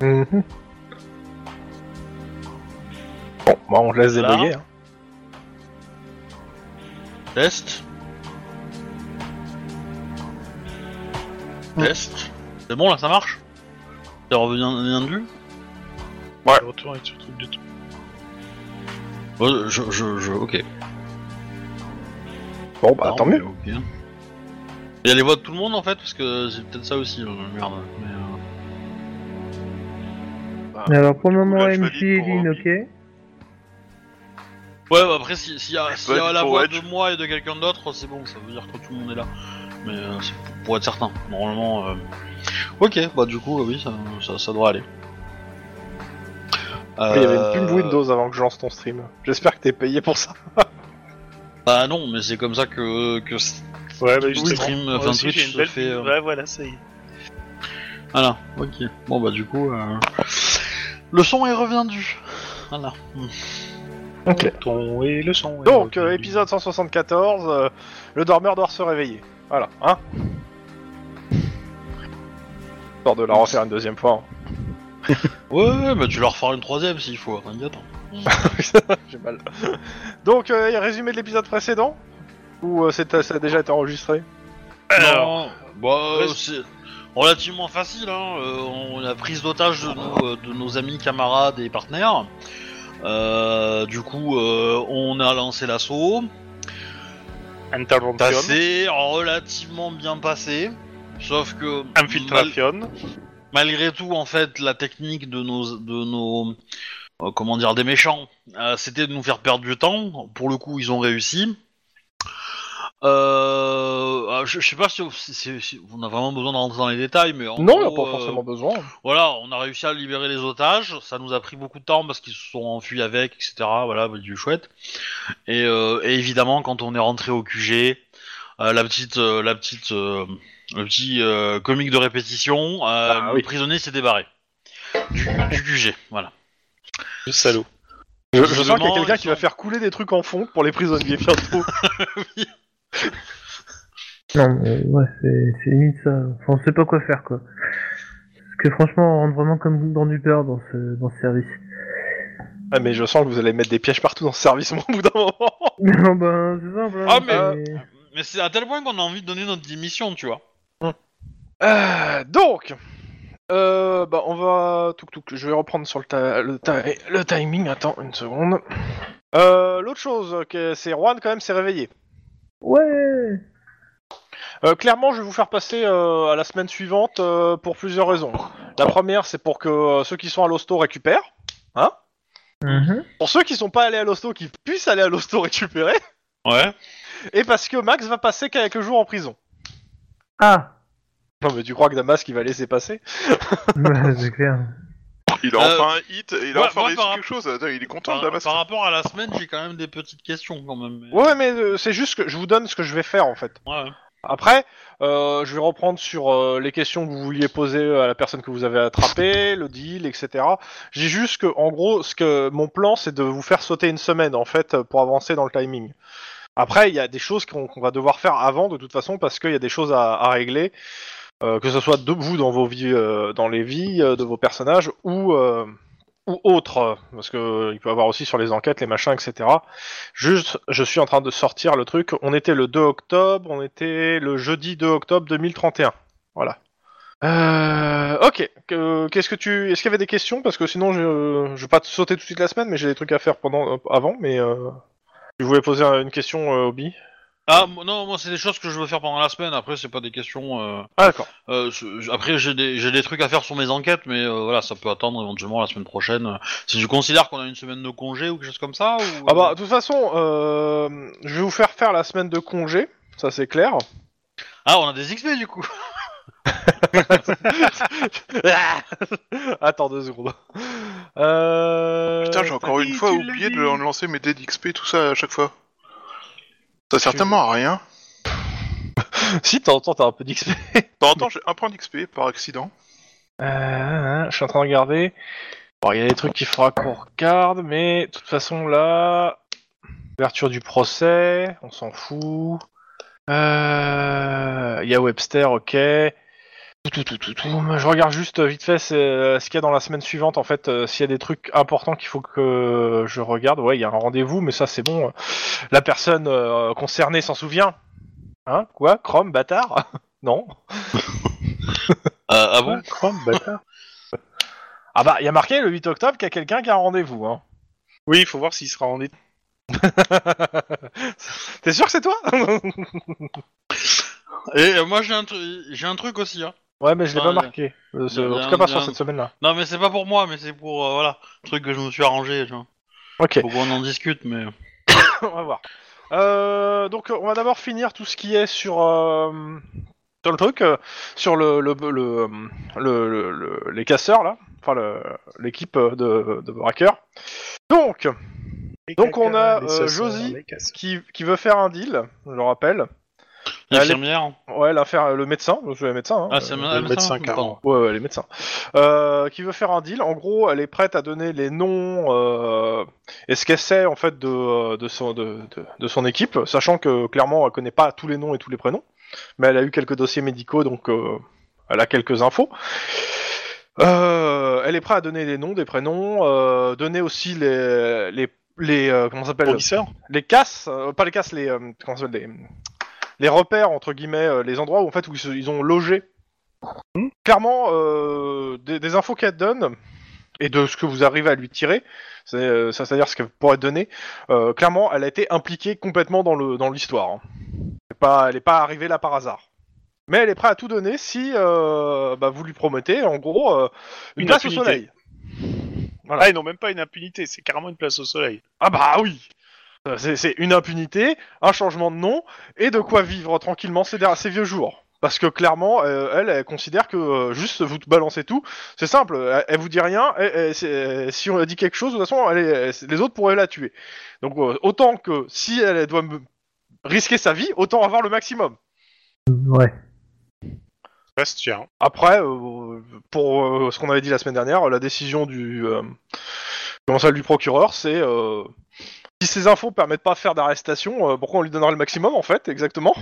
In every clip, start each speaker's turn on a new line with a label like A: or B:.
A: Bon, bah on te laisse
B: Là.
A: débrouiller. hein.
B: Test.
C: Hmm.
B: Test. C'est bon là, ça marche T'es revenu bien de vue
C: Le retour est sur le truc de tout.
B: Oh, je, je, je, ok.
A: Bon, bah
B: Non,
A: tant
B: mais
A: mieux.
B: ok. Il y a les voix de tout le monde en fait, parce que c'est peut-être ça aussi, euh, merde. Mais, euh, Ah,
D: Mais alors pour le moment,
E: Là, je
D: MJ
E: valide
D: et
E: pour
D: Lynn,
E: Roby.
D: ok
B: Ouais, bah, après, si- s'il y a, s'il y a
E: Bonne
B: la
E: pour
B: voix
E: Edge.
B: de moi et de quelqu'un d'autre, c'est bon, ça veut dire que tout le monde est là. Mais euh, c'est pour, pour être certain, normalement. euh, Ok, bah du coup, euh, oui, ça, ça, ça doit aller.
A: Ah, Il y avait une pub
B: Euh,
A: Windows avant que je lance ton stream. J'espère que t'es payé pour ça.
B: Bah non, mais c'est comme ça que, que s-
A: Ah,
C: Ouais, bah
B: Oui,
C: justement.
B: stream,
C: moi
B: enfin,
C: aussi,
B: Twitch
C: j'ai
B: se
C: une belle
B: fait, euh,
C: Ouais, voilà, ça y est.
B: Voilà, ok. Bon bah du coup... euh, Le son est reviendu. Voilà.
A: Ok.
C: Ton et le son.
A: Donc, euh, épisode 174, euh, le dormeur doit se réveiller. Voilà, hein Histoire de la refaire une deuxième fois. hein.
B: Ouais, ouais, bah tu leur refaire une troisième s'il faut, t'inquiète.
A: hein. J'ai mal. Donc, euh, et résumé de l'épisode précédent Ou euh, c'est- ça a déjà été enregistré
C: Alors,
B: Bah, euh,
C: Ouais,
B: c'est relativement facile, hein. euh, on a prise d'otage de, nos- euh, de nos amis, camarades et partenaires. Euh, du coup, euh, on a lancé l'assaut. Ça
C: intervention,
B: s'est relativement bien passé. Sauf que... mal-
C: infiltration.
B: malgré tout, en fait, la technique de nos, de nos, euh, comment dire, des méchants, euh, c'était de nous faire perdre du temps. Pour le coup, ils ont réussi. Euh, ah, je, je sais pas si, si- si- si on a vraiment besoin de rentrer dans les détails, mais en
A: Non,
B: gros,
A: y a pas
B: euh,
A: forcément besoin.
B: voilà, on a réussi à libérer les otages. Ça nous a pris beaucoup de temps parce qu'ils se sont enfuis avec, etc. Voilà, bah, du chouette. Et, euh, et évidemment, quand on est rentré au QG, euh, la petite, euh, la petite, euh, le petit euh, comique de répétition, euh,
A: Ah
B: le
A: oui.
B: prisonnier s'est débarré du, du QG. Voilà.
C: Le salaud.
A: Je, je sens qu'il y a
B: visiblement,
A: quelqu'un
B: ils
A: qui va
B: sont-
A: faire couler des trucs en fond pour les prisonniers bientôt.
D: Non, mais ouais, c'est c'est limite ça. Enfin, on sait pas quoi faire, quoi. Parce que franchement, on rentre vraiment comme dans du beurre dans ce, dans ce service.
A: ah, mais je sens que vous allez mettre des pièges partout dans ce service moi, au bout d'un moment.
D: Non, ben, c'est simple. hein,
B: Ah, mais-
D: c'est-
B: Mais c'est à tel point qu'on a envie de donner notre démission, tu vois.
A: Euh, donc, euh, bah, on va. Touc, touc, je vais reprendre sur le, ta- le, ta- le timing. Attends une seconde. Euh, L'autre chose, que c'est Juan quand même s'est réveillé.
D: Ouais
A: Euh, clairement, je vais vous faire passer euh, à la semaine suivante euh, pour plusieurs raisons. La première, c'est pour que euh, ceux qui sont à l'hosto récupèrent.
D: Mhm.
A: Pour ceux qui sont pas allés à l'hosto, qui puissent aller à l'hosto récupérer.
B: Ouais.
A: Et parce que Max va passer quelques jours en prison.
D: Ah
A: Non, mais tu crois que Damas qui va laisser passer
D: Ouais, c'est clair.
E: Il a
B: Euh,
E: enfin un hit, et il a
B: moi-
E: enfin
B: moi,
E: réussi
B: par-
E: quelque chose. Attends, il est content,
B: Par,
E: Damas.
B: par rapport à la semaine, j'ai quand même des petites questions quand même. mais-
A: Ouais, mais euh, c'est juste que je vous donne ce que je vais faire en fait.
B: Ouais.
A: Après, euh, je vais reprendre sur euh, les questions que vous vouliez poser euh, à la personne que vous avez attrapée, le deal, etc. J'ai juste que, en gros, ce que mon plan, c'est de vous faire sauter une semaine, en fait, euh, pour avancer dans le timing. Après, il y a des choses qu'on qu'on va devoir faire avant, de toute façon, parce qu'il y a des choses à, à régler, euh, que ce soit de vous dans vos vies, euh, dans les vies euh, de vos personnages ou euh, ou autres, euh, parce que euh, il peut y avoir aussi sur les enquêtes, les machins, etc. Juste, je suis en train de sortir le truc. On était le 2 octobre, on était le jeudi 2 octobre 2031. Voilà. Euh, ok. Que- Qu'est-ce que tu Est-ce qu'il y avait des questions Parce que sinon, je, je vais pas te sauter tout de suite la semaine, mais j'ai des trucs à faire pendant euh, avant. Mais euh, tu voulais poser euh, une question, euh, Obi
B: Ah moi- non, moi c'est des choses que je veux faire pendant la semaine. Après, c'est pas des questions. euh,
A: Ah d'accord.
B: Euh, ce- j- après, j'ai des, j'ai des trucs à faire sur mes enquêtes, mais euh, voilà, ça peut attendre éventuellement la semaine prochaine. Euh, Si tu considères qu'on a une semaine de congé ou quelque chose comme ça ou...
A: Ah bah de toute façon, euh, je vais vous faire faire la semaine de congé. Ça c'est clair.
B: Ah, on a des XP du coup
A: Attends deux secondes. Euh...
E: Putain, j'ai encore une fois oublié de lancer mes dés d'XP, tout ça à chaque fois. Ça sert
A: Tu-
E: tellement à rien.
A: Si t'entends, t'as un peu d'XP.
E: T'entends, j'ai un point d'XP par accident.
A: Euh, je suis en train de regarder. Bon, il y a des trucs qu'il faudra qu'on regarde, mais de toute façon, là, ouverture du procès, on s'en fout. Euh, Il y a Webster, ok. Tout, tout, tout, tout, tout. Je regarde juste euh, vite fait c'est, euh, ce qu'il y a dans la semaine suivante, en fait, euh, s'il y a des trucs importants qu'il faut que je regarde. Ouais, il y a un rendez-vous, mais ça, c'est bon. La personne euh, concernée s'en souvient. Hein Quoi Chrome, bâtard Non
B: Euh, ah bon
A: Chrome, bâtard Ah bah, il y a marqué le 8 octobre qu'il y a quelqu'un qui a un rendez-vous. Hein.
C: Oui, il faut voir s'il sera en état.
A: T'es sûr que c'est toi
B: Et euh, moi j'ai un, tru- j'ai un truc aussi. Hein.
A: Ouais, mais je l'ai
B: Ouais,
A: pas
B: ouais.
A: marqué. Euh, c'est-
B: Il y a
A: en
B: un-
A: tout cas, pas
B: il y a
A: sur
B: un-
A: cette semaine-là.
B: Non mais c'est pas pour moi, mais c'est pour euh, voilà, un truc que je me suis arrangé. Tu vois.
A: Ok.
B: Faut qu'on en discute, mais.
A: on va voir. Euh, donc euh, on va d'abord finir tout ce qui est sur euh, sur le truc, euh, sur le le, le, euh, le- le- le- les casseurs là, enfin le- l'équipe euh, de, de braqueurs. Donc Donc, on a, euh, Josie. qui, qui veut faire un deal, je le rappelle.
B: L'infirmière.
A: Ouais, l'affaire le médecin, je suis le médecin. hein,
B: Ah, c'est
A: euh,
B: un
C: le
B: médecin,
C: médecin,
B: pardon.
C: carrément.
A: Ouais, ouais, les médecins. Euh, qui veut faire un deal. En gros, elle est prête à donner les noms euh, et ce qu'elle sait en fait de, euh, de, son, de, de- de son équipe, sachant que clairement elle connaît pas tous les noms et tous les prénoms, mais elle a eu quelques dossiers médicaux donc euh, elle a quelques infos. Euh, elle est prête à donner les noms, des prénoms, euh, donner aussi les les les euh, comment ça s'appelle
C: Fournisseur
A: les casses, euh, pas les casses, les euh, comment ça s'appelle, les, les repères entre guillemets, euh, les endroits où en fait où ils, se- ils ont logé.
C: Hmm.
A: Clairement, euh, des, des infos qu'elle donne et de ce que vous arrivez à lui tirer, c'est, euh, ça, c'est-à-dire ce qu'elle pourrait donner. euh, clairement, elle a été impliquée complètement dans le dans l'histoire. hein. C'est Pas, elle n'est pas arrivée là par hasard. Mais elle est prête à tout donner si euh, bah, vous lui promettez, en gros, euh, une,
C: Une
A: place au
C: impunité.
A: soleil. Voilà.
C: Ah, ils n'ont même pas une impunité, c'est carrément une place au soleil.
A: Ah bah oui Euh, C'est c'est une impunité, un changement de nom, et de quoi vivre tranquillement ces, der- ces vieux jours. Parce que clairement, euh, elle, elle considère que euh, juste vous balancez tout, c'est simple, elle, elle vous dit rien, et, et c'est- euh, si on dit quelque chose, de toute façon, elle est- les autres pourraient la tuer. Donc euh, autant que si elle doit me- risquer sa vie, autant avoir le maximum.
D: Ouais.
C: Reste tiens.
A: Après, euh, pour euh, ce qu'on avait dit la semaine dernière, euh, la décision du euh, comment ça, du procureur, c'est euh, si ces infos permettent pas de faire d'arrestation, euh, pourquoi on lui donnera le maximum en fait, exactement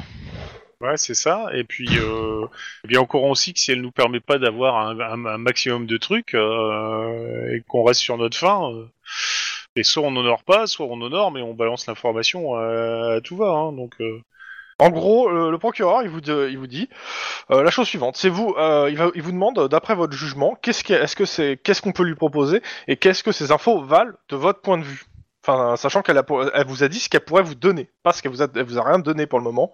C: Ouais, c'est ça. Et puis, euh, eh bien, au courant aussi que si elle nous permet pas d'avoir un, un- un maximum de trucs euh, et qu'on reste sur notre faim, euh, et soit on n'honore pas, soit on honore, mais on balance l'information euh, à tout va. hein. donc, euh,
A: En gros, le, le procureur, il vous, de- il vous dit euh, la chose suivante. C'est vous, euh, il, va- il vous demande, euh, d'après votre jugement, qu'est-ce que- est-ce que c'est, qu'est-ce qu'on peut lui proposer et qu'est-ce que ces infos valent de votre point de vue. Enfin, sachant qu'elle a pour- elle vous a dit ce qu'elle pourrait vous donner, parce qu'elle vous a, elle vous a rien donné pour le moment,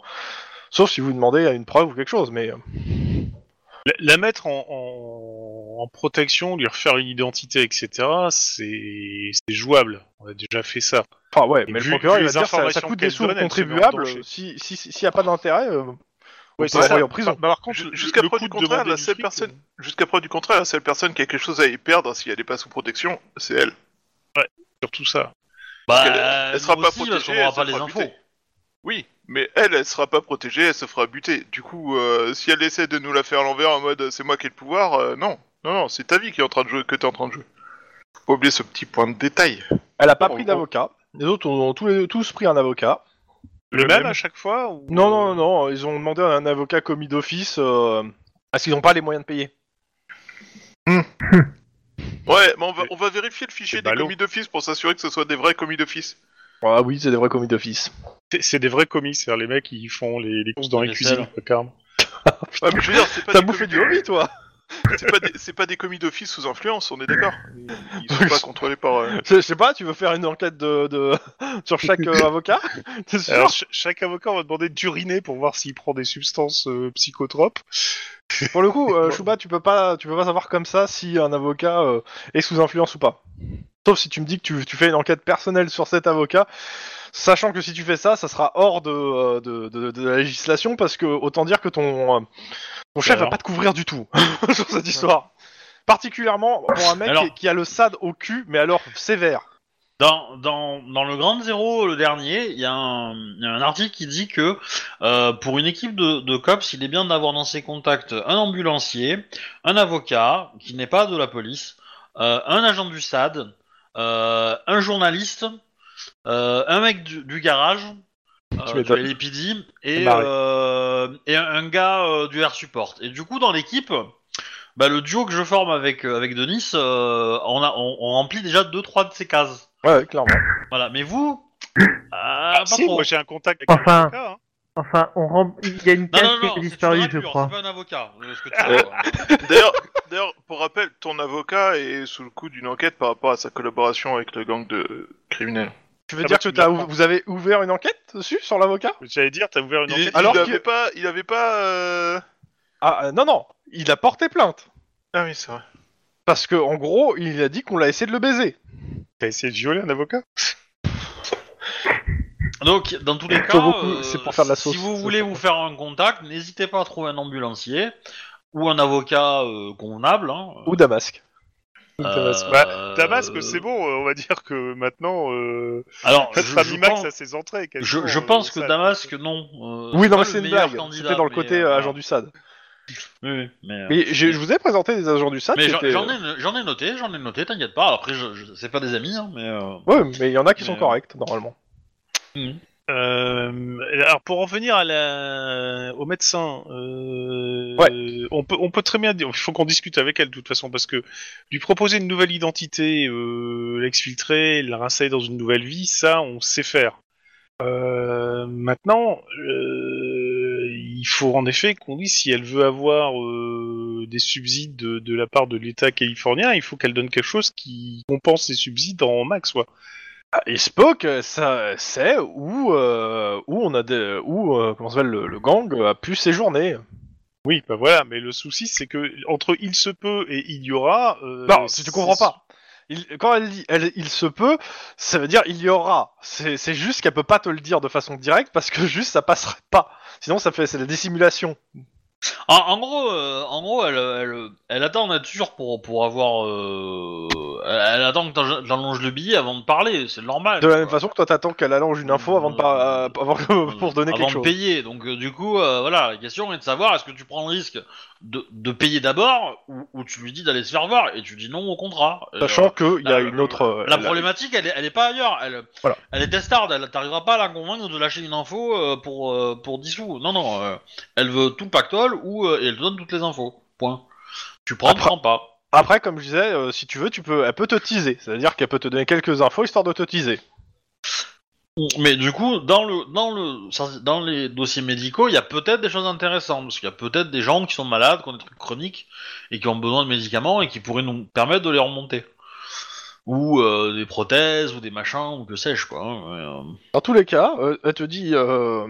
A: sauf si vous demandez une preuve ou quelque chose. Mais euh,
C: la, la mettre en, en- en protection, lui refaire une identité, etc., c'est c'est jouable. On a déjà fait ça.
A: Enfin Ah ouais,
C: Et
A: mais
C: vu-
A: le procureur
C: vu
A: il va
C: les
A: dire ça, ça
C: informations
A: coûte des
C: qu'elle
A: sous aux
C: donne, elle se met en
A: contribuables.
C: danger.
A: Si si si- s'il n'y a pas d'intérêt, euh, on
C: Ouais,
A: peut l'envoyer en prison.
C: Bah, par contre,
E: Ju-
C: le-
E: jusqu'à
C: le
E: preuve
C: coup
E: du
C: de
E: contraire,
C: demander
E: la
C: du
E: seule
C: fric, euh.
E: personne, jusqu'à preuve du contraire, la seule personne qui a quelque chose à y perdre si elle n'est pas sous protection, c'est elle.
C: Surtout ça.
B: Bah,
E: qu'elle- elle sera
B: nous
E: pas
B: aussi, parce
E: protégée,
B: qu'on aura
E: elle
B: pas
E: se
B: les
E: fera
B: infos.
E: buter. Oui, mais elle, elle sera pas protégée, elle se fera buter. Du coup, euh, si elle essaie de nous la faire à l'envers en mode euh, c'est moi qui ai le pouvoir, euh, non, non, non, c'est ta vie qui est en train de jouer, que t'es en train de jouer. Faut pas oublier ce petit point de détail.
A: Elle a pas
E: en
A: pris
E: gros.
A: d'avocat. Les autres ont, ont tous, les- tous pris un avocat.
C: Le,
E: Le
C: même,
E: même.
C: à chaque fois ou...
A: Non non non, ils ont demandé à un avocat commis d'office euh, parce qu'ils n'ont pas les moyens de payer.
E: Ouais, mais on va, on va vérifier le fichier
C: C'est
E: des
C: ballot.
E: commis d'office pour s'assurer que ce soit des vrais commis d'office.
A: Ah oui, c'est des vrais commis d'office.
C: C'est- C'est des vrais commis, c'est-à-dire les mecs qui font les, les courses dans
B: Les
C: les cuisines,
B: vaisselles.
C: quoi, carrément.
A: Oh,
E: Ouais, Ah, mais je veux dire, c'est pas,
A: T'as
E: des
A: bouffé
E: commis-
A: du hobby toi
E: c'est pas, des- c'est pas des commis d'office sous influence, on est d'accord. Ils sont pas contrôlés par. euh,
A: Je je sais pas, tu veux faire une enquête de, de- sur chaque euh, avocat T'es sûr
C: Alors, ch- chaque avocat, on va demander d'uriner pour voir s'il prend des substances euh, psychotropes.
A: Pour le coup, euh, Chouba, tu peux pas, tu peux pas savoir comme ça si un avocat euh, est sous influence ou pas. Sauf si tu me dis que tu, tu fais une enquête personnelle sur cet avocat, sachant que si tu fais ça, ça sera hors de, euh, de, de- de la législation parce que autant dire que ton, euh, ton chef
C: Alors
A: va pas te couvrir du tout sur cette histoire. Particulièrement pour un mec
B: Alors-
A: qui, qui a le SAD au cul, mais alors sévère.
B: Dans, dans, dans le Grand Zéro, le dernier, il y, a un il y a un article qui dit que euh, pour une équipe de, de cops, il est bien d'avoir dans ses contacts un ambulancier, un avocat, qui n'est pas de la police, euh, un agent du SAD, euh, un journaliste, euh, un mec du, du garage, euh,
A: Tu
B: du
A: m'étonnes.
B: LAPD, et
A: Barré.
B: euh, euh, et un, un gars euh, du air support. Et du coup, dans l'équipe, bah, le duo que je forme avec, euh, avec Denis, euh, on, a, on, on remplit déjà 2-3 de ces cases.
A: Ouais, ouais, clairement.
B: Voilà, mais vous, euh,
A: Ah,
B: pas
C: si,
B: trop.
C: moi j'ai un contact
E: Ah.
C: avec
D: Enfin.
C: un avocat, hein.
D: Enfin, on rem... il y a une
B: Non,
D: case
B: non, non,
D: qui est
B: c'est une
D: disparue, je
B: raclure,
D: crois.
B: c'est pas un avocat. euh, ce que tu fais, quoi.
E: D'ailleurs, d'ailleurs, pour rappel, ton avocat est sous le coup d'une enquête par rapport à sa collaboration avec le gang de criminels.
A: Tu veux
C: Ah
A: dire
C: bah, tu
A: que t'as
C: me l'apprends.
A: ou- vous avez ouvert une enquête dessus sur l'avocat
C: J'allais dire, t'as ouvert une
E: Il,
C: enquête.
E: est-
A: Alors
E: il avait
A: que-
E: pas, il avait pas. euh,
A: Ah euh, non non, il a porté plainte
E: Ah oui, c'est vrai.
A: parce que en gros, il a dit qu'on l'a essayé de le baiser.
C: T'as essayé de violer un avocat
B: Donc, dans tous les
A: Pas
B: cas,
A: beaucoup,
B: euh,
A: c'est pour faire de la sauce,
B: si vous
A: ça,
B: voulez
A: ça.
B: vous faire un contact, n'hésitez pas à trouver un ambulancier ou un avocat euh, convenable. hein.
A: Ou Damasque.
B: Euh,
C: Damasque. Bah, Damasque, c'est bon, euh, on va dire que maintenant, euh,
B: Alors, je, je
C: Famille Max
B: pense,
C: à ses entrées.
B: je-
C: quasiment,
B: je
C: euh,
B: pense que
C: ça.
B: Damasque, non. euh,
A: oui, non,
B: pas
A: mais
B: le
A: c'est une
B: meilleur
A: blague.
B: candidat,
A: C'était dans le
B: mais,
A: côté
B: euh,
A: euh,
B: voilà.
A: agent du SAD.
B: Oui, oui, mais, euh,
A: Mais je, je vous ai présenté des agents du SAD. euh,
B: mais
A: qui
B: j'en
A: étaient-
B: j'en ai, j'en ai noté, j'en ai noté, t'inquiète pas. Après, je, je- c'est pas des amis, hein, mais. euh,
A: Ouais, mais il y en a qui sont
B: Mais, euh,
A: corrects normalement.
C: Euh, alors pour en venir à la... au médecin, euh, on peut on peut très bien dire, il faut qu'on discute avec elle de toute façon parce que lui proposer une nouvelle identité, euh, l'exfiltrer, la rincer dans une nouvelle vie, ça on sait faire. Euh, maintenant, euh, il faut en effet qu'on dise si elle veut avoir euh, des subsides de, de la part de l'État californien, il faut qu'elle donne quelque chose qui compense les subsides en max, quoi.
A: Ah, Et Spock, euh, ça c'est où euh, où on a des, où euh, comment s'appelle le, le gang a pu séjourner.
C: Oui, bah voilà, mais le souci c'est que entre il se peut et il y aura. euh,
B: Bah,
A: non, si tu
C: c'est-
A: comprends pas. Il- quand elle dit elle- il se peut, ça veut dire il y aura. C'est c'est juste qu'elle peut pas te le dire de façon directe parce que juste ça passerait pas. Sinon ça fait c'est la dissimulation.
B: En, en gros, euh, en gros, elle, elle, elle attend d'être sûre pour pour avoir. euh, elle, elle attend que t'en- t'allonges le billet avant de parler, c'est normal.
A: De la
B: quoi.
A: même façon que toi t'attends qu'elle allonge une info avant de pas, euh, avant que- pour donner
B: Mmh.
A: quelque
B: avant de
A: chose.
B: payer. Donc euh, du coup, euh, voilà, la question est de savoir est-ce que tu prends le risque de, de payer d'abord ou, ou tu lui dis d'aller se faire voir et tu dis non au contrat. Et,
A: Sachant
B: euh,
A: qu'il y a
B: la-
A: une autre. euh,
B: la
A: la-
B: problématique, elle est, elle est pas ailleurs. Elle,
A: Voilà.
B: elle est testarde. Elle t'arriveras pas à la convaincre de lâcher une info euh, pour euh, pour 10 sous. Non non, euh, elle veut tout le pactole ou euh, et elle te donne toutes les infos. Point. Tu prends,
A: Après-
B: prends pas.
A: Après, comme je disais, euh, si tu veux, tu peux, elle peut te teaser. C'est-à-dire qu'elle peut te donner quelques infos histoire de te teaser.
B: Mais du coup, dans le dans le ça, c'est- dans les dossiers médicaux, il y a peut-être des choses intéressantes parce qu'il y a peut-être des gens qui sont malades, qui ont des trucs chroniques et qui ont besoin de médicaments et qui pourraient nous permettre de les remonter ou euh, des prothèses ou des machins ou que sais-je quoi. hein, mais, euh.
A: Dans tous les cas, euh, elle te dit, euh,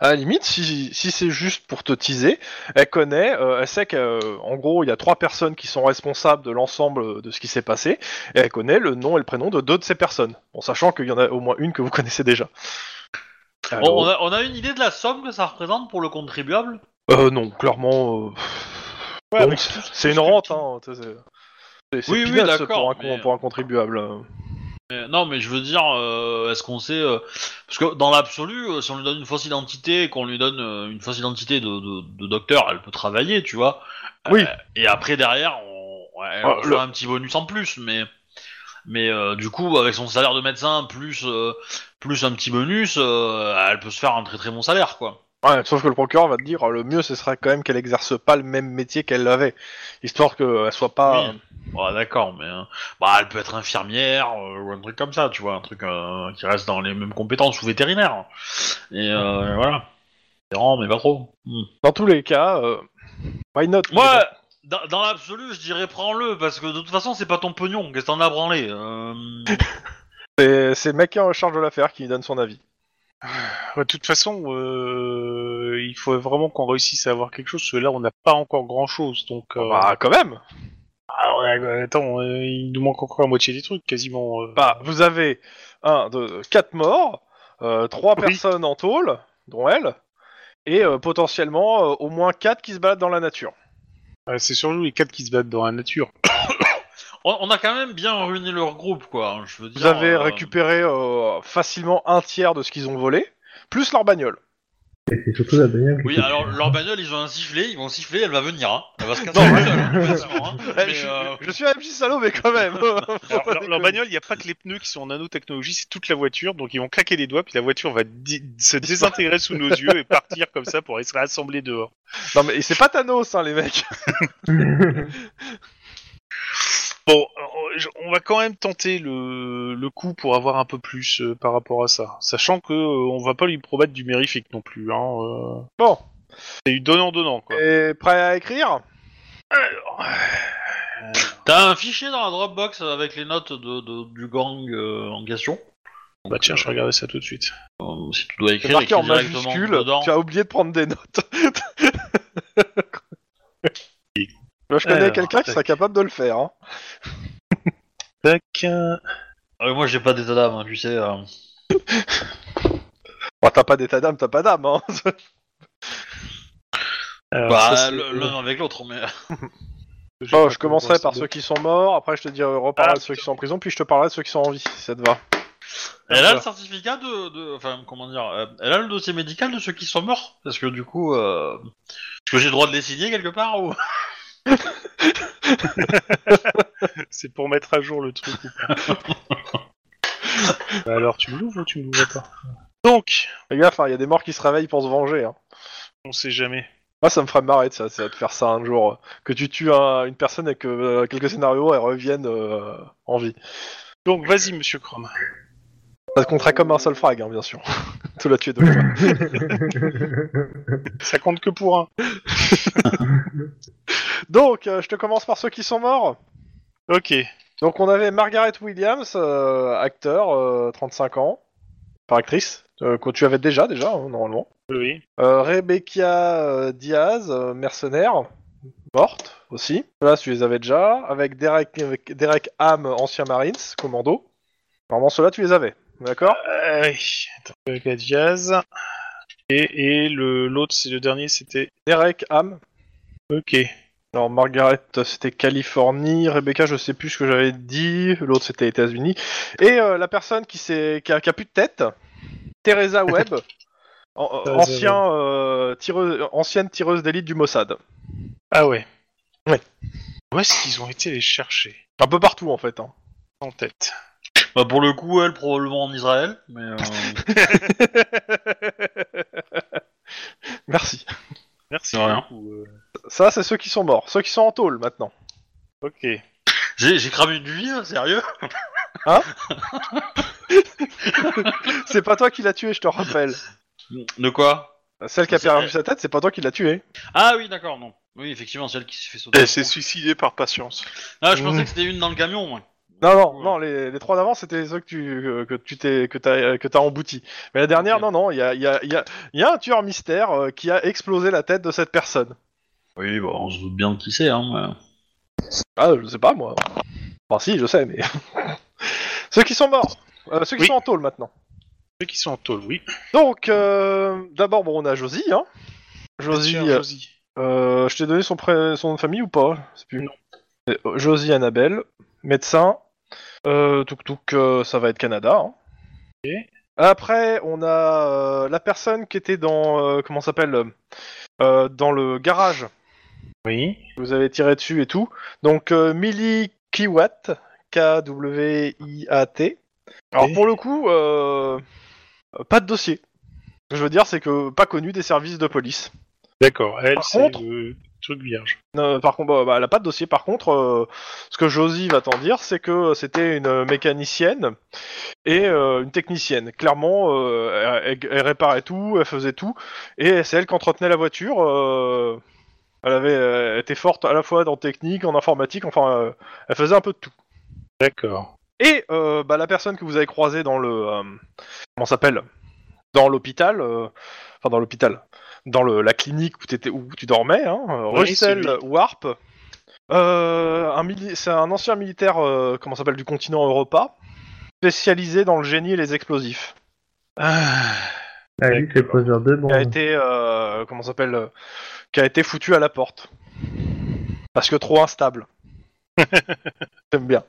A: à la limite, si, si c'est juste pour te teaser, elle connaît, euh, elle sait qu'en gros, il y a trois personnes qui sont responsables de l'ensemble de ce qui s'est passé, et elle connaît le nom et le prénom de deux de ces personnes, en sachant qu'il y en a au moins une que vous connaissez déjà.
B: On,
A: Alors,
B: on a, on a une idée de la somme que ça représente pour le contribuable.
A: euh, non, clairement, euh,
C: Ouais,
A: bon,
C: mais-
A: c'est- c'est une rente, hein, tu sais, c'est c'est- c'est
B: Oui, oui,
A: peanuts
B: d'accord,
A: pour, un, con-
B: mais- euh,
A: pour un contribuable.
B: Mais non, mais je veux dire, euh, est-ce qu'on sait euh, parce que dans l'absolu, euh, si on lui donne une fausse identité, et qu'on lui donne euh, une fausse identité de, de- de docteur, elle peut travailler, tu vois. Euh,
A: Oui.
B: Et après, derrière, on, ouais,
A: Ah,
B: on reçoit
A: le-
B: un petit bonus en plus, mais, mais euh, du coup, avec son salaire de médecin, plus, euh, plus un petit bonus, euh, elle peut se faire un très très bon salaire, quoi.
A: Ouais, sauf que le procureur va te dire, le mieux ce serait quand même qu'elle exerce pas le même métier qu'elle avait, histoire qu'elle soit pas...
B: Oui. Ouais, d'accord, mais euh, bah, elle peut être infirmière euh, ou un truc comme ça, tu vois, un truc euh, qui reste dans les mêmes compétences ou vétérinaire. Et euh, voilà. Différent, mais pas trop. Hmm.
A: Dans tous les cas, euh, why not
B: Moi, dans, dans l'absolu, je dirais prends-le, parce que de toute façon, c'est pas ton pognon, qu'est-ce que t'en as branlé euh,
A: C'est c'est le mec qui est en charge de l'affaire qui donne son avis.
C: Ouais, de toute façon, euh, il faut vraiment qu'on réussisse à avoir quelque chose. Parce que là, on n'a pas encore grand-chose, donc. euh,
A: Bah, quand même
C: ah, ouais, ouais, attends, euh, il nous manque encore la moitié des trucs, quasiment. euh.
A: Bah, vous avez un, deux, quatre morts, euh, trois
C: Oui.
A: personnes en tôle, dont elle, et euh, potentiellement euh, au moins quatre qui se baladent dans la nature.
C: Ouais, Euh, c'est surtout les quatre qui se battent dans la nature.
B: on, on a quand même bien ruiné leur groupe, quoi. hein, Je veux
A: Vous
B: dire,
A: avez
B: euh,
A: récupéré euh, facilement un tiers de ce qu'ils ont volé, plus leur bagnole.
D: Et c'est surtout la bagnole. qui
B: Oui,
D: fait
B: alors
D: peur.
B: leur bagnole, ils ont un sifflet, ils vont siffler, elle va venir. Hein. Elle va se casser
A: Non,
B: toute
A: ouais.
B: seule, hein, complètement, hein.
A: Eh,
B: Mais,
A: je,
B: euh,
A: je suis un petit salaud, mais quand même. Faut
C: Alors,
A: pas
C: leur, leur
A: déconner.
C: bagnole, il n'y a pas que les pneus qui sont en nanotechnologie, c'est toute la voiture. Donc ils vont claquer les doigts, puis la voiture va di- se désintégrer sous nos yeux et partir comme ça pour être assemblée dehors.
A: Non, mais c'est pas Thanos, hein, les mecs.
C: Bon, euh, je- on va quand même tenter le, le coup pour avoir un peu plus euh, par rapport à ça, sachant que euh, on va pas lui promettre du mérifique non plus. Hein, euh.
A: Bon,
C: C'est du donnant donnant quoi.
A: et prêt à écrire
B: T'as un fichier dans la Dropbox avec les notes de, de- du gang euh, en question.
C: Bah tiens, je regardais ça tout de suite.
B: Euh, si tu dois
A: C'est
B: écrire,
A: marqué
B: écris
A: en
B: directement
A: majuscule.
B: dedans.
A: Tu as oublié de prendre des notes. Moi, je connais
C: Alors,
A: quelqu'un qui
C: tac.
A: serait capable de le faire. hein.
C: Tac. euh,
B: Euh, moi, j'ai pas d'état d'âme, hein, tu sais. euh.
A: Bah, t'as pas d'état d'âme, t'as pas d'âme. Hein.
C: alors,
B: Bah,
C: ça, c'est-
B: le- l'un avec l'autre, mais... euh,
C: j'ai
A: Bon,
C: pas
A: je commencerai par
C: compris.
A: ceux qui sont morts, après je te dirai reparlerai
C: Ah,
A: de ceux qui sont en prison, puis je te parlerai de ceux qui sont en vie, si ça te va.
B: Elle a le certificat de... de- Enfin, comment dire... euh, elle a le dossier médical de ceux qui sont morts. Parce que du coup... euh, Est-ce que j'ai le droit de les signer quelque part ou...
C: C'est pour mettre à jour le truc ou pas. Bah alors, tu me l'ouvres ou tu me l'ouvres pas Donc,
A: Les gars, hein, il y a des morts qui se réveillent pour se venger. Hein.
C: on sait jamais.
A: Moi, ça me ferait marrer de ça, ça, de faire ça un jour. euh, Que tu tues un- une personne et que euh, quelques scénarios, elle revienne euh, en vie.
C: Donc, vas-y, monsieur Chrome.
A: Ça te compterait comme un seul frag, hein, bien sûr. tu l'as tué deux fois.
C: Ça compte que pour un.
A: Donc, euh, je te commence par ceux qui sont morts.
C: Ok.
A: Donc, on avait Margaret Williams, euh, acteur, euh, 35 ans, par actrice, euh, que tu avais déjà, déjà, hein, normalement.
C: Oui.
A: Euh, Rebecca euh, Diaz, euh, mercenaire, morte aussi. Là, tu les avais déjà. Avec Derek, avec Derek Ham, ancien Marines, commando. Normalement, ceux-là, tu les avais. D'accord
C: Euh, oui. Attends, avec la Diaz. Et, et le l'autre, c'est le dernier, c'était.
A: Derek Ham.
C: Ok.
A: Alors, Margaret, euh, c'était Californie. Rebecca, je sais plus ce que j'avais dit. L'autre, c'était États-Unis. Et euh, la personne qui, s'est- qui, a, qui a plus de tête, Teresa Webb, an-
C: Teresa
A: ancien, euh, tireuse- ancienne tireuse d'élite du Mossad.
C: Ah ouais.
A: Ouais.
C: Où est-ce qu'ils ont été les chercher
A: Un peu partout, en fait. hein.
C: En tête.
B: Bah, pour le coup, elle, probablement en Israël, mais... euh,
A: Merci.
C: Merci
B: De rien.
C: beaucoup. euh.
A: Ça, c'est ceux qui sont morts. Ceux qui sont en tôle maintenant.
C: Ok.
B: j'ai j'ai cramé une vie, hein, sérieux
A: C'est pas toi qui l'as tué, je te rappelle.
B: De quoi
A: Celle qui a
B: C'est-
A: perdu sa tête, c'est pas toi qui l'as tué.
B: Ah oui, d'accord, non. Oui, effectivement, celle qui s'est fait
A: Eh,
B: sauter.
E: Elle s'est suicidée par patience.
B: Ah, je
A: Mmh.
B: pensais que c'était une dans le camion, moi.
A: Non, non,
B: Ouais.
A: non, les, les trois d'avant, c'était ceux que tu euh, que tu t'es que t'as euh, que t'as embouti. Mais la dernière,
B: Ok.
A: non, non, il y a, il y, a, il y, a, il y a un tueur mystère euh, qui a explosé la tête de cette personne.
B: Oui, bon, on se doute bien de qui c'est, hein. mais-
A: Ah, je sais pas moi. Enfin, si, je sais, mais ceux qui sont morts, Euh, ceux qui
C: Oui.
A: sont en tôle maintenant.
C: Ceux qui sont en tôle, oui.
A: Donc, euh, d'abord, bon, on a Josie, hein. Josie,
C: Tiens,
A: euh,
C: Josie.
A: Euh, je t'ai donné son, pré- son nom de famille ou pas Je sais plus.
C: Non.
A: Euh, Josie Annabelle, médecin. Euh, touk touk, euh, ça va être Canada. hein.
C: Ok.
A: Après, on a euh, la personne qui était dans euh, comment ça s'appelle euh, dans le garage.
C: Oui.
A: que Vous avez tiré dessus et tout. Donc euh, Millie Kiwat, K W I A T. Alors
C: Ok.
A: pour le coup, euh, euh, pas de dossier. Ce que je veux dire, c'est que pas connu des services de police.
C: D'accord, elle,
A: Par
C: c'est
A: contre-
C: le truc vierge.
A: Non, par contre, bah, bah, elle a pas de dossier. Par contre, euh, ce que Josie va t'en dire, c'est que c'était une euh, mécanicienne et euh, une technicienne. Clairement, euh, elle, elle- elle réparait tout, elle faisait tout, et c'est elle qui entretenait la voiture. euh, elle avait, euh, elle était forte à la fois dans technique, en informatique, enfin, euh, elle faisait un peu de tout.
C: D'accord.
A: Et euh, bah, la personne que vous avez croisée dans le euh, comment ça s'appelle dans l'hôpital, euh, enfin dans l'hôpital, dans le, la clinique où, t'étais- où tu dormais, hein, euh,
C: Oui,
A: Russell
C: celui-
A: Warp. Euh, un mili- c'est un ancien militaire, euh, comment ça s'appelle, du continent Europa, spécialisé dans le génie et les explosifs.
D: Ah, lui, c'est le poseur de bon.
A: Qui a été, euh, comment ça s'appelle, euh, qui a été foutu à la porte parce que trop instable. J'aime bien.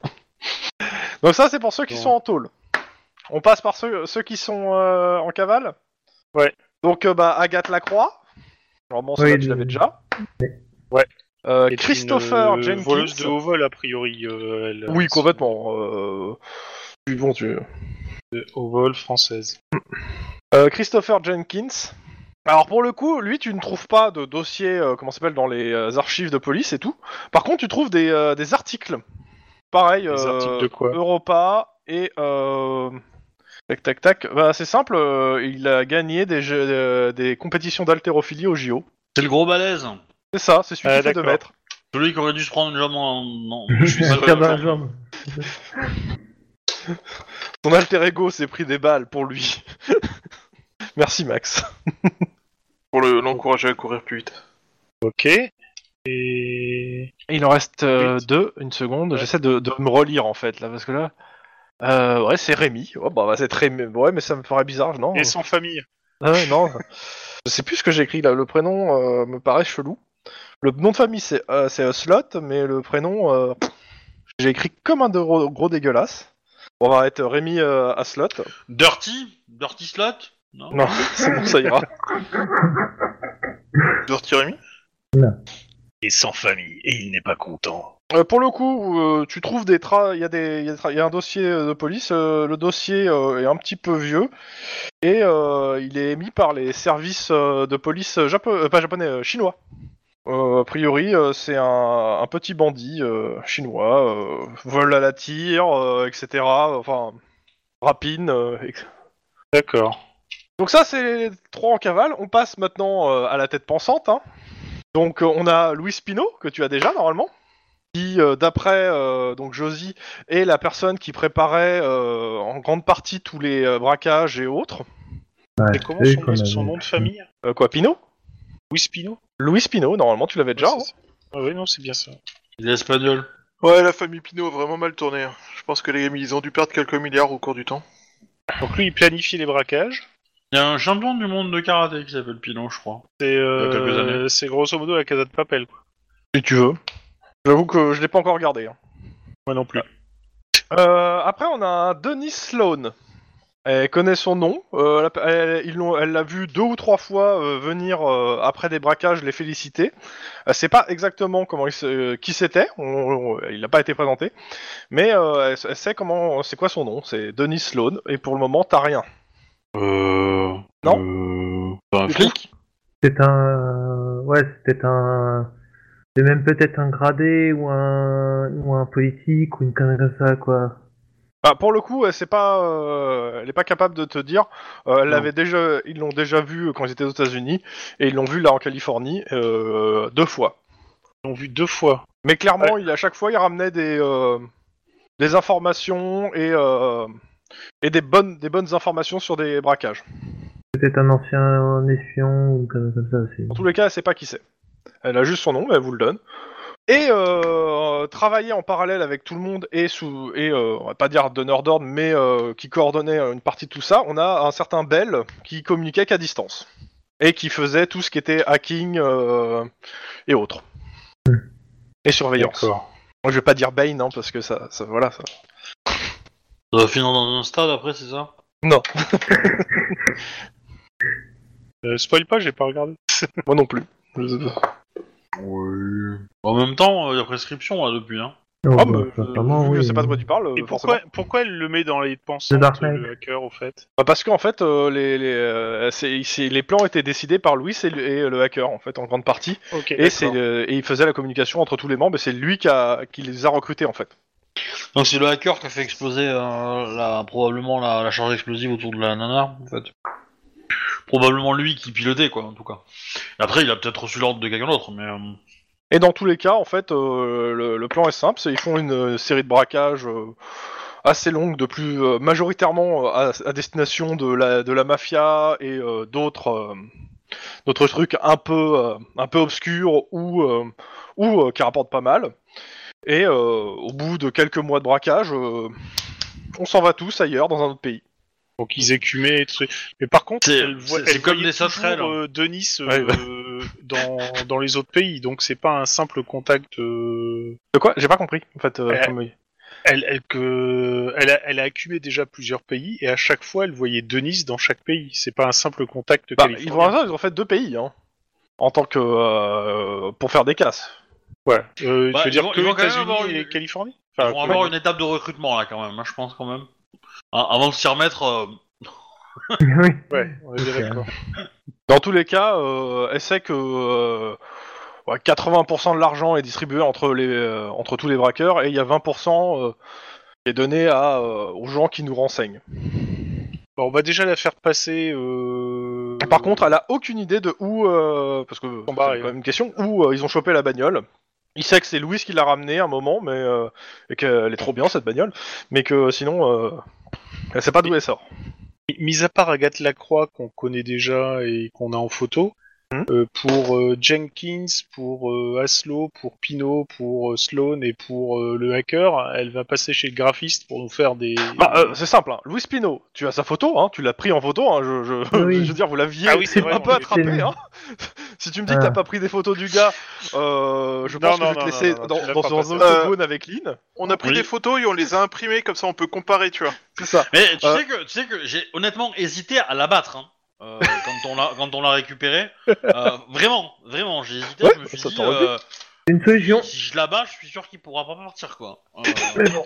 A: Donc ça, c'est pour ceux qui
C: Bon.
A: sont en tôle. On passe par ceux, ceux qui sont euh, en cavale.
C: Ouais.
A: Donc, euh, bah, Agathe Lacroix. Normalement,
D: Oui,
A: celle-là, tu
D: le-
A: l'avais déjà.
C: Ouais.
A: Euh,
C: est une,
A: Christopher
C: euh,
A: Jenkins.
C: Voleuse de haut vol, a priori. euh, elle,
A: Oui,
C: euh,
A: complètement. Euh... puis Bon, tu...
C: de haut vol française.
A: Euh, Christopher Jenkins. Alors pour le coup, lui, tu ne trouves pas de dossier, euh, comment ça s'appelle, dans les euh, archives de police et tout. Par contre, tu trouves des, euh, des articles. Pareil,
C: Des
A: euh,
C: articles de quoi
A: Europa et... euh, Tac, tac, tac. Bah, c'est simple, euh, il a gagné des, jeux- euh, des compétitions d'haltérophilie au JO.
B: C'est le gros balèze.
A: C'est ça, c'est celui
C: Ah,
A: qui fait 2
C: d'accord.
A: mètres.
B: Celui qui aurait dû se prendre une jambe en... Non, je
D: Je
B: suis
E: sûr,
D: tire dans la
E: je-
D: jambe.
A: Son alter ego s'est pris des balles pour lui. Merci Max.
E: Pour le- l'encourager à courir plus vite.
C: Ok. Et.
A: Il en reste euh,
C: Huit.
A: deux, une seconde.
C: Ouais.
A: J'essaie de, de me relire en fait là, parce que là, euh, ouais, c'est Rémi. Oh, bah, bah, c'est Rémi. Ouais, mais ça me paraît bizarre, non Ah
C: Et sans famille.
A: Ouais, Non, je sais plus ce que j'ai écrit là. Le prénom euh, me paraît chelou. Le nom de famille c'est euh, c'est Slot, mais le prénom euh, j'ai écrit comme un de gros, gros dégueulasse. Bon, on va être Rémi euh, à Slot.
B: Dirty Dirty Slot Non.
A: Non, c'est bon, ça ira.
E: Dirty Remy
C: Et sans famille. Et il n'est pas content.
A: Euh, pour le coup, euh, tu trouves des tra... Il y, a des... il y a des tra- il y a un dossier euh, de police. euh, le dossier euh, est un petit peu vieux. Et euh, il est émis par les services euh, de police japo- euh, pas japonais, euh, chinois. Euh, a priori, euh, c'est un, un petit bandit euh, chinois. euh, vol à la tire, euh, etc. Enfin, rapine. euh, etc.
C: D'accord.
A: Donc ça, c'est les trois en cavale. On passe maintenant euh, à la tête pensante. hein. Donc euh, on a Louis Spino, que tu as déjà normalement, qui, euh, d'après euh, donc Josie, est la personne qui préparait euh, en grande partie tous les euh, braquages et autres.
C: Et comment
D: Oui,
C: son,
D: qu'on
C: son
D: avait-
C: nom de famille
A: Euh, quoi, Pino
C: Wispino
A: Louis Spino, normalement, tu l'avais déjà. hein.
C: Ah oui, non, c'est bien ça.
B: Il est espagnol.
E: Ouais, la famille Pinot a vraiment mal tourné. hein. Je pense que les gamins, ils ont dû perdre quelques milliards au cours du temps.
C: Donc lui, il planifie les braquages.
B: Il y a un champion du monde de karaté qui s'appelle Pilon, je crois.
C: C'est
B: Il
C: euh,
B: y a quelques années.
C: c'est grosso modo la Casa de Papel. quoi.
A: si tu veux. J'avoue que je l'ai pas encore regardé. hein.
C: Moi non plus.
A: Euh, après, on a un Denis Sloan. Elle connaît son nom. euh, elle a- elle ils l'ont- elle l'a vu deux ou trois fois euh, venir euh, après des braquages les féliciter. Elle sait pas exactement comment il se- euh, qui c'était. on- on- il n'a pas été présenté, mais euh, elle, elle sait comment. C'est quoi son nom C'est Denis Sloan. Et pour le moment, t'as rien.
B: Euh... Non Un Euh, bah, flic
D: C'est un. Ouais, c'est peut-être un. C'est même peut-être un gradé ou un. ou un politique ou une connerie comme ça, quoi.
A: Bah, pour le coup, elle n'est pas, euh, elle est pas capable de te dire. Euh, elle
B: Non.
A: l'avait déjà, ils l'ont déjà vu quand ils étaient aux États-Unis et ils l'ont vu là en Californie euh, deux fois.
C: Ils l'ont vu deux fois.
A: Mais clairement, il, à chaque fois, il ramenait des, euh, des informations et, euh, et des, bonnes, des bonnes informations sur des braquages.
D: Peut-être un ancien espion ou une connerie comme ça aussi.
A: Dans tous les cas, elle sait pas qui c'est. Elle a juste son nom, mais elle vous le donne. Et euh, travailler en parallèle avec tout le monde et, sous, et euh, on va pas dire donneur d'ordre, mais euh, qui coordonnait euh, une partie de tout ça, on a un certain Bell qui communiquait qu'à distance. Et qui faisait tout ce qui était hacking euh, et autres. Et surveillance. Moi, je vais pas dire Bane, hein, parce que ça, ça voilà, ça,
B: Ça va finir dans un stade après, c'est ça
C: Euh, spoil pas, j'ai pas regardé.
A: Moi non plus. Oh,
B: Oui. En même temps, euh, il y a prescription là depuis. Hein.
D: Oh,
A: Ah,
D: bah,
A: bah,
D: ça,
A: je-
D: sûrement,
A: vu que
D: oui.
A: je sais pas de quoi tu parles.
C: Et
A: euh,
C: pourquoi,
A: forcément.
C: pourquoi elle le met dans les
D: The
C: pensantes,
D: Dark Knight.
C: le hacker, au fait
A: Bah, Parce qu'en fait, euh, les, les, euh, c'est- c'est- les plans étaient décidés par Louis et, le- et le hacker, en fait, en grande partie.
C: Ok,
A: Et, c'est,
C: d'accord.
A: euh, et il faisait la communication entre tous les membres, et c'est lui qui, a, qui les a recrutés, en fait.
B: Donc c'est le hacker qui a fait exploser euh, la, probablement la, la charge explosive autour de la nana, en fait. Probablement lui qui pilotait, quoi, en tout cas. Après, il a peut-être reçu l'ordre de quelqu'un d'autre, mais... euh,
A: Et dans tous les cas, en fait, euh, le, le plan est simple, c'est ils font une euh, série de braquages euh, assez longue, de plus euh, majoritairement euh, à, à destination de la, de la mafia et euh, d'autres euh, d'autres trucs un peu euh, un peu obscurs ou euh, ou euh, qui rapportent pas mal. Et euh, au bout de quelques mois de braquage, euh, on s'en va tous ailleurs dans un autre pays.
C: Donc ils écumaient et tout. Mais par contre,
B: C'est-
C: elle voit,
B: c'est- c'est
C: elle
B: comme
C: voyait
B: des
C: toujours,
B: sauterelles. hein.
C: euh, Denis euh,
A: Ouais, bah.
C: euh, dans, dans les autres pays, donc c'est pas un simple contact. euh,
A: De quoi J'ai pas compris. En fait, euh,
C: Ouais.
A: comme-
C: elle, elle, que, elle, a, elle a accumulé déjà plusieurs pays et à chaque fois elle voyait Denise dans chaque pays. C'est pas un simple contact
A: Bah,
C: californien.
A: ils vont ils ont fait deux pays, hein. En tant que. euh, pour faire des casses.
C: Voilà. Euh,
B: Bah,
C: tu veux
B: ils
C: dire
B: vont-
C: que
B: ils vont quand même avoir
C: États-Unis
B: une-
C: et Californie
B: Ils
C: Enfin,
A: Euh,
B: vont
C: quoi,
B: avoir une étape de recrutement là quand même, hein, je pense quand même. Hein, avant de s'y remettre, euh,
D: oui.
C: Ouais, on est bien
D: Ok.
C: d'accord.
A: Dans tous les cas, euh, elle sait que euh, ouais, 80% de l'argent est distribué entre, les, euh, entre tous les braqueurs et il y a 20% euh, qui est donné à, euh, aux gens qui nous renseignent.
C: Bon, on va déjà la faire passer. euh,
A: Par contre, elle a aucune idée de où, euh, parce que c'est
C: sont barrés,
A: quand même une question, où euh, ils ont chopé la bagnole. Il sait que c'est Louise qui l'a ramenée à un moment, mais euh, et qu'elle est trop bien cette bagnole, mais que sinon, euh, elle sait pas d'où elle sort.
C: Mis à part Agathe Lacroix qu'on connaît déjà et qu'on a en photo,
A: Mhm.
C: euh, pour euh, Jenkins, pour euh, Aslo, pour Pino, pour euh, Sloan et pour euh, le hacker, elle va passer chez le graphiste pour nous faire des.
A: Bah, euh, c'est simple, hein. Louis Pino, tu as sa photo, hein, tu l'as pris en photo, hein, je, je,
D: Oui.
A: je veux dire, vous l'aviez
C: Ah oui, c'est vrai,
A: un
C: on
A: peu
C: l'avait
A: attrapé.
D: fait.
A: Hein. si tu me dis que t'as
D: Ah.
A: pas pris des photos du gars, euh, je
C: Non,
A: pense
C: non,
A: que je vais te
C: non,
A: laisser
C: non, non, tu
A: dans,
C: l'as
A: dans
C: pas
A: son
C: passé. Euh,
A: octogone avec Lynn.
E: On a pris
B: Oui.
E: des photos et on les a imprimées, comme ça on peut comparer, tu vois.
A: C'est ça.
B: Mais tu
A: Euh.
B: sais que, tu sais que j'ai honnêtement hésité à l'abattre hein, euh, quand on l'a quand on l'a récupéré. Euh, vraiment, vraiment, j'ai hésité.
A: Ouais,
B: je me suis
A: ça
B: dit,
A: t'aurait
B: euh,
D: C'est une solution.
B: si je l'abats, je suis sûr qu'il pourra pas partir quoi. Euh,
D: Mais bon.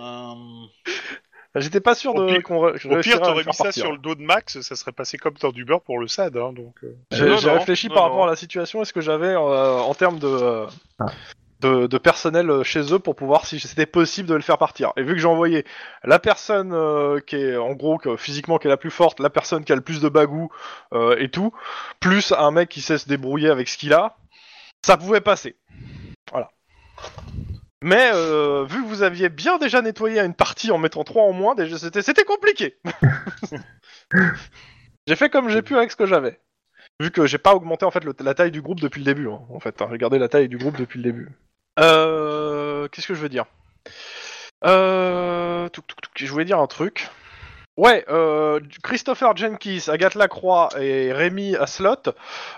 B: euh,
A: J'étais pas sûr
C: Au
A: de
C: pire-
A: qu'on re- je
C: Au
A: réussirais
C: pire,
A: à le
C: t'aurais
A: faire
C: mis ça
A: partir.
C: sur le dos de Max, ça serait passé comme dans du beurre pour le SAD. Hein, donc, euh.
A: J'ai
E: Non,
A: j'ai
E: non,
A: réfléchi
E: non,
A: par
E: non.
A: rapport à la situation et ce que j'avais euh, en termes de, euh,
D: Ah.
A: de, de personnel euh, chez eux pour pouvoir si c'était possible de le faire partir. Et vu que j'ai envoyé la personne euh, qui est en gros que, physiquement qui est la plus forte, la personne qui a le plus de bagou euh, et tout, plus un mec qui sait se débrouiller avec ce qu'il a, ça pouvait passer. Voilà. Mais euh, vu que vous aviez bien déjà nettoyé à une partie en mettant trois en moins, déjà, c'était c'était compliqué. j'ai fait comme j'ai pu avec ce que j'avais. Vu que j'ai pas augmenté en fait le- la taille du groupe depuis le début, hein, en fait. hein. J'ai gardé la taille du groupe depuis le début. Euh, Qu'est-ce que je veux dire euh, touc, touc, touc, Je voulais dire un truc. Ouais, euh, Christopher Jenkins, Agathe Lacroix et Rémi Aslot.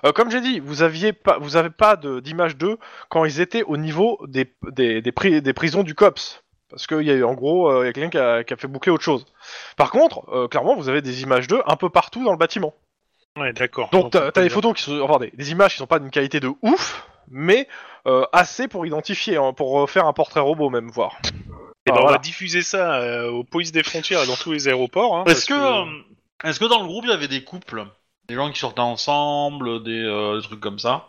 A: euh, comme j'ai dit, vous aviez pas, vous avez pas de- d'image d'eux quand ils étaient au niveau des des, des, pri- des prisons du cops. Parce qu'il y a eu, en gros, euh, il y a quelqu'un qui a, qui a fait boucler autre chose. Par contre, euh, clairement, vous avez des images d'eux un peu partout dans le bâtiment.
C: Ouais, d'accord.
A: Donc t'as
C: on
A: t'as
C: peut
A: des
C: dire.
A: photos qui sont, enfin des, des images qui sont pas d'une qualité de ouf, mais euh, assez pour identifier, hein, pour euh, faire un portrait robot même voir.
C: Eh ben,
A: Ah,
C: On
A: voilà.
C: va diffuser ça euh, aux polices des frontières et dans tous les aéroports. hein,
B: Est-ce que,
C: parce
B: euh, est-ce que dans le groupe il y avait des couples, des gens qui sortaient ensemble, des, euh, des trucs comme ça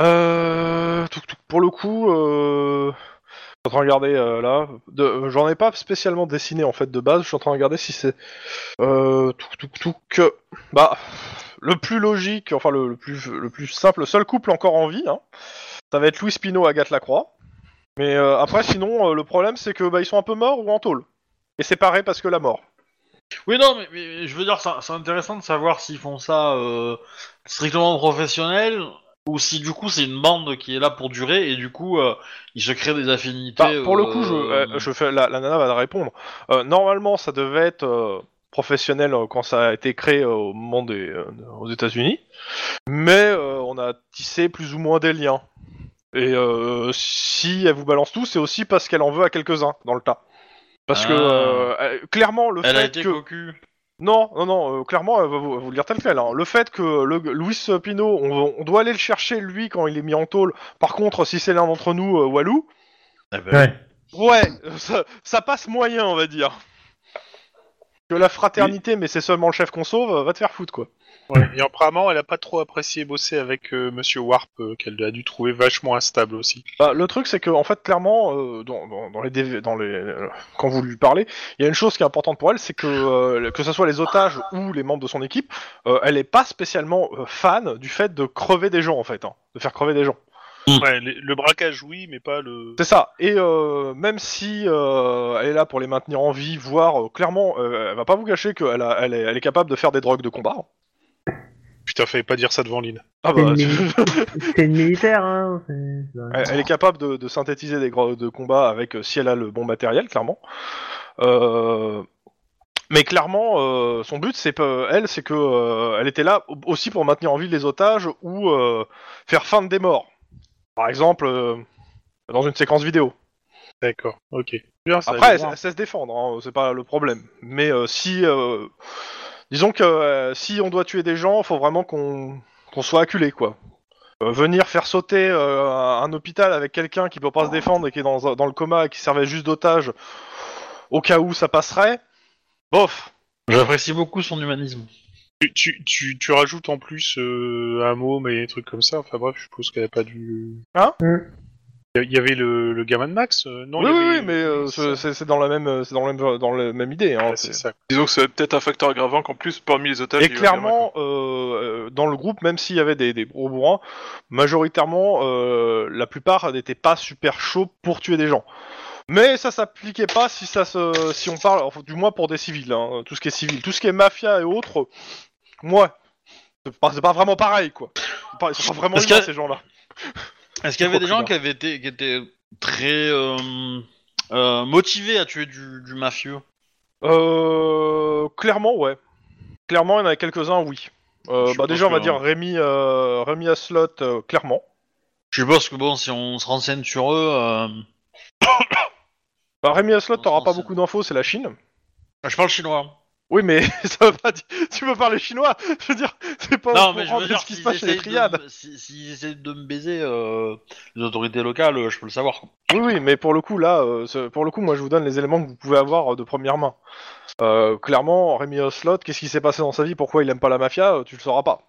A: Euh, touc, touc, pour le coup, euh, je suis en train de regarder euh, là. De- euh, J'en ai pas spécialement dessiné en fait de base. Je suis en train de regarder si c'est euh, touc, touc, touc, euh, bah le plus logique, enfin le, le plus le plus simple, le seul couple encore en vie, hein, ça va être Louis Pino Agathe Lacroix. Mais euh, après sinon euh, le problème c'est que bah, ils sont un peu morts ou en tôle et séparés parce que la mort.
B: Oui, non, mais, mais je veux dire, ça- c'est intéressant de savoir s'ils font ça euh, strictement professionnel ou si du coup c'est une bande qui est là pour durer et du coup euh, ils se créent des affinités.
A: Bah, pour le coup, je,
B: euh,
A: euh, je fais, la, la nana va répondre. Euh, normalement, ça devait être euh, professionnel euh, quand ça a été créé euh, au moment des, euh, aux États-Unis, mais euh, on a tissé plus ou moins des liens. Et euh, si elle vous balance tout, c'est aussi parce qu'elle en veut à quelques-uns dans le tas. Parce que
B: Ah.
A: euh, elle- clairement, le
B: Elle a
A: fait
B: été
A: que
B: cocu.
A: non, non, non, euh, clairement, elle va vous, vous le dire tel quel. hein. Le fait que le, Louis Pino, on, on doit aller le chercher lui quand il est mis en tôle. Par contre, si c'est l'un d'entre nous, euh, Walou, Euh.
D: Ouais.
A: Ouais, ça, ça passe moyen, on va dire. Que la fraternité, mais c'est seulement le chef qu'on sauve, va te faire foutre, quoi.
C: que- ouais, et apparemment, elle a pas trop apprécié bosser avec euh, Monsieur Warp, euh, qu'elle a dû trouver vachement instable aussi.
A: Bah, le truc, c'est que, en fait, clairement, euh, dans, dans- dans les, DV dans les euh, quand vous lui parlez, il y a une chose qui est importante pour elle, c'est que, euh, que ce soit les otages ou les membres de son équipe, euh, elle est pas spécialement euh, fan du fait de crever des gens, en fait, hein, de faire crever des gens.
C: Ouais, le, le braquage, oui, mais pas le.
A: C'est ça. Et euh, même si euh, elle est là pour les maintenir en vie, voire euh, clairement, euh, elle va pas vous cacher qu'elle a- elle est, elle est capable de faire des drogues de combat. hein.
C: Putain, fallait pas dire ça devant Lynn.
A: Ah
D: C'est
A: bah,
D: une, mili- c'est une militaire, hein. c'est-
A: Elle, elle est capable de, de synthétiser des gros de combats avec euh, si elle a le bon matériel, clairement. Euh, mais clairement, euh, son but, c'est pas- elle, c'est que euh, elle était là aussi pour maintenir en vie les otages ou euh, faire feindre des morts. Par exemple, euh, dans une séquence vidéo.
C: D'accord, ok. Bien, ça
A: Après,
C: allait
A: elle,
C: loin.
A: elle sait se défendre, hein, c'est pas le problème. Mais euh, si, euh, disons que euh, si on doit tuer des gens, faut vraiment qu'on qu'on soit acculé, quoi. Euh, venir faire sauter euh, un, un hôpital avec quelqu'un qui peut pas se défendre et qui est dans, un- dans le coma et qui servait juste d'otage, au cas où ça passerait, bof.
B: J'apprécie beaucoup son humanisme.
C: tu, tu, tu, tu rajoutes en plus euh, un mot, mais des trucs comme ça. Enfin bref, je suppose qu'elle a pas dû.
A: Hein
D: Mm.
C: Il y avait le, le gamin de Max euh, Non,
A: oui,
C: il y
A: oui,
C: avait-
A: oui, mais euh, c'est c'est- c'est dans la même, euh, c'est dans le même, dans la même idée. hein,
C: Ouais, c'est
A: c'est-
C: ça.
E: Disons que c'est peut-être un facteur aggravant qu'en plus, parmi les otages...
A: Et
E: il y a eu un gamin,
A: clairement, euh, euh, dans le groupe, même s'il y avait des, des gros bourrins, majoritairement, euh, la plupart n'étaient pas super chauds pour tuer des gens. Mais ça s'appliquait pas si ça se, si on parle, enfin, du moins pour des civils, hein, tout ce qui est civil, tout ce qui est mafia et autres, moi, c'est pas, c'est pas vraiment pareil quoi. C'est pas- Ils sont pas vraiment
B: Parce
A: humains,
B: que-
A: ces gens-là.
B: Est-ce qu'il y avait
A: Je
B: des
A: crois
B: gens
A: que
B: qui avaient été qui étaient très euh, euh, motivés à tuer du, du mafieux
A: Euh, clairement, ouais. Clairement, il y en a quelques-uns, oui. Euh,
B: Je
A: bah,
B: pense
A: déjà, on va
B: que-
A: dire Rémi, euh, Rémi Aslot, euh, clairement.
B: Je suppose que bon, si on se renseigne sur eux, euh,
A: Bah, Rémi Aslot,
B: En
A: t'auras pas
B: France,
A: beaucoup d'infos, c'est la Chine.
B: je parle chinois.
A: Oui, mais ça veut pas dire. Tu veux parler chinois Je veux dire, c'est pas au
B: Non, mais je
A: courant
B: veux
A: de
B: dire,
A: ce qui se
B: s'ils
A: passe chez les
B: essayent,
A: triades.
B: de me- si- s'ils essayent de me baiser, euh, les autorités locales, euh, je peux le savoir.
A: Oui, oui, mais pour le coup, là, euh, ce- pour le coup, moi, je vous donne les éléments que vous pouvez avoir euh, de première main. Euh, clairement, Rémi Slot, qu'est-ce qui s'est passé dans sa vie Pourquoi il aime pas la mafia euh, Tu le sauras pas.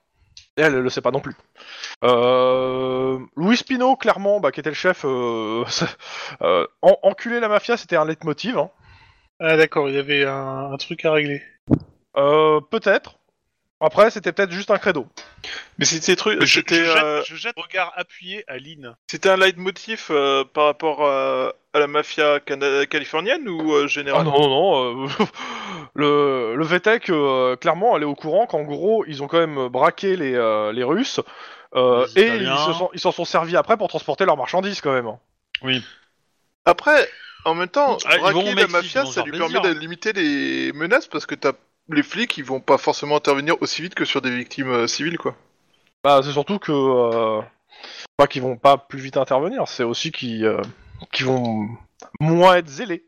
A: Et elle, elle le sait pas non plus. Euh, Louis Pino, clairement, bah, qui était le chef, euh, euh, en- enculer la mafia, c'était un leitmotiv. hein.
C: Ah d'accord, il y avait un, un truc à régler.
A: Euh, peut-être. Après, c'était peut-être juste un credo.
E: quoi. Mais c'était tru-
C: Je,
E: c'était,
C: je jette,
E: euh,
C: je jette un regard appuyé à Lynn.
E: c'était un leitmotiv euh, par rapport à, à la mafia cana- californienne ou euh,
A: Ah
E: générale
A: non, non, non. euh, le, le fait est que, euh, clairement, elle est au courant qu'en gros, ils ont quand même braqué les, euh, les Russes. euh,
B: Les
A: et ils
B: Italiens.
A: se sont- ils s'en sont, servis après pour transporter leurs marchandises, quand même. hein.
E: Après, en même temps,
B: Ah, ils vont au hein.
E: braquer la
B: Mexique,
E: mafia,
B: ils vont
E: ça
B: faire
E: lui
B: plaisir.
E: permet de limiter les menaces parce que t'as les flics, ils vont pas forcément intervenir aussi vite que sur des victimes euh, civiles, quoi.
A: Bah, c'est surtout que. euh, pas qu'ils vont pas plus vite intervenir, c'est aussi qu'ils euh, qu'ils vont moins être zélés.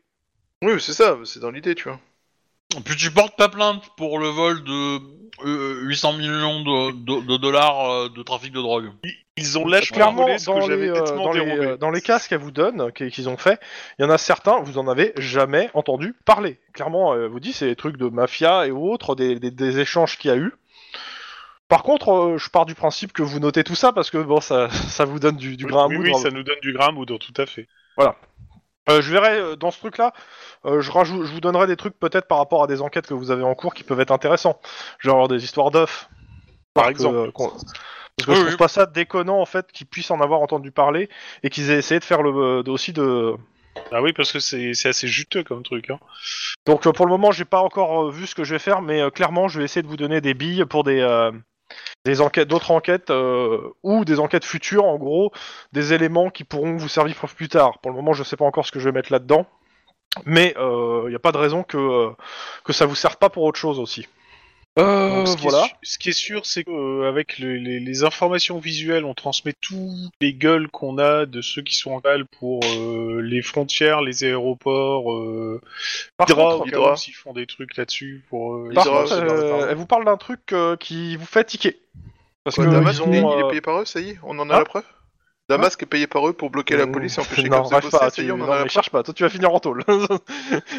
E: Oui, mais c'est ça, c'est dans l'idée, tu vois.
B: Puis tu portes pas plainte pour le vol de euh, 800 millions de, de- de dollars euh, de trafic de drogue.
C: Ils ont lâché
A: Clairement,
C: clairement ce que
A: dans, les,
C: j'avais
A: euh,
C: nettement
A: dans, les,
C: dérobé.
A: euh, dans les casques qu'elles vous donnent, qu'- qu'ils ont fait, il y en a certains, vous en avez jamais entendu parler. Clairement, euh, vous dit, c'est des trucs de mafia et autres, des, des- des échanges qu'il y a eu. Par contre, euh, je pars du principe que vous notez tout ça parce que bon, ça, ça vous donne du, du grain à
C: oui,
A: moudre.
C: oui, ça nous donne du grain à moudre, tout à fait.
A: Euh, je verrai euh, dans ce truc-là, euh, je, rajoute, je vous donnerai des trucs peut-être par rapport à des enquêtes que vous avez en cours qui peuvent être intéressants. Genre des histoires d'œufs.
C: Par
A: que- euh,
C: exemple.
A: qu'on- Parce que
B: Oui,
A: je trouve
B: oui.
A: pas ça déconnant en fait qu'ils puissent en avoir entendu parler et qu'ils aient essayé de faire le euh, de- aussi de.
C: Ah oui, parce que c'est c'est assez juteux comme truc. Hein.
A: Donc euh, pour le moment j'ai pas encore euh, vu ce que je vais faire, mais euh, clairement je vais essayer de vous donner des billes pour des euh, des enquêtes, d'autres enquêtes euh, ou des enquêtes futures en gros, des éléments qui pourront vous servir pour plus tard. Pour le moment je sais pas encore ce que je vais mettre là-dedans, mais il n'y a pas de raison que euh, que ça vous serve pas pour autre chose aussi.
C: Donc, ce, qui est
A: voilà.
C: su- ce qui est sûr, c'est qu'avec les, les informations visuelles, on transmet toutes les gueules qu'on a de ceux qui sont en cale pour euh, les frontières, les aéroports, euh,
A: Par
C: Hydra,
A: contre,
C: au cas
E: Hydra.
C: où s'ils font des trucs là-dessus pour. euh,
A: Par
E: Hydra,
A: contre,
E: c'est
A: euh,
E: dans le
A: elle vous parle d'un truc euh, qui vous fait tiquer. Parce
E: Quoi,
A: que
E: Damas,
A: ils
E: Bah, il, est,
A: ont,
E: il
A: euh,
E: est payé par eux, ça y est, on en a
A: hein
E: la preuve Damas qui est payé par eux pour bloquer la police et empêcher
A: Euh, Non,
E: qu'elle se
A: rêve
E: bosser,
A: pas,
E: ça
A: tu...
E: y est, on en
A: non,
E: a la
A: mais
E: preuve.
A: cherche pas, toi tu vas finir en tôle.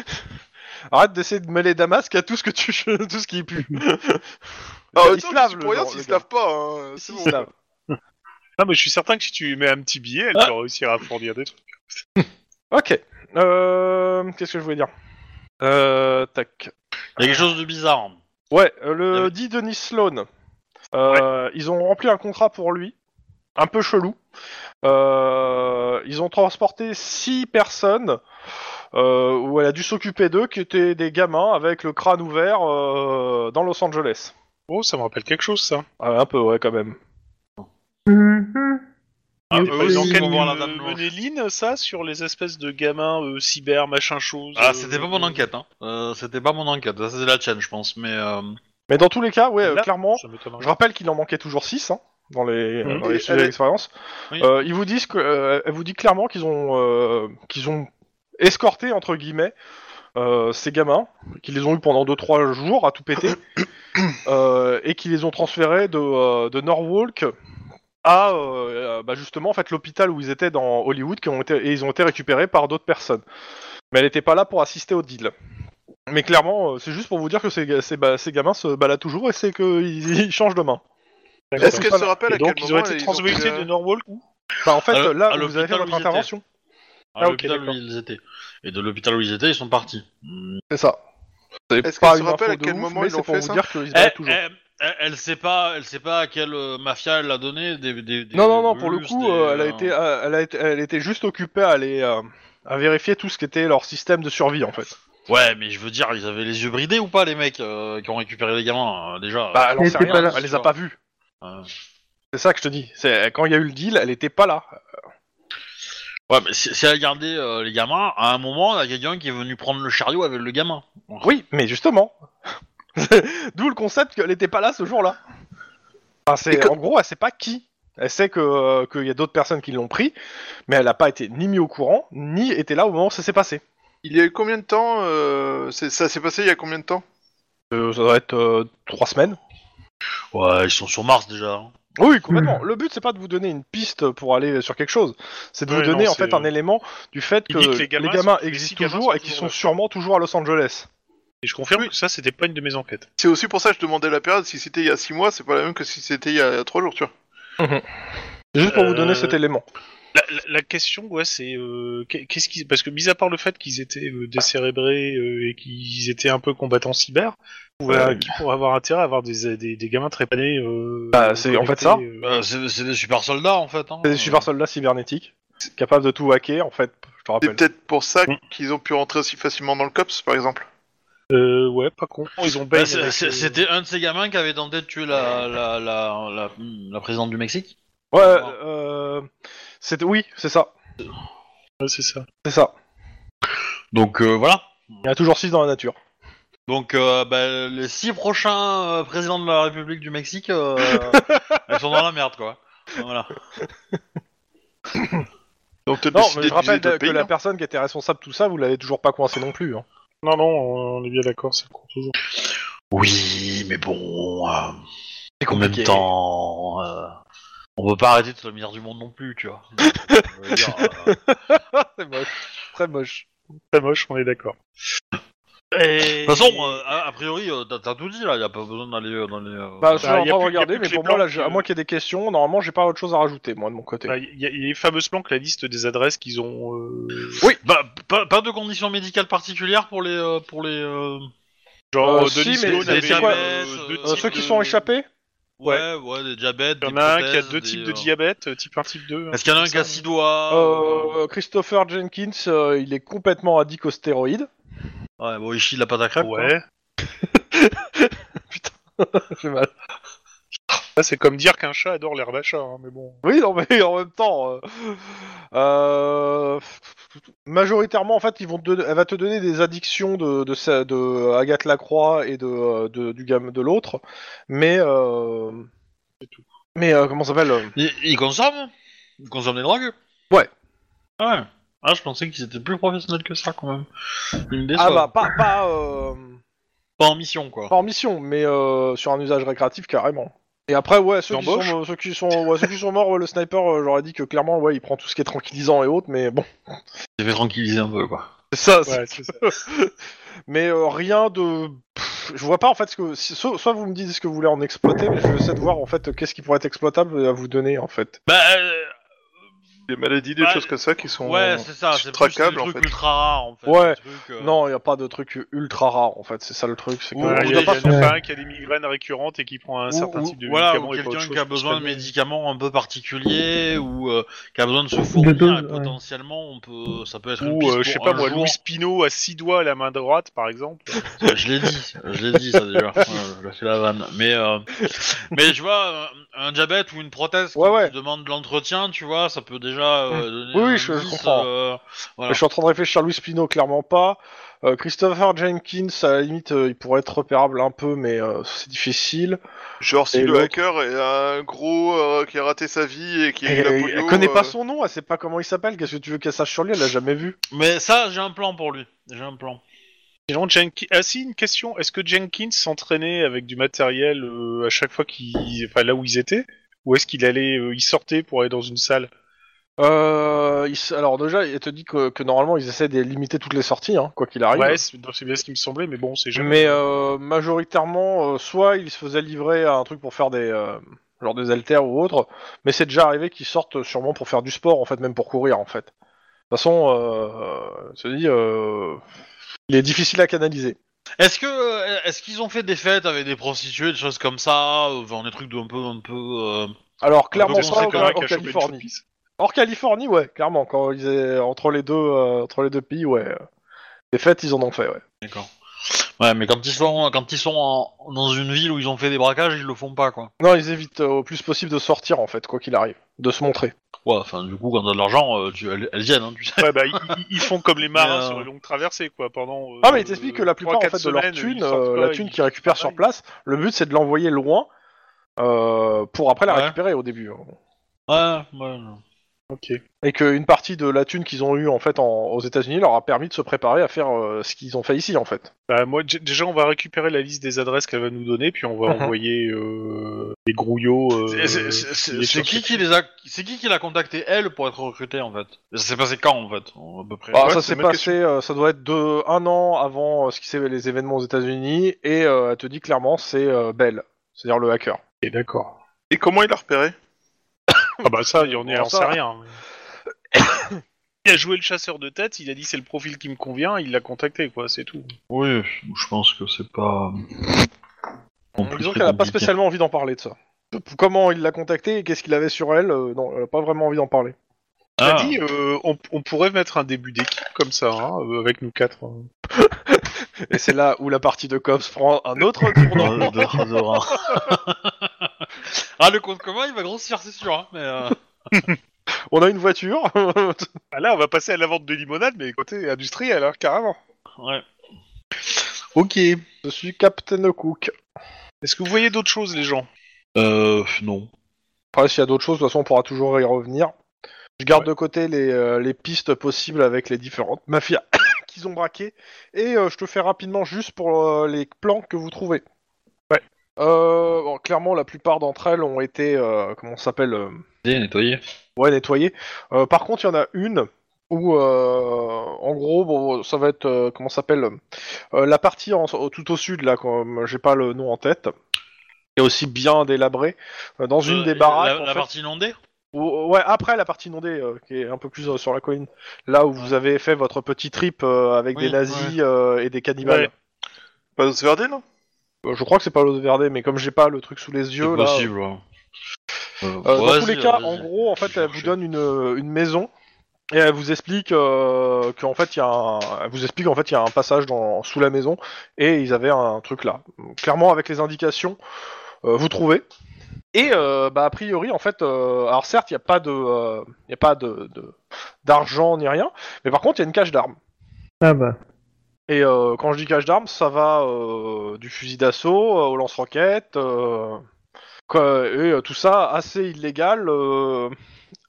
A: Arrête d'essayer de mêler Damasque à tout ce que tu tout ce qui pue.
E: Ah,
A: Ils
E: attends,
A: se lavent,
E: c'est
A: le
E: pour rien
A: genre,
E: s'ils
A: le
E: se
A: gars.
E: lavent pas, hein, c'est
A: Si,
E: bon.
A: ils se lavent.
C: Non, mais je suis certain que si tu lui mets un petit billet, elle
B: Ah.
C: peut réussir à fournir des trucs.
A: Ok. Euh, Qu'est-ce que je voulais dire euh, Tac.
B: Il y a quelque chose de bizarre.
A: Ouais, euh, le
B: Il y avait-
A: dit Denis Sloan. Euh, Ils ont rempli un contrat pour lui, un peu chelou. Euh, ils ont transporté six personnes euh, où elle a dû s'occuper d'eux, qui étaient des gamins avec le crâne ouvert euh, dans Los Angeles.
C: Oh, ça me rappelle quelque chose, ça.
A: Ah, un peu, ouais, quand même.
D: Mhm.
C: Ah,
B: oui, ils vont voir la
C: la
B: Dame Blanche.
C: ça, sur les espèces de gamins euh, cyber, machin chose.
B: Ah,
C: euh,
B: c'était pas mon enquête, hein. Euh, c'était pas mon enquête. Ça, c'est la tienne, je pense. Mais euh,
A: Mais dans tous les cas, ouais, euh,
C: Là,
A: clairement,
C: ça m'étonnerait.
A: je rappelle qu'il en manquait toujours 6 dans les,
C: Mhm.
A: dans les
E: Et
A: sujets
E: elle est-
A: d'expérience.
B: Oui.
A: Euh, ils vous disent que, euh, elle vous dit clairement qu'ils ont, euh, qu'ils ont escorté entre guillemets euh, ces gamins qui les ont eu pendant 2-3 jours à tout péter euh, et qui les ont transférés de, euh, de Norwalk à euh, bah, justement en fait l'hôpital où ils étaient dans Hollywood qui ont été, et ils ont été récupérés par d'autres personnes. Mais elle n'était pas là pour assister au deal. Mais clairement, euh, c'est juste pour vous dire que ces, ga- ces ba- ces gamins se baladent toujours et c'est qu'ils ils changent de main.
E: Est-ce qu'elle se rappelle à
C: Et
E: quel
C: donc, ils ont
E: moment
C: été
E: ils
C: transmutés
E: pris,
C: de
E: euh,
C: Norwalk ou
A: Bah, en fait,
B: À l-
A: là,
B: à
A: vous avez fait
B: l'hôpital où
A: votre
B: ils étaient.
A: intervention.
B: À
A: Ah, ok,
B: l'hôpital où
A: d'accord.
B: ils étaient. Et de l'hôpital où ils étaient, ils sont partis.
A: C'est ça. C'est
E: Est-ce
A: pas
E: qu'elle se
A: une
E: rappelle
A: info
E: à
A: de
E: quel
A: ouf,
E: moment
A: mais
E: ils
A: c'est
E: l'ont
A: pour
E: fait,
A: vous
E: ça
A: dire qu'ils se
B: Elle,
A: baladent toujours.
B: elle- elle- Eh, elle sait pas, elle sait pas à quelle euh, mafia elle l'a donné. Des, des- des-
A: Non, non, non,
B: des
A: pour le
B: Bulls,
A: coup,
B: des,
A: euh, elle, a
B: euh,
A: été, euh, elle, a été- elle était juste occupée à aller euh, à vérifier tout ce qui était leur système de survie en fait.
B: Ouais, mais je veux dire, ils avaient les yeux bridés ou pas les mecs euh, qui ont récupéré les gamins euh, déjà.
A: Bah, elle en
D: elle
A: sait
D: était
A: rien,
D: pas là.
A: elle les a pas vus.
B: Euh,
A: C'est ça que je te dis. C'est quand il y a eu le deal, elle était pas là.
B: Ouais, mais si, si elle gardait euh, les gamins, à un moment, il y a quelqu'un qui est venu prendre le chariot avec le gamin.
A: Oui, mais justement. D'où le concept qu'elle n'était pas là ce jour-là. Enfin, c'est-
E: Et que-
A: En gros, elle sait pas qui. Elle sait que euh, qu'il y a d'autres personnes qui l'ont pris, mais elle n'a pas été ni mis au courant, ni était là au moment où ça s'est passé.
E: Il y a eu combien de temps euh, c'est- Ça s'est passé il y a combien de temps
A: Euh, ça doit être euh, trois semaines.
B: Ouais, ils sont sur Mars déjà. hein.
A: Oui, complètement. Le but, c'est pas de vous donner une piste pour aller sur quelque chose. C'est de
C: Ouais,
A: vous donner
C: non,
A: en fait
C: c'est- euh,
A: un élément du fait
C: Il
A: que
C: dit que
A: les
C: les
A: gamins,
C: gamins sont- les six
A: existent
C: gamins
A: toujours
C: sont
A: et qu'ils sont
C: toujours-
A: sûrement toujours à Los Angeles.
C: Et je confirme que ça, c'était pas une de mes enquêtes.
E: C'est aussi pour ça que je demandais la période. Si c'était il y a 6 mois, c'est pas la même que si c'était il y a 3 jours, tu vois.
A: C'est Juste pour vous donner
C: Euh,
A: cet élément.
C: La, la- la question, ouais, c'est euh, qu'est- qu'est-ce qui, parce que mis à part le fait qu'ils étaient euh, décérébrés euh, et qu'ils étaient un peu combattants cyber, voilà, qui pourrait avoir intérêt à avoir des, des, des gamins trépanés euh,
A: Bah, c'est en fait
C: connectés,
A: ça.
C: euh,
B: Euh, c'est c'est des super soldats en fait. Hein.
A: C'est des super soldats cybernétiques capables de tout hacker en fait. Je te
E: C'est
A: rappelle.
E: peut-être pour ça
C: Mm.
E: qu'ils ont pu rentrer aussi facilement dans le COPS, par exemple.
C: euh, ouais, pas con. Ils ont
B: Bah,
C: baigne
B: c'est-
C: avec,
B: c'est-
C: euh,
B: C'était un de ces gamins qui avait tenté de tuer la, la, la, la, la présidente du Mexique.
A: Ouais, euh, c'est oui, c'est ça,
C: ouais, c'est ça.
A: c'est ça.
B: Donc euh, voilà.
A: Il y en a toujours 6 dans la nature.
B: Donc euh, bah, les six prochains euh, présidents de la République du Mexique, euh, ils sont dans la merde quoi. Voilà.
E: Donc t'as
A: Non,
E: décidé
A: mais je
E: de
A: rappelle
E: viser
A: que
E: d'autres pays,
C: hein.
A: la
E: non
A: personne qui était responsable de tout ça, vous l'avez toujours pas coincé non plus. hein.
C: Non, non, on est bien d'accord, ça compte toujours.
B: Oui, mais bon. euh,
A: C'est
B: en même
A: compliqué.
B: temps, euh, on peut pas arrêter de se lumière du monde non plus, tu vois. Je veux dire, euh,
A: c'est moche, très moche.
C: Très moche, on est d'accord.
B: De toute façon, euh, a, a priori, euh, t'as t'as tout dit là, y a pas besoin d'aller euh, dans les. euh,
A: Bah, je suis
C: Bah,
A: en train de
C: y a plus- y a
A: regarder,
C: plus
A: mais
C: que les
A: pour moi, là,
C: blancs
A: j'ai-
C: qui- Bah,
A: à moins qu'il y ait des questions, normalement, j'ai pas autre chose à rajouter, moi, de mon côté.
C: Il y, a- y a les fameux plans que la liste des adresses qu'ils ont. euh,
B: Oui, bah, pas, pas de conditions médicales particulières pour les. euh, pour les euh,
C: genre,
A: Euh,
C: Denis
A: si, mais
C: Stone
A: c'est-
C: avait,
A: c'est quoi,
C: euh, deux
B: euh,
A: Euh,
C: types
A: ceux qui
C: de-
A: sont échappés
B: ouais, ouais, des diabètes.
C: Il y en
B: des
C: a un qui a
B: prothèses,
C: deux
B: des,
C: types de
B: euh,
C: diabète, euh, type 1, type 2.
B: Est-ce qu'il y en a un qui a six doigts euh,
A: Euh, Christopher Jenkins, euh, il est complètement addict aux stéroïdes.
B: Ouais, bon, il chie de la pâte à crêpes. quoi.
C: Euh, Ouais.
A: J'ai mal.
C: Ça, Ah, c'est comme dire qu'un chat adore l'herbe à chat, hein, mais bon.
A: Oui, non, mais en même temps. euh, euh, majoritairement, en fait, ils vont te donner- elle va te donner des addictions de, de, sa- de Agathe Lacroix et de, euh, de- du gamme de l'autre. Mais. euh, mais euh, comment ça s'appelle euh,
B: Il, il consomme Il consomme des drogues
A: Ouais.
B: Ah ouais. Ah, je pensais qu'ils étaient plus professionnels que ça quand même. Ils me déçoivent.
A: Ah bah, pas, pas, euh,
B: Pas en mission quoi.
A: pas en mission, mais euh, sur un usage récréatif carrément. Et après, ouais, ceux qui
C: D'embauche
A: sont, euh, ceux qui sont, ouais, ceux qui sont morts, ouais, le sniper, euh, j'aurais dit que clairement, ouais, il prend tout ce qui est tranquillisant et autres, mais bon.
B: J'ai fait tranquilliser un peu quoi.
A: C'est ça,
C: Ouais, c'est ça.
A: Mais euh, rien de. Pff, je vois pas en fait ce que. si- Soit, soit vous me dites ce que vous voulez en exploiter, mais je vais essayer de voir en fait qu'est-ce qui pourrait être exploitable à vous donner en fait.
B: Bah, euh,
E: Des maladies, des
B: Bah,
E: choses comme ça qui sont.
B: ouais, c'est ça, c'est plus des
E: traquables, en
B: trucs
E: fait.
B: ultra rares en fait.
A: Ouais.
B: des trucs, euh,
A: Non, il a pas de truc ultra rare en fait, c'est ça le truc. C'est que
C: Ouais,
A: on
C: Il y,
A: doit
C: a- il y
A: pas
C: en
A: se-
D: Ouais.
C: a pas un qui a des migraines récurrentes et qui prend un
B: ou-
C: certain
B: ou-
C: type de
B: voilà,
C: médicament
B: ou
C: et pas autre
B: quelqu'un
C: chose
B: qui a
C: pour se
B: besoin de
C: calmer.
B: médicaments un peu particuliers ou euh, qui a besoin de se fournir
D: De doses,
B: et
D: ouais.
B: potentiellement on peut ça peut être une
C: Ou,
B: piste
C: euh, je sais
B: pour
C: pas
B: un
C: moi,
B: jour.
C: Louis Pino à six doigts à la main droite, par exemple.
B: Euh, je l'ai dit, je l'ai dit ça déjà. Ouais, je l'ai fait la vanne. Mais, euh, mais je vois, un diabète ou une prothèse qui
A: Ouais, ouais. Mm.
B: demande de l'entretien, tu vois, ça peut déjà euh, donner.
A: Oui, oui,
B: un
A: je- je
B: indice,
A: comprends.
B: euh, voilà.
A: Mais Je suis en train de réfléchir, Louis Spino, clairement pas. Euh, Christopher Jenkins, à la limite, euh, il pourrait être repérable un peu, mais euh, c'est difficile.
E: hein. Genre, si
A: Et
E: le
A: l'autre
E: hacker est un gros euh, qui a raté sa vie et qui a eu
A: Et-
E: la
A: elle
E: polio,
A: connaît pas
E: euh,
A: son nom, elle sait pas comment il s'appelle, qu'est-ce que tu veux qu'elle sache sur lui, elle l'a jamais vu.
B: Mais ça, j'ai un plan pour lui. J'ai un plan.
C: Sinon, Jenkins... Ah si, une question. Est-ce que Jenkins s'entraînait avec du matériel euh, à chaque fois qu'il... Enfin, là où ils étaient Ou est-ce qu'il allait... euh, il sortait pour aller dans une salle
A: Euh, il s- alors déjà, il te dit que, que normalement, ils essaient de limiter toutes les sorties, hein, quoi qu'il arrive.
C: Ouais, c'est non, c'est bien ce qui me semblait, mais bon, c'est jamais...
A: Mais euh, majoritairement, euh, soit ils se faisaient livrer à un truc pour faire des euh, genre des haltères ou autre, mais c'est déjà arrivé qu'ils sortent sûrement pour faire du sport en fait, même pour courir en fait. De toute façon, euh, je te dis, euh, il est difficile à canaliser.
B: Est-ce que euh, est-ce qu'ils ont fait des fêtes avec des prostituées, des choses comme ça, euh, enfin des trucs d'un peu un peu. euh,
C: Ah,
A: Alors
B: On
A: clairement,
B: peut
A: ça,
B: commencer
A: en,
B: comme un
A: en
C: cache-chou, mais une
A: Californie.
C: choupisse.
A: Hors Californie, ouais, clairement. Quand ils étaient entre les deux, euh, entre les deux pays, ouais, euh, les fêtes, ils en ont fait, ouais.
B: D'accord. Ouais, mais quand ils sont quand ils sont en- dans une ville où ils ont fait des braquages, ils le font pas quoi.
A: Non, ils évitent euh, au plus possible de sortir en fait, quoi qu'il arrive, de se montrer.
C: Euh,
B: Ouais, enfin du coup quand t'as de l'argent, euh, tu elles, elles viennent, hein, tu sais.
C: Ouais, bah, ils, ils- ils font comme les marins
B: Mais, euh,
C: sur les longues traversées, quoi, pendant... euh,
A: Ah mais il t'explique que la plupart en
C: trois,
A: fait,
C: quatre
A: de leur
C: semaines, ils
A: thune,
C: sortent
A: euh,
C: pas,
A: la
C: ils-
A: thune qu'ils récupèrent sur
C: travaillent.
A: place, le but c'est de l'envoyer loin euh, pour après la
B: Ouais.
A: récupérer au début. hein.
B: Ouais, ouais. non.
C: Ok.
A: Et qu'une partie de la thune qu'ils ont eue en fait en- aux États-Unis leur a permis de se préparer à faire euh, ce qu'ils ont fait ici en fait.
C: Bah, moi, dj- déjà, on va récupérer la liste des adresses qu'elle va nous donner, puis on va
A: Mhm.
C: envoyer euh, des grouillots. euh,
B: C'est- c'est- c'est-
C: qui
B: C'est
C: est
B: c'est
C: sur
B: qui
C: cette-
B: qui les a c'est qui qui l'a contacté elle pour être recrutée en fait Ça s'est passé quand en fait à peu près.
A: Ah,
E: ouais,
A: ça
E: c'est
A: s'est
E: une bonne
A: passé, euh, ça doit être de un an avant euh, ce qui s'est les événements aux États-Unis et euh, elle te dit clairement c'est euh, Bell, c'est-à-dire le hacker.
C: Ok, Eh, D'accord.
E: Et comment il a repéré
C: Ah bah ça, il y en est,
A: Bon,
C: on
A: ça.
C: sait rien. hein, mais- il a joué le chasseur de tête, il a dit c'est le profil qui me convient, il l'a contacté, quoi, c'est tout.
B: Oui, je pense que c'est pas.
A: Disons qu'elle a pas spécialement envie d'en parler de ça. Comment il l'a contacté et qu'est-ce qu'il avait sur elle, euh, non, elle a pas vraiment envie d'en parler.
B: Ah.
C: T'as dit, euh, on, on pourrait mettre un début d'équipe comme ça, hein, euh, avec nous quatre. hein.
A: Et c'est là où la partie de cops prend un autre tournant.
B: ah, le compte commun, il va grossir, c'est sûr. Hein, mais euh,
A: On a une voiture.
C: Ah là, on va passer à la vente de limonade, mais côté industriel, hein, carrément.
B: ouais.
C: Ok.
A: Je suis Captain Cook.
C: Est-ce que vous voyez d'autres choses, les gens
B: Euh, non.
A: Après, s'il y a d'autres choses, de toute façon, on pourra toujours y revenir. Je garde de côté les, euh, les pistes possibles avec les différentes mafias qu'ils ont braquées. Et euh, je te fais rapidement juste pour euh, les plans que vous trouvez.
C: Ouais.
A: Euh, bon, clairement, la plupart d'entre elles ont été, euh, comment ça s'appelle euh,
B: Bien nettoyé.
A: Ouais, nettoyé. Euh, par contre, il y en a une où, euh, en gros, bon, ça va être, euh, comment ça s'appelle euh, La partie en- au- tout au sud, là, comme j'ai pas le nom en tête, qui est aussi bien délabrée, euh, dans une des baraques.
B: La,
A: en
B: la
A: fait,
B: partie inondée
A: où- euh, ouais, après la partie inondée, euh, qui est un peu plus euh, sur la colline, là où vous avez fait votre petit trip euh, avec
B: Oui,
A: des nazis euh, et des cannibales.
E: Pas se verder, non
A: Euh, je crois que c'est pas l'eau verdée, mais comme j'ai pas le truc sous les yeux,
B: C'est
A: là.
B: possible. ouais. Euh,
A: Euh,
B: vas-y,
A: dans tous les cas,
B: vas-y.
A: en gros, en fait,
B: Je
A: elle vous
B: cherche.
A: donne une, une maison et elle vous explique euh, qu'en fait, il y a un, elle vous explique en fait, il y a un passage dans, sous la maison et ils avaient un truc là. Donc, Clairement, avec les indications, euh, vous trouvez. Et euh, bah, a priori, en fait, euh, alors certes, il n'y a pas de, euh, il y a pas de de- d'argent ni rien, mais par contre, il y a une cache d'armes.
D: Ah bah.
A: Et euh, quand je dis cache d'armes, ça va euh, du fusil d'assaut euh, au lance-roquettes, euh, quoi, et euh, tout ça assez illégal, euh,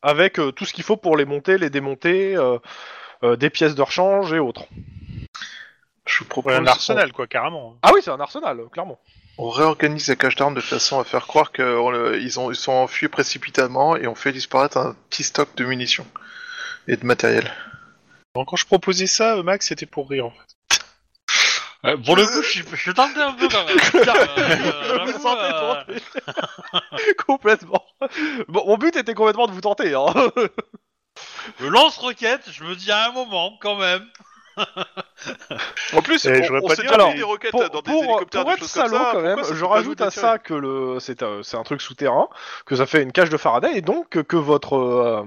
A: avec euh, tout ce qu'il faut pour les monter, les démonter, euh, euh, des pièces de rechange et autres.
E: Je propose
C: Ouais, Un arsenal, quoi, carrément.
A: Ah oui, c'est un arsenal, euh, clairement.
E: On réorganise la cache d'armes de façon à faire croire qu'ils ont, ils sont enfuis précipitamment et on fait disparaître un petit stock de munitions et de matériel.
C: Donc, quand je proposais ça, euh, Max, c'était pour rire. en fait.
B: Ouais, Euh, pour le coup, je suis- je suis tenté un peu quand même. Euh,
A: Je me
B: j'avoue,
A: sentais
B: euh,
A: tenté. complètement. Bon, mon but était complètement de vous tenter. Hein.
B: le lance-roquette, je me dis à un moment quand même.
E: En plus,
C: Eh,
E: on,
C: j'aurais
E: on
C: pas
E: s'est
C: dit,
E: déjà
A: alors,
E: mis des roquettes
A: pour,
E: dans des
A: pour- euh,
E: hélicoptères,
A: pour
E: des
A: être
E: choses comme
A: salaud
E: ça.
A: quand même, je
E: pourquoi peut pas
A: rajoute
E: nous
A: à
E: détirer
A: ça que le c'est un, c'est un truc souterrain, que ça fait une cage de Faraday et donc que, que votre euh,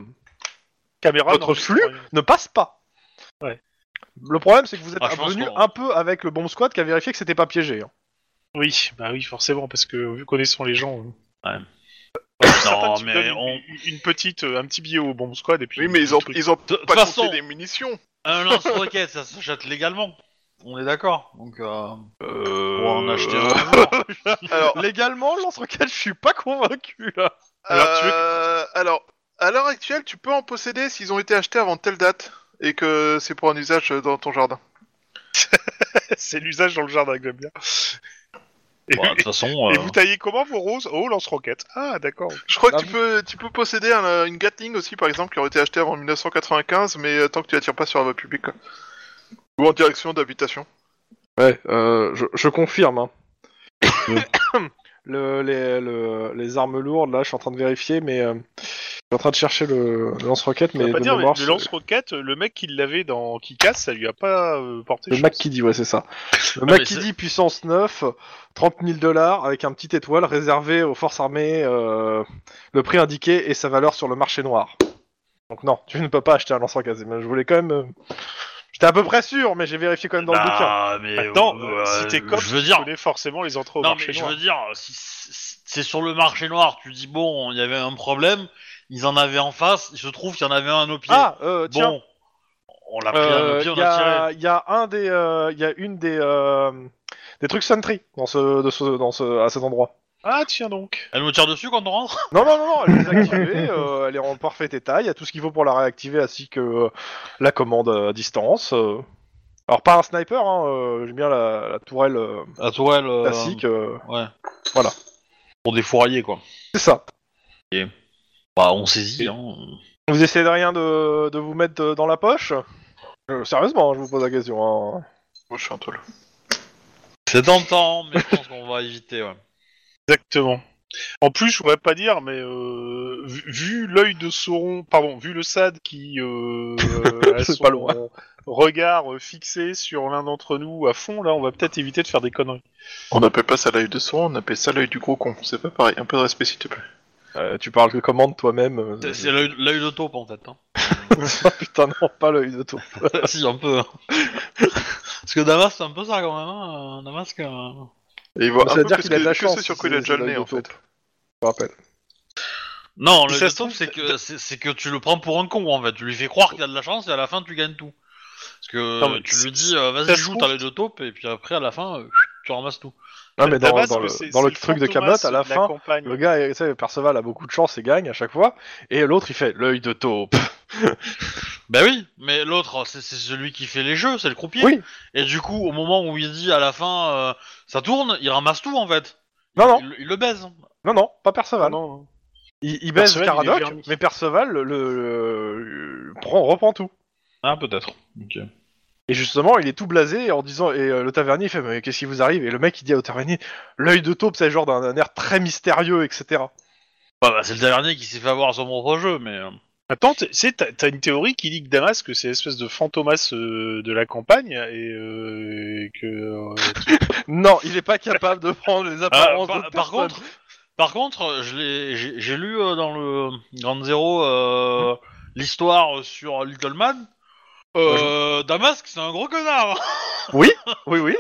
C: Caméra,
A: Votre
C: non, je
A: flux
C: comprends rien.
A: ne passe pas.
C: Ouais.
A: Le problème, c'est que vous êtes
B: Ah, je pense
A: venu
B: qu'on-
A: un peu avec le bomb squad qui a vérifié que c'était pas piégé. hein.
C: Oui, bah oui, forcément, parce que vu connaissant les gens. euh,
B: Non,
C: Tu
B: mais
C: donnes
B: on...
C: une, une petite, euh, un petit billet au bomb squad et puis.
E: Oui, mais ils ont, ils ont
B: De- de
E: pas
B: façon-
E: compté les munitions.
B: un lance-roquette, ça s'achète légalement. On est d'accord. Donc, euh,
E: Euh...
B: pour en acheter un. Bah,
E: Alors,
A: Légalement, lance roquette, je suis pas convaincu là.
E: Alors,
C: Alors, tu veux-
E: euh, alors, à l'heure actuelle, tu peux en posséder s'ils ont été achetés avant telle date et que c'est pour un usage euh, dans ton jardin.
C: C'est l'usage dans le jardin que j'aime bien. Et,
B: Bon, De toute façon,
C: et
B: euh,
C: vous taillez comment vos roses Oh, lance-roquette. Ah, d'accord.
E: Je crois que
A: Ah,
E: tu peux, tu peux posséder un- une Gatling aussi, par exemple, qui aurait été achetée avant 1995, mais euh, tant que tu la tires pas sur la voie publique. quoi. Ou en direction d'habitation.
A: Ouais, euh, je, je confirme. hein. Le- les, le- les armes lourdes, là, je suis en train de vérifier, mais euh, je suis en train de chercher le, le lance-roquette,
C: Mais
A: mais,
C: pas
A: de
C: dire, mais
A: mémoire,
C: le
A: c'est-
C: lance-roquette, euh, le mec qui l'avait dans qui casse, ça lui a pas euh, porté.
A: le
C: chance.
A: Mac qui dit, ouais, c'est ça. Le
B: Ah, mais
A: Mac qui dit puissance 9, 30 000 dollars avec un petit étoile réservé aux forces armées, euh, le prix indiqué et sa valeur sur le marché noir. Donc non, tu ne peux pas acheter un lance-roquette. mais Je voulais quand même. euh, J'étais à peu près sûr, mais j'ai vérifié quand même dans le bouquin.
B: bah, mais
C: Maintenant,
B: euh,
C: euh, si t'es
B: euh,
C: comme,
B: je veux dire,
C: tu connais forcément les entrées au
B: non
C: marché
B: mais je
C: noir.
B: veux dire, si si- c'est sur le marché noir, tu dis bon, il y avait un problème, ils en avaient en face, il se trouve qu'il y en avait un à nos pieds.
A: Ah, euh, tiens.
B: bon, on l'a pris à nos
A: Euh,
B: pieds, on
A: y,
B: a tiré.
A: a, y a un des, euh, y a une des, euh, des trucs Sentry dans ce, de ce- dans ce, à cet endroit.
C: Ah tiens donc.
B: Elle nous tire dessus quand on rentre
A: Non, non, non, non, elle est activée, euh, elle est en parfait état, il y a tout ce qu'il faut pour la réactiver ainsi que euh, la commande à distance. euh. Alors pas un sniper, hein, euh, j'aime bien la, la tourelle euh,
B: À toi, elle. euh,
A: classique. euh,
B: Ouais.
A: Voilà.
B: Pour des fourriers, quoi.
A: C'est ça.
B: Bah, on saisit, hein.
A: Vous essayez de rien de, de vous mettre euh, dans la poche Euh, Sérieusement, je vous pose la question. hein.
E: Moi, je suis un troll.
B: C'est tentant, mais je pense qu'on va éviter, ouais.
C: Exactement. En plus, je voudrais pas dire, mais euh, vu, vu l'œil de Sauron, pardon, vu le Sad qui euh, a
A: C'est
C: son
A: pas loin.
C: regard euh, fixé sur l'un d'entre nous à fond, là, on va peut-être éviter de faire des conneries.
E: On n'appelle pas ça l'œil de son, on appelle ça l'œil du gros con. C'est pas pareil, un peu de respect s'il te plaît.
A: Euh, tu parles de commande toi-même. euh,
B: C'est- C'est l'œil l'œil de taupe, en fait. Hein.
A: Ah, Putain, non, pas l'œil de taupe.
B: si, un peu. hein. Parce que Damas, c'est un peu ça, quand même. Hein. Damas, euh,
E: Et il voit
A: Bah,
E: un
A: ça veut
E: peu
A: dire
E: que
A: qu'il a de la
E: ce que
A: chance,
E: ce sur quoi il a
A: c'est-
E: déjà
A: c'est
E: le nez
A: l'œil
E: en
A: de
E: fait.
A: taupe. Je rappelle.
B: Non, l'œil
C: Si ça
B: de
C: se
B: taupe,
C: trouve,
B: c'est que, c'est- c'est que tu le prends pour un con, en fait. Tu lui fais croire qu'il a de la chance et à la fin, tu gagnes tout. Parce que
C: Non, mais
B: tu
C: c'est-
B: lui dis, euh,
C: ça
B: vas-y,
C: se
B: joue,
C: trouve-
B: t'as l'œil de taupe, et puis après, à la fin, euh, tu ramasses tout.
A: Non, mais dans,
C: Damas,
A: dans le,
C: c'est-
A: dans
C: c'est
A: le truc de
C: fantômas
A: Camelot, à la
C: de
A: fin,
C: campagne.
A: le gars, tu sais, Perceval a beaucoup de chance et gagne à chaque fois. Et l'autre, il fait l'œil de taupe.
B: Bah oui, mais l'autre, c'est c'est celui qui fait les jeux, c'est le croupier.
A: Oui.
B: Et du coup, au moment où il dit à la fin, euh, ça tourne, il ramasse tout en fait.
A: Ah Non, non,
B: Il, il le baise.
A: non, Ah non, pas Perceval.
C: Non, non.
A: Il, il baise
C: Perceval, il est
A: Caradoc,
C: vernis.
A: mais Perceval le, le- le- prend, reprend tout.
B: Ah, peut-être. Ok.
A: Et justement, il est tout blasé en disant. Et euh, le tavernier fait Mais qu'est-ce qui vous arrive Et le mec, il dit au tavernier L'œil de taupe, c'est genre d'un d'un air très mystérieux, etc.
B: Bah, bah, c'est le dernier qui s'est fait avoir à son propre jeu, mais. euh,
C: Attends, t'es- c'est- t'as t'as une théorie qui dit que Damas, que c'est l'espèce de fantomas euh, de la campagne, et, euh, et que... euh,
A: Non, il est pas capable de prendre les apparences
B: Ah, par,
A: d'autres
B: par
A: personnes.
B: contre, par contre, euh, je l'ai- j'ai j'ai lu euh, dans le Grand Zero euh, l'histoire sur Little Man. Euh, Damask, c'est un gros connard.
A: Oui, oui.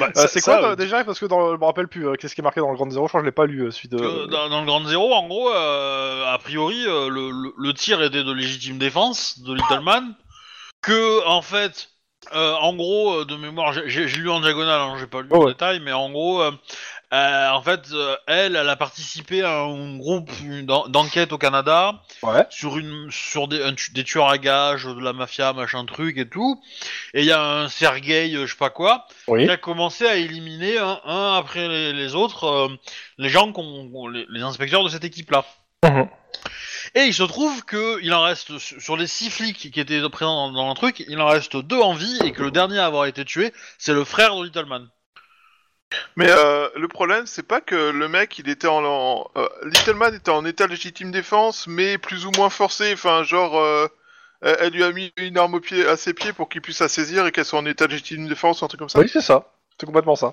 C: bah,
A: Euh,
C: ça-
A: c'est
C: ça,
A: quoi
C: euh,
A: euh, déjà Parce que dans, je me rappelle plus. euh, Qu'est-ce qui est marqué dans le Grand Zero Je crois que je l'ai pas lu euh, celui de.
B: Euh, dans, dans le Grand Zéro, en gros, euh, a priori, euh, le, le- le tir était de légitime défense de Little Man. Que, en fait, euh, en gros, euh, de mémoire, j'ai- j'ai j'ai lu en diagonale, hein, j'ai pas lu
A: Oh
B: en
A: ouais.
B: détail, mais en gros, euh, euh, en fait, euh, elle, elle a participé à un groupe d'en- d'enquête au Canada
A: Ouais.
B: sur une sur des, un tu- des tueurs à gages, de la mafia, machin truc et tout. Et il y a un Sergueï, euh, je sais pas quoi,
A: Oui.
B: qui a commencé à éliminer un, un après les, les autres euh, les gens qu'on qu'on- les, les inspecteurs de cette équipe là.
A: Mhm.
B: Et il se trouve que il en reste sur sur les six flics qui étaient présents dans, dans le truc, il en reste deux en vie et que le dernier à avoir été tué, c'est le frère de Littleman.
E: Mais euh, le problème, c'est pas que le mec, il était en, en- euh, Littleman était en état légitime défense, mais plus ou moins forcé. Enfin, genre, euh, elle elle lui a mis une arme au pied, à ses pieds pour qu'il puisse la saisir et qu'elle soit en état légitime défense, un truc comme ça.
A: Oui, c'est ça. C'est complètement ça.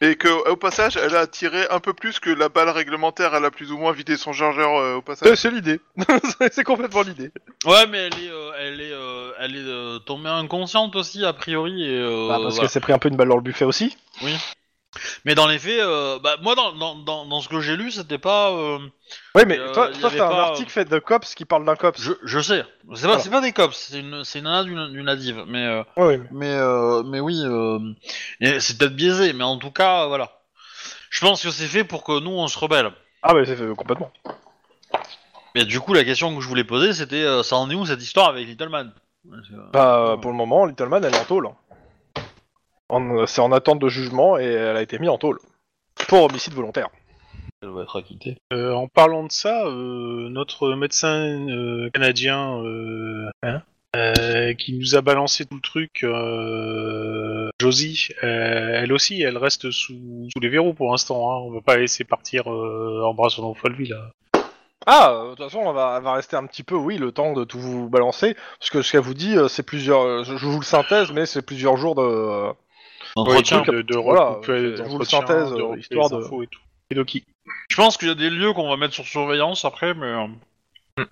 E: Et que, au passage, elle a tiré un peu plus que la balle réglementaire. Elle a plus ou moins vidé son chargeur euh, au passage.
A: Euh, c'est l'idée. c'est complètement l'idée.
B: Ouais, mais elle est euh, elle est euh, elle est euh, tombée inconsciente aussi a priori et euh,
A: Bah, parce
B: voilà.
A: qu'elle s'est pris un peu une balle dans le buffet aussi.
B: Oui. Mais dans les faits, euh, bah, moi, dans, dans, dans, dans ce que j'ai lu, c'était pas. euh,
A: Oui, mais
B: Et, euh,
A: toi,
B: il y
A: toi,
B: avait
A: t'as un
B: pas,
A: article fait de cops qui parle d'un cops.
B: je, je sais. C'est pas,
A: Voilà.
B: c'est pas des cops, c'est une, c'est une nana d'une d'une adive. Mais, euh,
A: Oui, mais-
B: mais, euh, mais oui, euh, et c'est peut-être biaisé, mais en tout cas, euh, voilà. Je pense que c'est fait pour que nous, on se rebelle.
A: Ah, mais c'est euh, complètement.
B: Mais du coup, la question que je voulais poser, c'était euh, ça en est où cette histoire avec Little Man Parce que-
A: Bah, euh, pour le moment, Little Man, elle est en tôle. En- euh, C'est en attente de jugement et elle a été mise en tôle. Pour homicide volontaire.
B: Elle doit être acquittée.
C: Euh, en parlant de ça, euh, notre médecin euh, canadien euh, hein, euh, qui nous a balancé tout le truc, euh, Josie, euh, elle aussi, elle reste sous, sous les verrous pour l'instant. Hein. On va pas laisser partir euh, en bras sur folle là.
A: Ah, euh, de toute façon, on va, elle va rester un petit peu, oui, le temps de tout vous balancer. Parce que ce qu'elle vous dit, euh, c'est plusieurs. euh, Je je vous le synthèse, mais c'est plusieurs jours de. euh,
B: Entretien.
A: truc,
C: de, de
A: voilà,
C: recouper
A: je
C: les
A: vous le
C: entretiens,
A: synthèse,
C: de
A: euh,
C: recouper
A: histoire
C: les
A: de-
C: infos et tout. Et Doki.
B: Je pense qu'il y a des lieux qu'on va mettre sur surveillance après, mais. euh,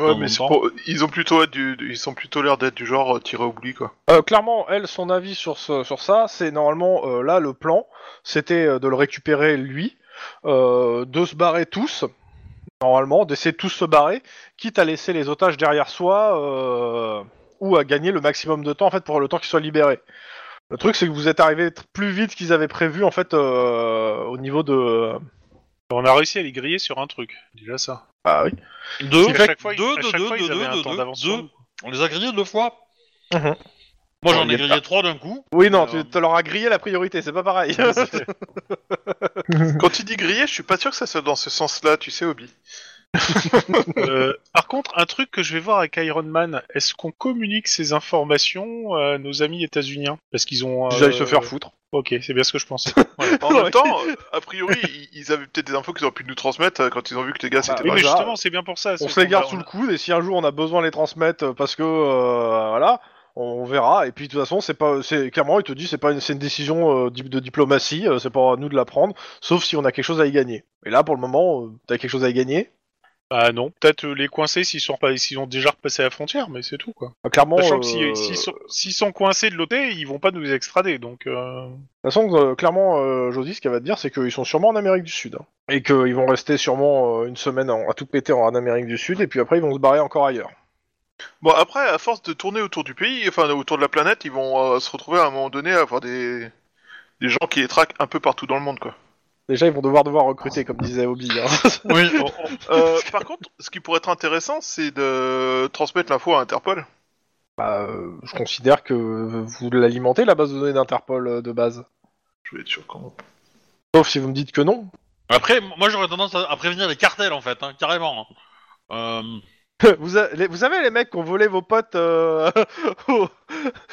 E: Ouais,
B: En
E: mais
B: même
E: c'est
B: temps.
E: pour- ils ont plutôt du... ils sont plutôt l'air d'être du genre euh, tiré au bouli quoi.
A: Euh, clairement, elle, son avis sur, ce, sur ça, c'est normalement, euh, là, le plan, c'était euh, de le récupérer lui, euh, de se barrer tous, normalement, d'essayer de tous se barrer, quitte à laisser les otages derrière soi, euh, ou à gagner le maximum de temps, en fait, pour le temps qu'ils soient libérés. Le truc, c'est que vous êtes arrivés t- plus vite qu'ils avaient prévu, en fait, euh, au niveau de...
C: On a réussi à les griller sur un truc. Déjà ça.
A: Ah oui.
B: Deux,
C: C'est qu'à chaque fois, ils-
B: deux,
C: à
B: deux,
C: chaque
B: deux,
C: fois, ils
B: deux,
C: avaient un
B: deux,
C: temps
B: deux,
C: d'avance
B: deux.
C: sur nous.
B: On les a grillés deux fois.
A: Mhm.
B: Moi,
A: Bon,
B: j'en
A: il
B: ai
A: y a
B: grillé trois d'un coup.
A: Oui, non,
B: Alors-
A: tu te leur as grillé la priorité, c'est pas pareil.
E: Quand il dit grillé, je suis pas sûr que ça soit dans ce sens-là, tu sais, Obi.
C: Euh, par contre, un truc que je vais voir avec Iron Man, est-ce qu'on communique ces informations à nos amis états-uniens Parce qu'ils ont.
A: Ils allaient
C: euh,
A: se faire Bah, foutre.
C: Ok, c'est bien ce que je pensais.
E: En même temps, euh, a priori, ils- ils avaient peut-être des infos qu'ils auraient pu nous transmettre euh, quand ils ont vu que les gars
A: Bah,
E: c'était
C: Ah,
A: oui,
C: Oui,
E: pas
C: mais
A: déjà,
C: justement, c'est bien pour ça.
A: on
C: sauf
A: se les
C: qu'on
A: garde
C: a-
A: sous le coude et si un jour on a besoin de les transmettre euh, parce que euh, voilà on verra et puis de toute façon c'est pas c'est clairement il te dit c'est pas une, c'est une décision euh, di- de diplomatie euh, c'est pas à nous de la prendre sauf si on a quelque chose à y gagner et là pour le moment euh, t'as quelque chose à y gagner
C: Ah non, peut-être euh, les coincer s'ils sont pas, s'ils ont déjà repassé la frontière, mais c'est tout quoi.
A: Euh, clairement
C: Sachant
A: euh,
C: que si- s'ils
A: de
C: sont, s'ils sont coincés de l'autre côté, ils vont pas nous extrader, donc. euh,
A: toute façon euh, clairement euh, Jodie ce qu'elle va te dire c'est qu'ils sont sûrement en Amérique du Sud hein. et qu'ils vont rester sûrement euh, une semaine en- à tout péter en, en Amérique du Sud et puis après ils vont se barrer encore ailleurs
E: Bon, après, à force de tourner autour du pays, enfin autour de la planète, ils vont euh, se retrouver à un moment donné à avoir des... des gens qui les traquent un peu partout dans le monde, quoi.
A: déjà ils vont devoir devoir recruter comme disait Obi hein.
B: Oui.
E: Euh, par contre, ce qui pourrait être intéressant, c'est de transmettre l'info à Interpol.
A: Bah, euh, je considère que vous l'alimentez la base de données d'Interpol euh, de base
E: Je vais être sûr qu'on...
A: Sauf si vous me dites que non.
B: Après, m- moi, j'aurais tendance à à prévenir les cartels, en fait, hein, carrément. hein. Euh,
A: Vous, a- les- vous savez les mecs qui ont volé vos potes euh, au-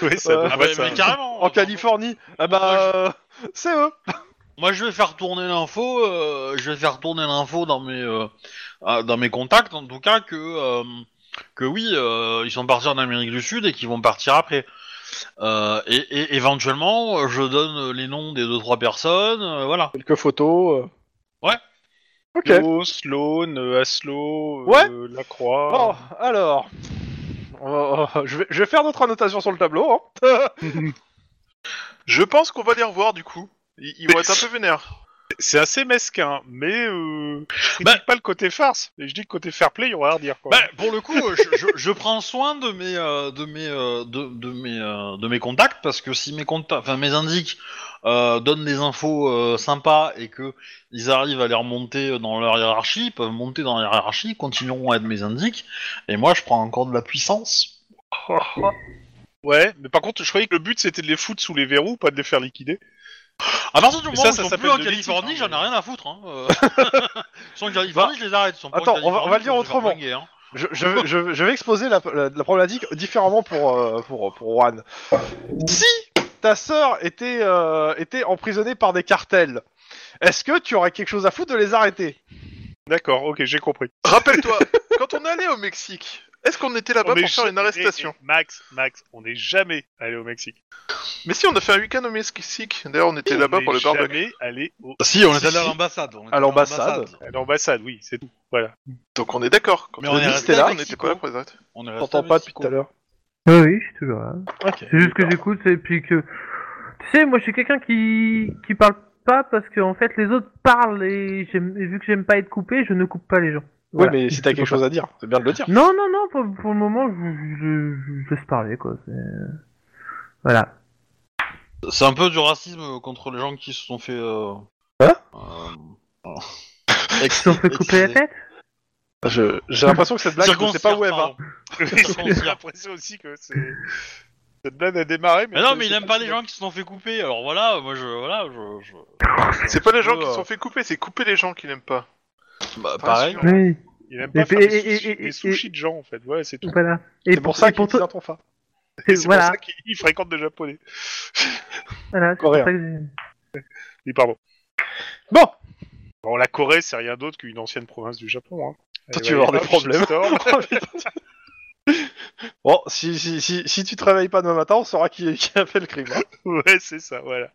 C: ouais, ça
A: Euh,
C: doit
B: ah
C: pas
B: bah,
C: ça.
B: mais carrément.
A: en Californie Ah bah, euh, c'est eux
B: Moi, je vais faire tourner l'info. euh, je vais faire tourner l'info dans mes euh, ah, dans mes contacts, en tout cas que euh, que oui, euh, ils sont partis en Amérique du Sud et qu'ils vont partir après. Euh, et, et éventuellement, euh, je donne les noms des deux trois personnes. euh, voilà.
A: Quelques photos. euh.
B: Ouais.
A: Ok.
C: Yo, Sloan, euh, Aslo, euh,
A: Ouais.
C: Lacroix.
A: Bon, alors. on va- je, vais, je vais faire d'autres annotations sur le tableau. hein.
E: Je pense qu'on va les revoir, du coup. Ils, ils vont être un peu vénères.
C: C'est assez mesquin, mais euh, je critique
B: Bah-
C: pas le côté farce. Mais je dis que côté fair play, il y aura à redire quoi.
B: Bah, pour le coup, euh, je, je- je prends soin de mes euh, de mes euh, de, de mes euh, de mes contacts parce que si mes contacts, enfin mes indiques euh, donnent des infos euh, sympas et que ils arrivent à les remonter euh, dans leur hiérarchie, ils peuvent monter dans leur hiérarchie, continueront à être mes indiques et moi je prends encore de la puissance.
C: Ouais, mais par contre, je croyais que le but c'était de les foutre sous les verrous, pas de les faire liquider.
B: À partir du moment
C: ça,
B: où
C: ça
B: ils sont
C: s'appelle
B: plus en
C: de l'éthique,
B: Californie,
C: hein,
B: j'en ai
C: mais-
B: rien à foutre. Hein. euh. ils sont en Californie, je les arrête. Ils sont pas en
A: Attends, on va- on va le dire
B: Californie, je vais faire
A: autrement.
B: flinguer, hein.
A: Je, je vais- je vais- je vais exposer la, la- la problématique différemment pour, euh, pour, pour Juan. Si ta sœur était, euh, était emprisonnée par des cartels, est-ce que tu aurais quelque chose à foutre de les arrêter
C: D'accord, ok, j'ai compris.
E: Rappelle-toi, quand on allait au Mexique, est-ce qu'on était là-bas
C: On est
E: pour faire
C: ja-
E: une arrestation
C: Eh, eh, Max, Max, on n'est jamais allé au Mexique.
E: Mais si, on a fait un week-end au Mexique. D'ailleurs, on était
C: On
E: là-bas
C: n'est
E: pour le barbecue.
C: jamais allé au...
B: Bah, Si, on est
A: Si,
B: allé à
A: si.
B: l'ambassade. on est
A: À
B: allé
A: l'ambassade.
C: à l'ambassade, oui, c'est tout.
E: Donc on est d'accord. Quand
B: Mais
E: on
B: on
E: a
B: est
E: dit que
B: resté
E: c'était
A: à
E: là, on
B: Mexico.
E: n'était pas là pour les arrêter.
B: On est resté à
A: T'entends pas depuis
B: Mexico.
A: tout à l'heure.
D: Oui, oui, je suis toujours là.
A: Ok.
D: C'est juste que j'écoute et puis que. Tu sais, moi je suis quelqu'un qui... qui parle pas parce que en fait les autres parlent et, j'aime- et vu que j'aime pas être coupé, je ne coupe pas les gens.
A: Oui,
D: Voilà.
A: mais si t'as
D: Je
A: quelque
D: peux
A: chose à dire, c'est bien de le dire.
D: pas. Non, non, non, pour, pour le moment, je, je- je- je laisse parler quoi. c'est- Voilà.
B: C'est un peu du racisme euh, contre les gens qui se sont fait. Euh...
A: Hein
B: euh,
D: Si on fait couper la tête
A: Je- J'ai l'impression que cette blague, je sais pas où elle va.
B: Circonspect.
C: J'ai l'impression aussi que c'est. Cette blague a démarré, mais.
B: Mais non, mais il aime pas les gens qui se sont fait couper. Alors voilà, moi je, voilà, je, je-
E: C'est pas les gens
B: Euh,
E: qui se sont fait couper, c'est couper les gens qui n'aiment pas.
B: Bah,
E: Enfin,
B: pareil.
E: sûr.
D: Oui,
C: Il aime
D: Et
C: pas
D: puis-
C: faire des
D: et-
C: sushis-
D: et- et-
C: des sushis de gens, en fait. Ouais, c'est tout.
D: voilà. Et
A: C'est pour ça
D: et
A: qu'il
D: pour
A: dit
D: toi,
A: dans ton fa.
C: Et C'est pour
D: voilà.
C: ça qu'il il fréquente des japonais.
D: voilà, c'est pour
A: Coréen.
D: ça que j'ai-
C: Oui, pardon.
A: Bon,
C: Bon, la Corée, c'est rien d'autre qu'une ancienne province du Japon. Hein.
A: Toi,
C: Et
A: tu
C: bah,
A: vas avoir
C: hop,
A: des problèmes.
C: shitstorm.
A: bon, si, si, si, si tu te réveilles pas demain matin, on saura qui, qui a fait le crime. hein.
C: ouais, c'est ça, voilà.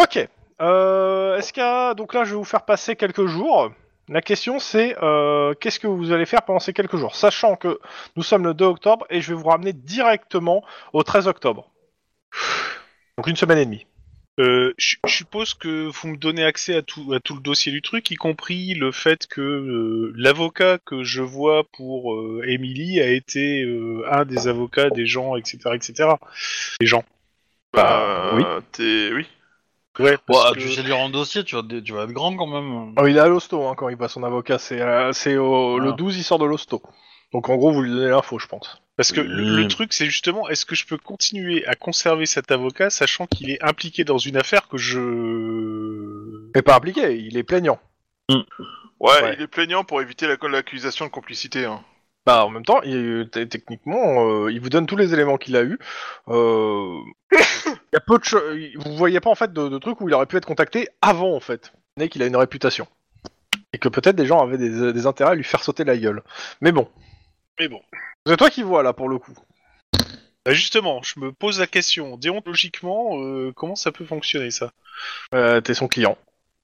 A: Ok. Euh, Est-ce qu'à donc là, je vais vous faire passer quelques jours. La question, c'est euh, qu'est-ce que vous allez faire pendant ces quelques jours, sachant que nous sommes le 2 octobre et je vais vous ramener directement au 13 octobre. Donc une semaine et demie.
C: Euh, je je suppose que vous me donnez accès à tout, à tout le dossier du truc, y compris le fait que euh, l'avocat que je vois pour euh, Emily a été euh, un des avocats des gens, etc., etc. Des gens.
A: Bah, oui.
E: T'es... Oui.
C: Ouais,
B: Ouah,
C: parce
B: Tu
C: que-
B: sais lire en dossier, tu vas, tu vas être grand quand même.
A: Oh, il est à l'hosto hein, quand il voit son avocat. C'est euh, c'est au- le
B: Ah.
A: 12, il sort de l'hosto. Donc en gros, vous lui donnez l'info, je pense.
C: Parce que le,
B: Oui.
C: le truc, c'est justement, est-ce que je peux continuer à conserver cet avocat, sachant qu'il est impliqué dans une affaire que je...
A: Mais pas impliqué, il est plaignant.
E: Ouais,
A: Ouais.
E: il est plaignant pour éviter la- l'accusation de complicité. Hein.
A: Bah en même temps, il, t- techniquement, euh, il vous donne tous les éléments qu'il a eu. Euh, il y a peu de cho- vous voyez pas en fait de, de trucs où il aurait pu être contacté avant en fait, mais qu'il a une réputation et que peut-être des gens avaient des, euh, des intérêts à lui faire sauter la gueule. Mais bon,
C: Mais bon.
A: c'est toi qui vois là pour le coup.
C: Bah justement, je me pose la question, déontologiquement, euh, comment ça peut fonctionner, ça
A: Euh, T'es son client.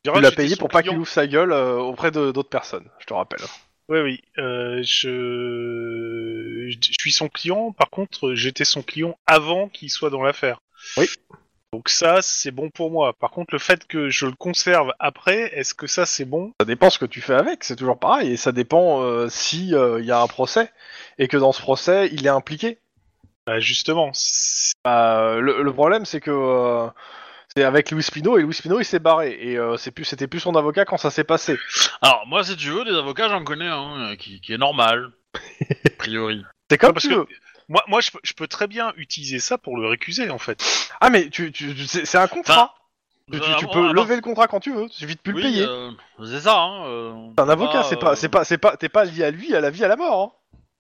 C: Tu
A: Tu l'as payé pour pas qu'il ouvre sa gueule euh, auprès de- d'autres personnes. Je te rappelle.
C: Oui, oui. euh, je... je suis son client, par contre, j'étais son client avant qu'il soit dans l'affaire.
A: Oui.
C: Donc ça, c'est bon pour moi. Par contre, le fait que je le conserve après, est-ce que ça, c'est bon
A: Ça dépend ce que tu fais avec, c'est toujours pareil, et ça dépend euh, si euh, il y a un procès et que dans ce procès il est impliqué.
C: Bah justement, c'est-
A: Bah, le, le problème, c'est que euh, c'est avec Louis Spino et Louis Spino il s'est barré et euh, c'est plus c'était plus son avocat quand ça s'est passé.
B: Alors moi, si tu veux, des avocats, j'en connais un euh, qui, qui est normal, a priori.
A: C'est comme
C: Ouais, parce
A: tu
C: que-
A: veux.
C: moi, moi je, peux- je peux très bien utiliser ça pour le récuser, en fait.
A: Ah mais tu, tu, tu- c'est c'est
B: Bah,
A: un contrat. tu, tu- tu
B: Euh,
A: peux
B: à part-
A: lever le contrat quand tu veux. Il suffit de plus
B: Oui,
A: le payer.
B: euh, c'est ça. Hein, euh,
A: C'est un avocat, c'est pas
B: euh,
A: c'est pas c'est pas t'es pas lié à lui à la vie à la mort. hein.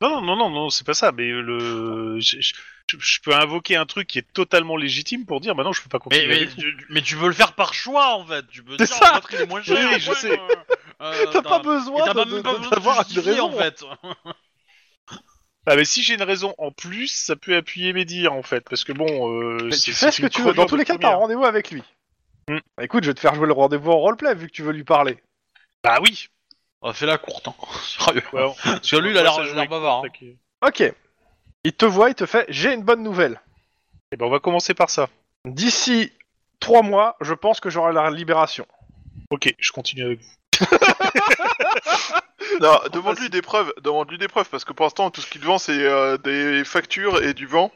C: Non, non, non, non, non c'est pas ça. Mais euh, le, je, je- je peux invoquer un truc qui est totalement légitime pour dire, bah non, je peux pas continuer.
B: Mais, mais,
C: avec vous.
B: tu, mais tu veux le faire par choix en fait. Tu peux
A: C'est
B: dire
A: ça.
B: peut-être il est moins cher.
C: Oui, je
B: ouais,
C: sais.
B: euh, euh,
A: T'as pas
B: et
A: besoin
B: t'as
A: de-
B: pas même
A: de-
B: pas
A: de-
B: besoin
A: d'avoir
B: de
A: une
B: justifier en
A: raison.
B: fait.
C: Ah, mais si j'ai une raison en plus, ça peut appuyer mes dires, en fait, parce que bon. Euh,
A: Mais tu
C: c'est-
A: fais
C: c'est
A: ce
C: une
A: que tu veux. Dans
C: crevure
A: tous
C: de
A: les cas, t'as un
C: première.
A: rendez-vous avec lui.
B: Mm.
C: Hmm.
A: Bah, écoute, je vais te faire jouer le rendez-vous en roleplay vu que tu veux lui parler.
C: Bah oui.
B: Ah, Fais-la courte. Hein. Sérieux.
C: Ouais, on-
B: Parce que lui, il a
C: on
B: l'air
C: va
B: il a
C: jouer
B: l'air bavard. hein.
C: avec-
A: Ok. Il te voit, il te fait. J'ai une bonne nouvelle.
C: Eh ben, on va commencer par ça.
A: D'ici trois mois, je pense que j'aurai la libération.
C: Ok, je continue avec vous.
E: Non, demande-lui des preuves, demande-lui des preuves, parce que pour l'instant, tout ce qu'il vend, c'est euh, des factures et du vent.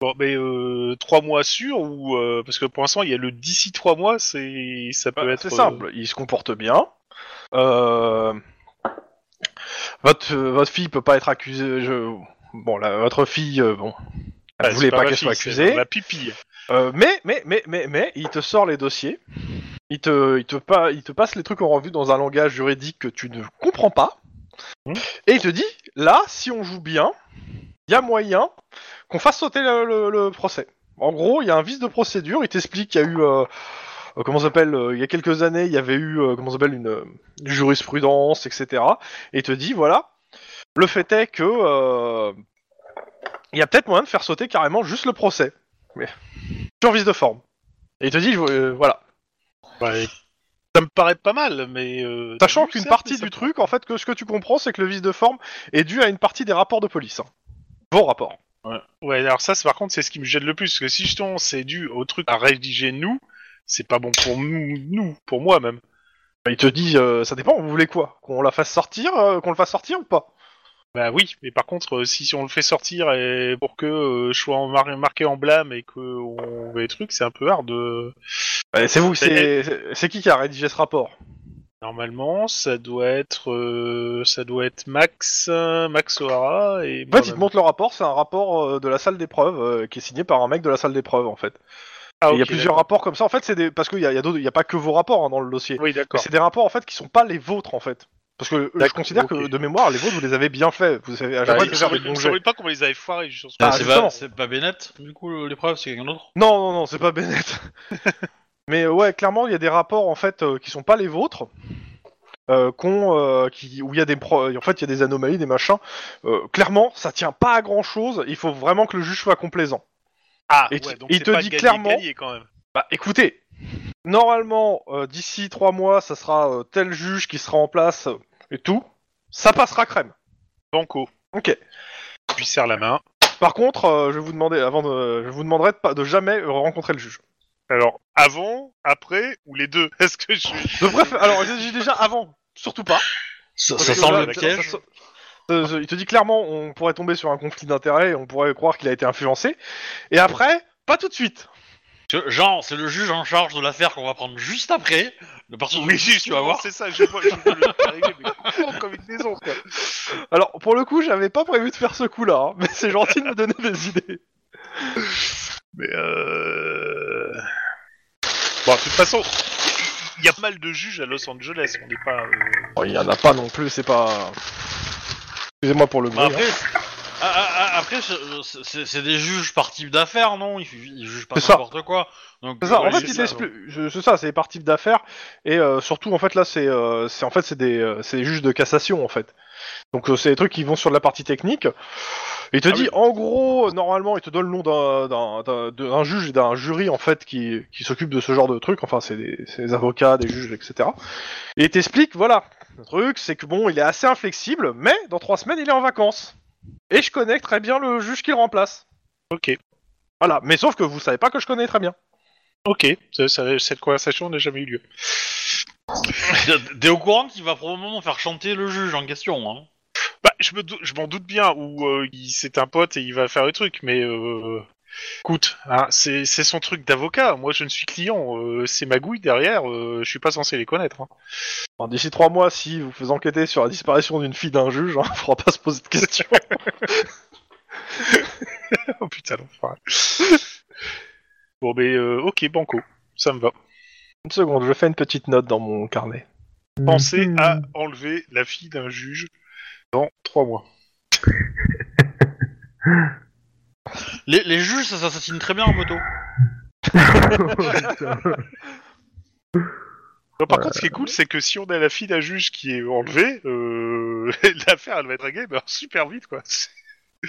C: Bon, mais euh, trois mois sûrs ou euh, parce que pour l'instant, il y a le d'ici trois mois, c'est ça peut
A: Euh,
C: être.
A: C'est
C: euh,
A: simple, il se comporte bien. Euh, Votre, euh, votre fille peut pas être accusée. je- Bon, la- votre fille, euh, bon, elle
C: ouais,
A: voulait
C: c'est
A: pas,
C: ma
A: qu'elle soit
C: fille, c'est
A: accusée.
C: Ma pupille.
A: Euh, mais, mais, mais, mais, mais, il te sort les dossiers. Il te, il te, pa- il te passe les trucs en revue dans un langage juridique que tu ne comprends pas.
C: Hmm.
A: Et il te dit, là, si on joue bien, il y a moyen qu'on fasse sauter le, le- le procès. En gros, il y a un vice de procédure. Il t'explique qu'il y a eu, euh, euh, comment ça s'appelle, euh, il y a quelques années, il y avait eu, euh, comment ça s'appelle, une euh, jurisprudence, etc. Et il te dit, voilà, le fait est que euh, il y a peut-être moyen de faire sauter carrément juste le procès sur vice de forme. Et il te dit, je- euh, voilà.
C: Ouais. Ça me paraît pas mal, mais. euh,
A: Sachant
C: je
A: qu'une
C: sais,
A: partie
C: mais ça
A: du truc, en fait, que ce que tu comprends, c'est que le vice de forme est dû à une partie des hein. rapports de police. Bon rapport.
C: Ouais, alors ça, c'est- par contre, c'est ce qui me gêne le plus. Parce que si justement, c'est dû au truc à rédiger nous, c'est pas bon pour nous, nous, pour moi même.
A: Bah, il te dit, euh, ça dépend, vous voulez quoi Qu'on la fasse sortir, euh, qu'on le fasse sortir ou pas
C: Bah oui, mais par contre, euh, si on le fait sortir et pour que euh, je sois en mar- marqué en blâme et que on les trucs, c'est un peu hard. euh.
A: Allez, Bah, C'est vous,
C: Et-
A: c'est c'est- c'est qui qui a rédigé ce rapport
C: Normalement, ça doit être, euh, ça doit être Max, euh, Max
A: En
C: O'Hara et.
A: fait, il te
C: moi-même.
A: montre le rapport, c'est un rapport euh, de la salle d'épreuve euh, qui est signé par un mec de la salle d'épreuve en fait.
C: Ah,
A: Et il y a
C: ok,
A: plusieurs rapports comme ça, en fait, c'est des... parce qu'il y a, il y a d'autres- il y a pas que vos rapports hein, dans le dossier.
C: d'accord. Oui,
A: Mais
C: d'accord.
A: c'est des rapports en fait qui sont pas les vôtres en fait. Parce que euh, je
C: D'accord,
A: considère que
C: ok.
A: de mémoire, les vôtres, vous les avez bien fait. Vous avez à chaque fois,
C: Bah, je
A: vous avez
C: savais-
A: des bons
C: je
A: jets.
C: savais pas comment ils avaient foiré sur ce
A: Ah,
B: Bah,
C: coup.
B: c'est
A: justement.
B: pas, c'est pas Bennett, du coup, le- l'épreuve, c'est quelqu'un d'autre
A: Non, non, non, c'est pas Bennett. Mais euh, ouais, clairement, il y a des rapports en fait euh, qui sont pas les vôtres, euh, qu'on, euh, qui, où il y a des pro- en fait il y a des anomalies, des machins. Euh, clairement, ça tient pas à grand chose. Il faut vraiment que le juge soit complaisant.
C: Ah,
A: Et tu-
C: ouais, donc
A: il
C: c'est
A: te
C: pas
A: dit
C: gagné,
A: clairement-
C: gagné, quand même.
A: Bah écoutez, normalement, euh, d'ici trois mois, ça sera euh, tel juge qui sera en place euh, et tout. Ça passera crème.
C: Banco.
A: Ok.
C: Je lui serre la main.
A: Par contre, euh, je vais vous demander, avant de, je vous demanderai de, pas- de jamais rencontrer le juge.
C: Alors, avant, après ou les deux Est-ce que je.
A: De bref, alors j'ai dit déjà avant, surtout pas.
B: Ça,
A: Parce
B: ça
A: que
B: sent
A: là,
B: le
A: ça-
B: piège.
A: ça- ça- ça- Euh, il te dit clairement, on pourrait tomber sur un conflit d'intérêts, on pourrait croire qu'il a été influencé. Et après, pas tout de suite.
B: Que- Genre, c'est le juge en charge de l'affaire qu'on va prendre juste après. Le parti du juge, tu vas voir.
C: C'est ça, je vois, je vois le arriver, mais complètement comme une maison, quoi.
A: Alors, pour le coup, j'avais pas prévu de faire ce coup-là, hein, mais c'est gentil de me donner des idées.
C: Mais euh... Bon, de toute façon, il y, y a pas mal de juges à Los Angeles, on n'est pas... euh,
A: Bon, Oh, il y en a pas non plus, c'est pas. Excusez-moi pour le
B: Bah,
A: bruit. hein.
B: après, c'est- ah, ah, ah, après, c'est- c'est c'est des juges par type d'affaires, non ils, ju- ils jugent pas
A: C'est ça.
B: n'importe quoi. Donc,
A: C'est ça.
B: ouais,
A: en fait,
B: c'est
A: il
B: ça,
A: laisse
B: donc.
A: plus- je- C'est ça. C'est par type d'affaires et euh, surtout, en fait, là, c'est, euh, c'est en fait, c'est des, euh, c'est des juges de cassation, en fait. Donc, euh, c'est des trucs qui vont sur de la partie technique. Il te
C: Ah
A: dit, en gros, normalement, il te donne le nom d'un, d'un, d'un- de- d'un juge et d'un jury, en fait, qui, qui s'occupe de ce genre de trucs. Enfin, c'est des, c'est des avocats, des juges, etc. Et il t'explique, voilà, le truc, c'est que bon, il est assez inflexible, mais dans trois semaines, il est en vacances. Et je connais très bien le juge qui le remplace.
C: Ok,
A: Voilà. Mais sauf que vous savez pas que je connais très bien.
C: ok, ça- ça- cette conversation n'a jamais eu lieu.
B: T'es au courant qu'il va probablement faire chanter le juge en question. Hein.
C: Bah, je me dou- je m'en doute bien, ou euh, il- c'est un pote et il va faire le truc, mais... Euh... Écoute, hein, c'est c'est son truc d'avocat, moi je ne suis client, euh, c'est ma gouille derrière, euh, je suis pas censé les connaître. hein.
A: Enfin, D'ici trois mois, si vous faites enquêter sur la disparition d'une fille d'un juge, hein, faudra pas se poser de questions.
C: oh putain, l'enfoiré. bon, mais euh, ok, banco, ça me va.
A: Une seconde, je fais une petite note dans mon carnet.
C: Pensez
D: Mhm.
C: à enlever la fille d'un juge dans trois mois.
B: Les, les juges, ça s'assassine très bien en moto.
D: Putain.
C: Non, par contre, ce qui est cool, c'est que si on a la fille d'un juge qui est enlevée, euh, l'affaire elle va être réglée mais alors, super vite quoi.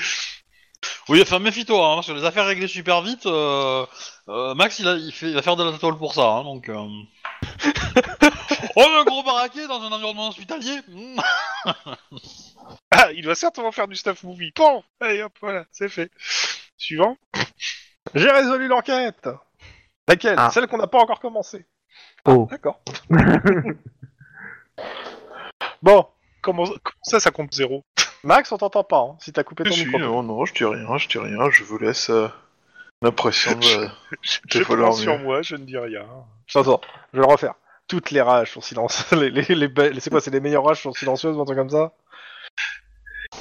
B: Oui, enfin, méfie-toi, hein, parce que les affaires réglées super vite, euh, euh, Max, il, a- il fait, il va faire de la tôle pour ça. Hein, donc, euh... oh, le gros baraqué dans un environnement hospitalier mm.
C: Ah, il doit certainement faire du stuff movie. Bon, allez hop, voilà, c'est fait. Suivant.
A: J'ai résolu l'enquête Laquelle
D: Ah.
A: Celle qu'on n'a pas encore commencée.
D: Oh.
A: D'accord. bon,
C: Comment, comment ça, ça compte zéro
A: Max, on t'entend pas, hein, si t'as coupé ton
E: Si,
A: micro.
E: non, oh non, je dis rien, je dis rien, je vous laisse euh, l'impression de...
C: Je,
E: Faut
C: je prends
E: leur
C: sur
E: mieux.
C: moi, je ne dis rien.
A: Je t'entends, je vais le refaire. Toutes les rages sont silencieuses. Les, les- les belles- c'est quoi, c'est les meilleures rages sont silencieuses ou un truc comme ça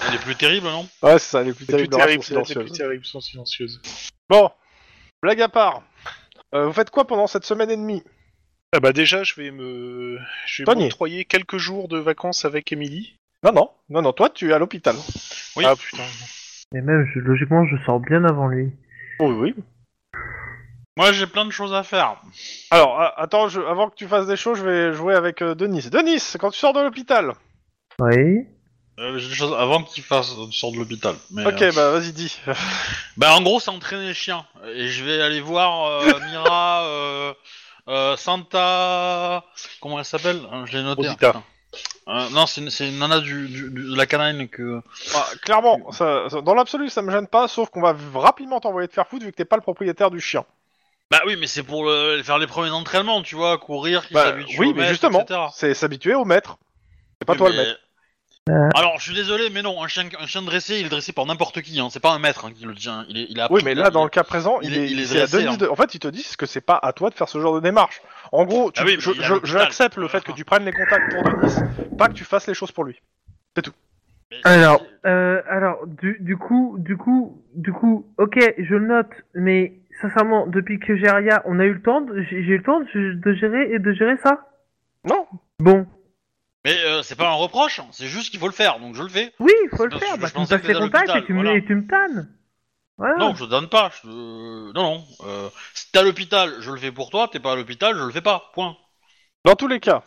B: Elle est plus terrible, non
A: Ouais, c'est ça, les plus
C: Les plus
A: terribles rages
C: terribles,
A: sont
C: les
A: silencieuses.
C: plus terribles sont silencieuses.
A: Bon, blague à part. Euh, vous faites quoi pendant cette semaine et demie
C: Ah bah déjà, je vais me, je vais
A: Tony.
C: m'octroyer quelques jours de vacances avec Émilie.
A: Non, non, non, non, toi tu es à l'hôpital.
B: Oui.
C: Ah putain.
D: Et même, je- logiquement, je sors bien avant lui.
A: Oui, oui.
B: Moi, j'ai plein de choses à faire.
A: Alors, a- attends, je- avant que tu fasses des choses, je vais jouer avec euh, Denis. Denis, quand tu sors de l'hôpital.
D: Oui.
B: Euh, j'ai des choses avant qu'il fasse euh, sorte de l'hôpital. mais,
A: Ok,
B: euh,
A: bah vas-y, dis.
B: Bah, en gros, c'est entraîner les chiens. Et je vais aller voir euh, Mira, euh, euh, Santa. Comment elle s'appelle Hein, Je l'ai noté.
C: Rosita.
B: hein. Euh, non, c'est une- c'est une nana du, du- du- de la canine que.
A: Bah, clairement, ça- ça- dans l'absolu, ça me gêne pas, sauf qu'on va v- rapidement t'envoyer te faire foutre vu que t'es pas le propriétaire du chien.
B: Bah oui, mais c'est pour le- faire les premiers entraînements, tu vois, courir, qui
A: Bah,
B: s'habitue
A: oui,
B: au
A: mais
B: maître,
A: justement,
B: etc.
A: c'est s'habituer au maître. C'est pas toi
B: Mais-
A: le maître.
B: Alors, je suis désolé, mais non, un chien, un chien dressé, il est dressé par n'importe qui, hein. c'est pas un maître hein, qui le tient. Il est, il a
A: Oui,
B: appris-
A: mais là, dans le cas présent,
B: il
A: il,
B: est-
A: est,
B: il est
A: c'est à
B: dressé,
A: demi
B: hein.
A: de- En fait, ils te disent que c'est pas à toi de faire ce genre de démarche. En gros, tu-
B: Ah oui, mais
A: je,
B: il est à
A: je- je
B: l'hôpital.
A: accepte le fait que tu prennes les contacts pour Denis, pas que tu fasses les choses pour lui.
B: mais-
D: Alors, euh, alors du, du coup, du coup, du coup, ok, je le note, mais sincèrement, depuis que j'ai Aria, on a eu le temps, de- j'ai j'ai eu le temps de, de gérer et de gérer ça.
A: Non.
D: Bon,
B: Mais euh, c'est pas un reproche, hein, c'est juste qu'il faut le faire, donc je le fais.
D: oui, il faut le
B: Parce
D: faire.
B: que
D: Bah,
B: je
D: tu me
B: pensais que
D: passes les
B: t'étais à
D: contacts et
B: l'hôpital,
D: tu me,
B: voilà.
D: et tu me tannes. Voilà.
B: Non, je donne pas. je- euh, Non, non. Euh, si t'es à l'hôpital, je le fais pour toi. T'es pas à l'hôpital, je le fais pas. Point.
A: Dans tous les cas,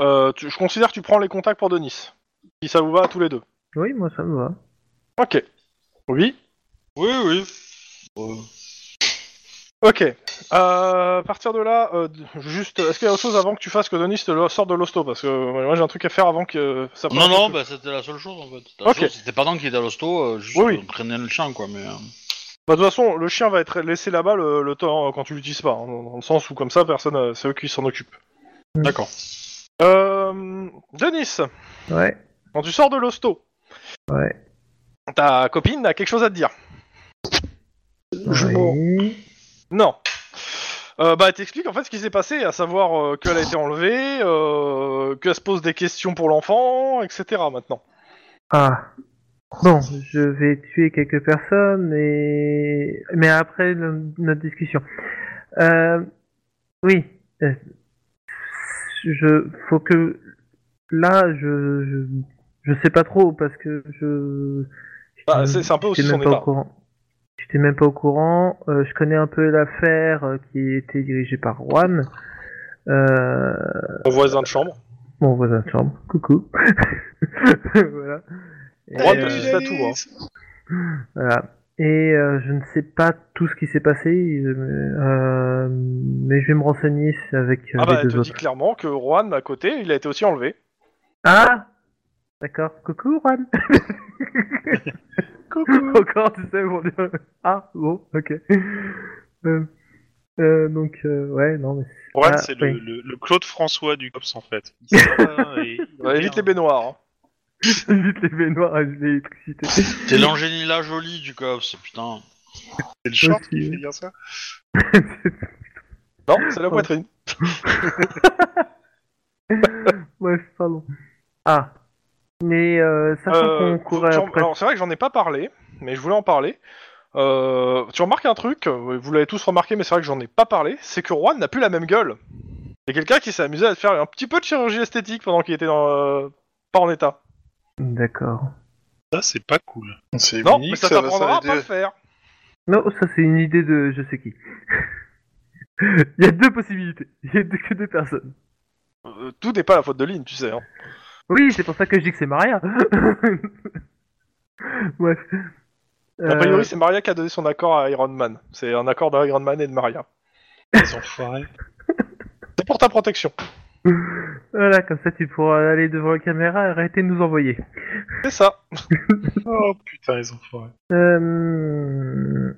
A: euh, tu- je considère que tu prends les contacts pour Denis. Si ça vous va à tous les deux.
D: Oui, moi ça me va.
A: Ok. Oui
B: Oui, oui. Euh,
A: Ok. Euh, à partir de là, euh, d- juste, est-ce qu'il y a autre chose avant que tu fasses que Denis te lo- sorte de l'hosto Parce que euh, moi j'ai un truc à faire avant que euh, ça
B: Non,
A: parte.
B: non, bah, c'était la seule chose en fait. C'était la
A: Ok.
B: chose, C'était pas tant qu'il était à l'hosto, euh, juste
A: Oui, oui.
B: euh, traîner le chien quoi. Mais euh,
A: Bah, de toute façon, le chien va être laissé là-bas le, le temps euh, quand tu l'utilises pas. hein, dans dans le sens où, comme ça, personne, euh, c'est eux qui s'en occupent.
B: d'accord.
A: Euh, Denis,
D: Ouais.
A: quand tu sors de l'hosto,
D: Ouais.
A: ta copine a quelque chose à te dire. Je m'en-
D: Oui.
A: Non. Euh, bah, elle t'explique en fait ce qui s'est passé, à savoir euh, qu'elle a été enlevée, euh, qu'elle se pose des questions pour l'enfant, etc. Maintenant.
D: Ah. Bon, je vais tuer quelques personnes et mais après le- notre discussion. Euh, oui. euh, Je faut que là je je, je sais pas trop parce que je.
A: Bah, c'est- c'est un peu aussi
D: J'étais
A: son
D: même Euh, pas
A: état.
D: au courant. J'étais même pas au courant. Euh, je connais un peu l'affaire euh, qui était dirigée par Juan. Euh,
A: Ton voisin de chambre.
D: mon voisin de chambre. Coucou. voilà. Et,
A: Droit
D: euh,
A: petit tatou. hein.
D: voilà. Et euh, je ne sais pas tout ce qui s'est passé, euh, euh, mais je vais me renseigner avec euh,
A: Ah bah,
D: les
A: elle te
D: deux
A: dit
D: autres.
A: clairement que Juan, à côté, il a été aussi enlevé.
D: Ah D'accord. Coucou, Juan Coucou Encore, tu sais, mon dieu. Ah, bon, ok. Euh, euh, donc, euh, ouais, non, mais...
C: Juan,
D: Ah,
C: c'est le,
D: oui.
C: le- le Claude François du COPS en fait. Il sort là et il
A: Ouais, évite les baignoires. hein.
D: J'évite les baignoires et l'électricité.
B: T'es l'Angélina Jolie du cops, putain.
C: C'est le short
D: Aussi,
C: qui fait
D: oui.
C: dire ça.
A: Non, c'est la
D: Ouais.
A: poitrine.
D: Bref, pardon. Ah. Mais, euh, sachant
A: Euh,
D: qu'on courait
A: tu en-
D: après...
A: Alors c'est vrai que j'en ai pas parlé, mais je voulais en parler. Euh, tu remarques un truc, euh, vous l'avez tous remarqué, mais c'est vrai que j'en ai pas parlé, c'est que Juan n'a plus la même gueule. Il y a quelqu'un qui s'est amusé à te faire un petit peu de chirurgie esthétique pendant qu'il était dans, euh, pas en état.
D: D'accord.
C: Ça, c'est pas cool.
E: C'est
A: Non,
E: unique,
A: mais ça,
E: va
A: t'apprendra à
E: s'arrêter.
A: pas le faire.
D: Non, ça c'est une idée de je sais qui. Il y a deux possibilités. Il y a deux- que deux personnes.
A: Euh, tout n'est pas la faute de Lynn, tu sais. hein.
D: Oui, c'est pour ça que je dis que c'est Maria. Bref.
A: A priori,
D: Euh,
A: c'est Maria qui a donné son accord à Iron Man. C'est un accord d'Iron Man et de Maria.
C: Les enfoirés.
A: C'est pour ta protection.
D: Euh, voilà, comme ça tu pourras aller devant la caméra et arrêter de nous envoyer.
A: C'est ça.
C: Oh putain, les enfoirés.
D: Euh...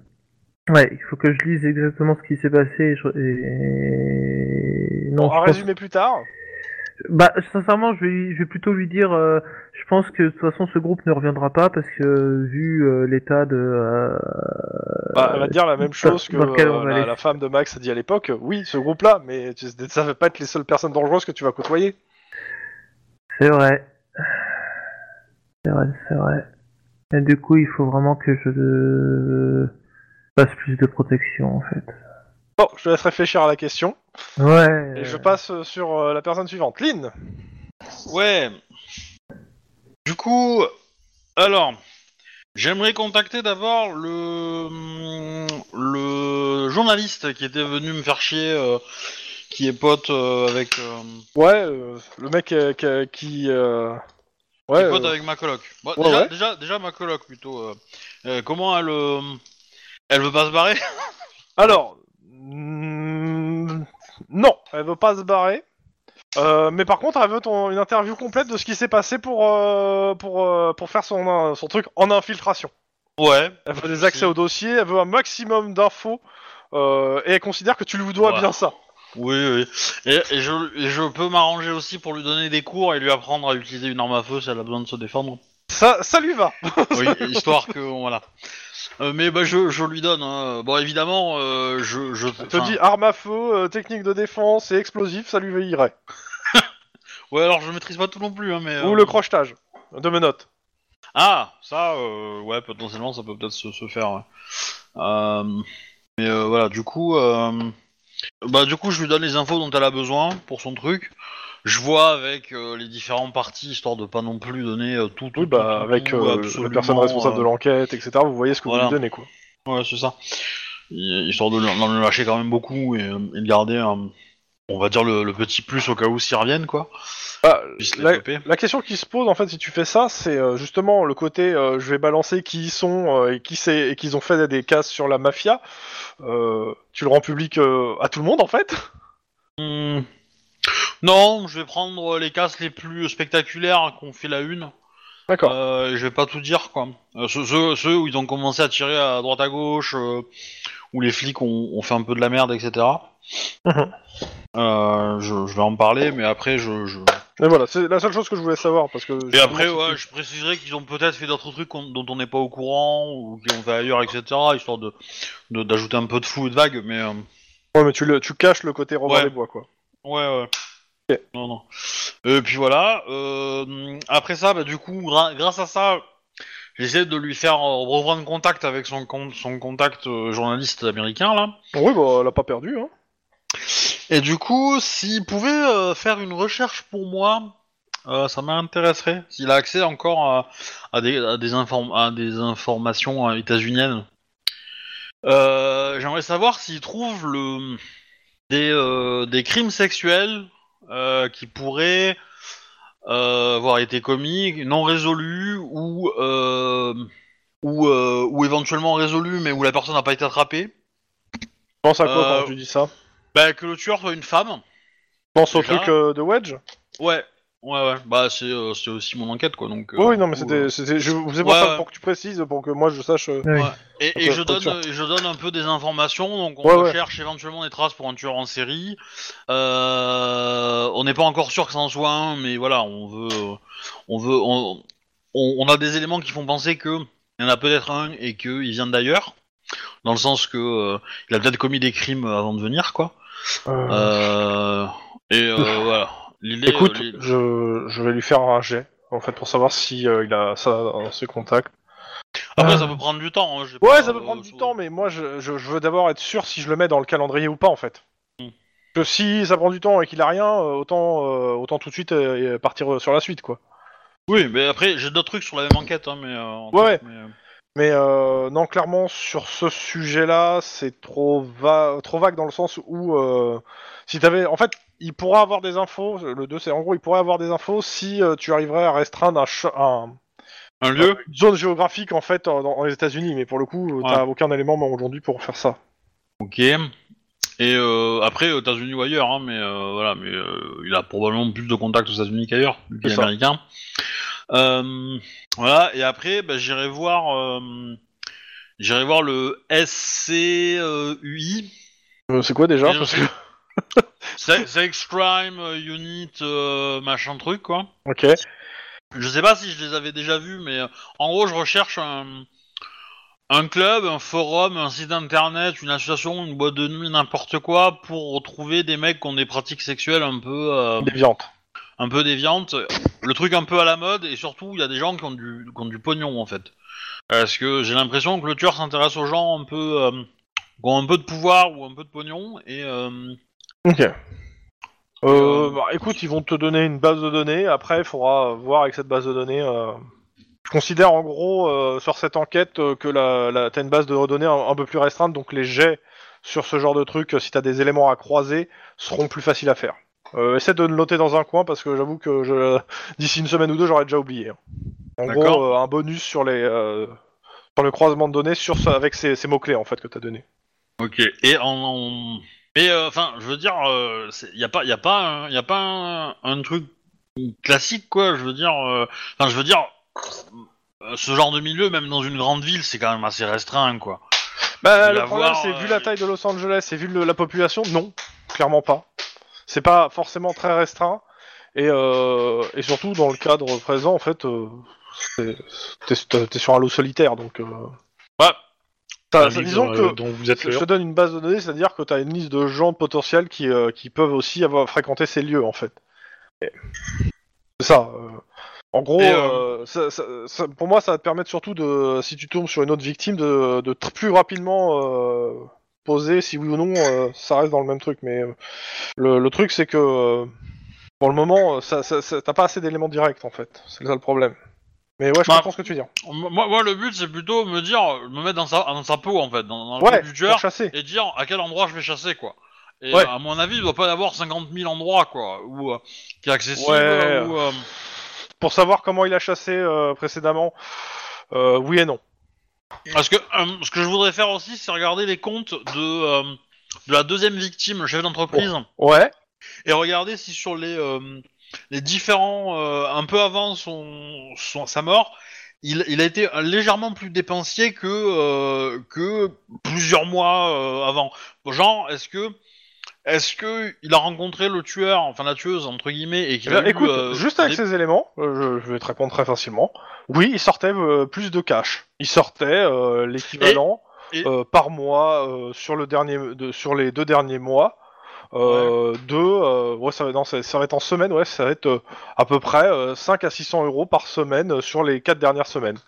D: Ouais, il faut que je lise exactement ce qui s'est passé. et je- et- Non,
A: Bon, un
D: je pense-
A: résumé plus tard.
D: Bah, sincèrement, je vais, je vais plutôt lui dire, euh, je pense que de toute façon, ce groupe ne reviendra pas parce que euh, vu euh, l'état de, euh,
A: Bah, elle va te dire la même chose que
D: dans lequel on
A: euh,
D: va
A: la,
D: aller.
A: la femme de Max a dit à l'époque. euh, Oui, ce groupe-là, mais tu- ça ne va pas être les seules personnes dangereuses que tu vas côtoyer.
D: c'est vrai, c'est vrai, c'est vrai. Et du coup, il faut vraiment que je euh, fasse plus de protection, en fait.
A: Bon, je te laisse réfléchir à la question.
D: Ouais.
A: Et je passe euh, sur euh, la personne suivante. Lynn
B: Ouais. Du coup, alors, j'aimerais contacter d'abord le hum, le journaliste qui était venu me faire chier, euh, qui est pote euh, avec euh,
A: Ouais, euh, le mec euh, qui... euh, qui, euh, Ouais,
B: qui est pote
A: euh,
B: avec ma coloc. Bon,
A: ouais,
B: déjà,
A: ouais.
B: déjà, déjà ma coloc plutôt. euh, euh, comment elle euh, elle veut pas se barrer
A: hmm, Alors... mm, non, elle veut pas se barrer. Euh, mais par contre, elle veut ton- une interview complète de ce qui s'est passé pour, euh, pour, euh, pour faire son, euh, son truc en infiltration.
B: Ouais.
A: Elle veut des accès au dossier, elle veut un maximum d'infos, euh, et elle considère que tu lui dois
B: Ouais.
A: bien ça.
B: Oui, oui. Et, et je, et je peux m'arranger aussi pour lui donner des cours et lui apprendre à utiliser une arme à feu si elle a besoin de se défendre.
A: Ça, ça lui va.
B: Oui, histoire que voilà. Euh, mais bah je, je lui donne. hein. Bon évidemment euh, je je
A: Elle te
B: enfin,
A: dit arme à feu, euh, technique de défense et explosif, ça lui irait.
B: Ouais alors je maîtrise pas tout non plus hein, mais.
A: Ou
B: euh,
A: le crochetage de menottes.
B: Ah ça euh, ouais potentiellement ça peut peut-être se, se faire. ouais. Euh, mais euh, voilà du coup euh, bah du coup je lui donne les infos dont elle a besoin pour son truc. Je vois avec euh, les différents parties histoire de pas non plus donner euh, tout tout,
A: Oui, bah,
B: tout,
A: avec
B: tout,
A: euh, la
B: absolument,
A: personne responsable
B: euh,
A: de l'enquête, etc. Vous voyez ce que
B: voilà.
A: vous lui donnez, quoi.
B: Ouais, c'est ça. Hi- Histoire de le- d'en le lâcher quand même beaucoup et, euh, et de garder, un- on va dire, le, le petit plus au cas où s'ils reviennent, quoi.
A: Bah,
B: Puisse les
A: la,
B: taper.
A: la question qui se pose, en fait, si tu fais ça, c'est euh, justement le côté euh, je vais balancer qui ils sont euh, et qui c'est et qu'ils ont fait des cases sur la mafia. Euh, tu le rends public euh, à tout le monde, en fait.
B: Hmm. Non, je vais prendre les casses les plus spectaculaires hein, qu'on fait la une.
A: D'accord.
B: Euh, et je vais pas tout dire, quoi. Euh, ceux, ceux- ceux où ils ont commencé à tirer à droite à gauche, euh, où les flics ont, ont fait un peu de la merde, etc.
A: Mhm.
B: Euh, je, je vais en parler, mais après, je- je,
A: Mais voilà, c'est la seule chose que je voulais savoir parce que.
B: Et
A: justement,
B: après,
A: si tu-
B: ouais, je préciserai qu'ils ont peut-être fait d'autres trucs qu'on- dont on n'est pas au courant, ou qu'ils ont fait ailleurs, etc., histoire de de- d'ajouter un peu de flou et de vague, mais... euh,
A: Ouais, mais tu, le, tu caches le côté Robin
B: Ouais.
A: des Bois, quoi.
B: ouais, ouais. Non, non. Et puis voilà, euh, après ça, bah, du coup, gra- grâce à ça, j'essaie de lui faire euh, reprendre contact avec son, con- son contact euh, journaliste américain, là.
A: Oui, bah, elle a pas perdu, hein.
B: Et du coup, s'il pouvait euh, faire une recherche pour moi, euh, ça m'intéresserait. S'il a accès encore à, à des, à des inform- à des informations euh, états-uniennes. Euh, J'aimerais savoir s'il trouve le, des, euh, des crimes sexuels euh, qui pourraient euh, avoir été commis, non résolus ou, euh, ou, euh, ou éventuellement résolus mais où la personne n'a pas été attrapée.
A: Je Pense à quoi
B: Euh,
A: quand tu dis ça
B: Bah, que le tueur soit une femme.
A: Je Pense au
B: déjà-
A: truc euh, de Wedge
B: Ouais, ouais, ouais. Bah, c'est euh, c'est aussi mon enquête, quoi. Donc, euh,
A: Oui, oui,
B: du
A: non, mais
B: coup,
A: c'était.
B: euh,
A: c'était- Je vous ai pour
B: Ouais,
A: ça
B: ouais.
A: pour que tu précises, pour que moi je sache. euh,
D: Oui.
B: Ouais. Et, et
A: Ok,
B: je, donne,
A: ok.
B: euh, je donne un peu des informations. Donc, on
A: Ouais, ouais.
B: recherche éventuellement des traces pour un tueur en série. Euh, on n'est pas encore sûr que ça en soit un, mais voilà, on veut. euh, On, veut on, on- on a des éléments qui font penser que il y en a peut-être un et qu'il vient d'ailleurs. Dans le sens que euh, il a peut-être commis des crimes avant de venir, quoi.
A: euh,
B: Euh, et euh, voilà. L'idée, euh,
A: Écoute,
B: l'idée-
A: je, je vais lui faire un jet, en fait, pour savoir si euh, il a ça dans ses contacts.
B: Après,
A: Ah.
B: ça peut prendre du temps. hein, j'ai
A: Ouais,
B: pas,
A: ça peut
B: euh,
A: prendre du
B: faut-
A: temps, mais moi, je, je- je veux d'abord être sûr si je le mets dans le calendrier ou pas, en fait.
B: Hmm.
A: Que si ça prend du temps et qu'il a rien, euh, autant, euh, autant tout de suite euh, et partir euh, sur la suite, quoi.
B: Oui, mais après, j'ai d'autres trucs sur la même enquête, hein, mais... euh, en
A: Ouais,
B: tête, mais, euh,
A: Mais euh, non, clairement, sur ce sujet-là, c'est trop, va trop vague dans le sens où, euh, si t'avais, en fait, il pourra avoir des infos. Le 2, c'est en gros, il pourrait avoir des infos si euh, tu arriverais à restreindre un, ch- un,
B: Un lieu
A: Une zone géographique en fait en- dans, les États-Unis, mais pour le coup, euh, t'as aucun élément mais aujourd'hui pour faire ça.
B: Ok. Et euh, après, aux États-Unis ou ailleurs, hein, mais euh, voilà, mais euh, il a probablement plus de contacts aux États-Unis qu'ailleurs, vu qu'il
A: C'est
B: est
A: ça.
B: américain. Euh, voilà, et après, bah, j'irai voir... euh, J'irai voir le E SCUI,
A: Euh, c'est quoi déjà
B: Bien
A: Parce que-
B: sûr. Sex Sex Crime Unit, euh, machin truc, quoi.
A: Ok.
B: Je sais pas si je les avais déjà vus, mais euh, en gros, je recherche un, un club, un forum, un site internet, une association, une boîte de nuit, n'importe quoi, pour retrouver des mecs qui ont des pratiques sexuelles un peu, euh,
A: Déviante.
B: un peu déviantes. Le truc un peu à la mode, et surtout, il y a des gens qui ont du, qui ont du pognon, en fait. Parce que j'ai l'impression que le tueur s'intéresse aux gens un peu, euh, qui ont un peu de pouvoir ou un peu de pognon, et... euh,
A: Ok.
B: Euh,
A: Euh, bah, écoute, ils vont te donner une base de données. Après, il faudra voir avec cette base de données. euh, Je considère en gros euh, sur cette enquête euh, que la, la... t'as une base de données un, un peu plus restreinte, donc les jets sur ce genre de truc, euh, si t'as des éléments à croiser, seront plus faciles à faire. Euh, essaie de le noter dans un coin parce que j'avoue que je... d'ici une semaine ou deux, j'aurais déjà oublié. hein. En
B: D'accord.
A: gros, euh, un bonus sur les euh, sur le croisement de données sur ce- avec ces, ces mots clés en fait que t'as donné.
B: Ok, et en, en- Mais euh, enfin, je veux dire, il n'y a pas, y a pas, un, y a pas un, un truc classique, quoi. Je veux dire, euh, enfin, je veux dire, euh, ce genre de milieu, même dans une grande ville, c'est quand même assez restreint, quoi.
A: Bah,
B: Il
A: le
B: va
A: problème,
B: voir,
A: c'est
B: euh,
A: vu la taille de Los Angeles et vu le- la population, non, clairement pas. C'est pas forcément très restreint. Et, euh, et surtout, dans le cadre présent, en fait, euh, c'est- t'es t'es sur un lot solitaire, donc... euh,
B: Ouais.
A: t'as-
C: Un livre,
A: disons
C: euh,
A: que
C: dont vous êtes
A: je
C: le
A: te
C: héros.
A: donne une base de données, c'est-à-dire que t'as une liste de gens potentiels qui, euh, qui peuvent aussi avoir fréquenté ces lieux, en fait. Et- C'est ça. euh, En gros,
B: Et,
A: euh, ça- ça- ça- pour moi, ça va te permettre surtout de, si tu tombes sur une autre victime, de, de tr- plus rapidement euh, poser si oui ou non euh, ça reste dans le même truc. Mais euh, le, le truc, c'est que euh, pour le moment, euh, ça- ça- ça- t'as pas assez d'éléments directs en fait. C'est ça le problème. Mais ouais, je
B: Bah,
A: comprends ce que tu dis.
B: Moi, moi, le but, c'est plutôt me dire, me mettre dans sa, dans sa peau, en fait, dans, dans le
A: Ouais,
B: peau du
A: pour
B: tueur,
A: chasser.
B: et dire à quel endroit je vais chasser, quoi. Et
A: Ouais.
B: euh, à mon avis, il doit pas y avoir 50 000 endroits, quoi, où, euh, qui est accessible.
A: Ouais.
B: ou, euh,
A: Pour savoir comment il a chassé euh, précédemment, euh, oui et non.
B: Parce que euh, ce que je voudrais faire aussi, c'est regarder les comptes de, euh, de la deuxième victime, le chef d'entreprise,
A: Oh. Ouais.
B: et regarder si sur les, euh, les différents, euh, un peu avant son, son- sa mort, il, il a été euh, légèrement plus dépensier que, euh, que plusieurs mois euh, avant. Genre, est-ce que est-ce que il a rencontré le tueur, enfin la tueuse entre guillemets, et qu'il a
A: Eh bien,
B: eu,
A: écoute,
B: euh,
A: juste avec
B: des-
A: ces éléments, euh, je, je vais te répondre très facilement. Oui, il sortait euh, plus de cash. Il sortait euh, l'équivalent
B: Et- et-
A: euh, par mois euh, sur le dernier, de- sur les deux derniers mois. Euh, de, euh, ouais, ça va, non, ça, ça va être en semaine, ouais, ça va être euh, à peu près euh, 5 à 600 euros par semaine euh, sur les quatre dernières semaines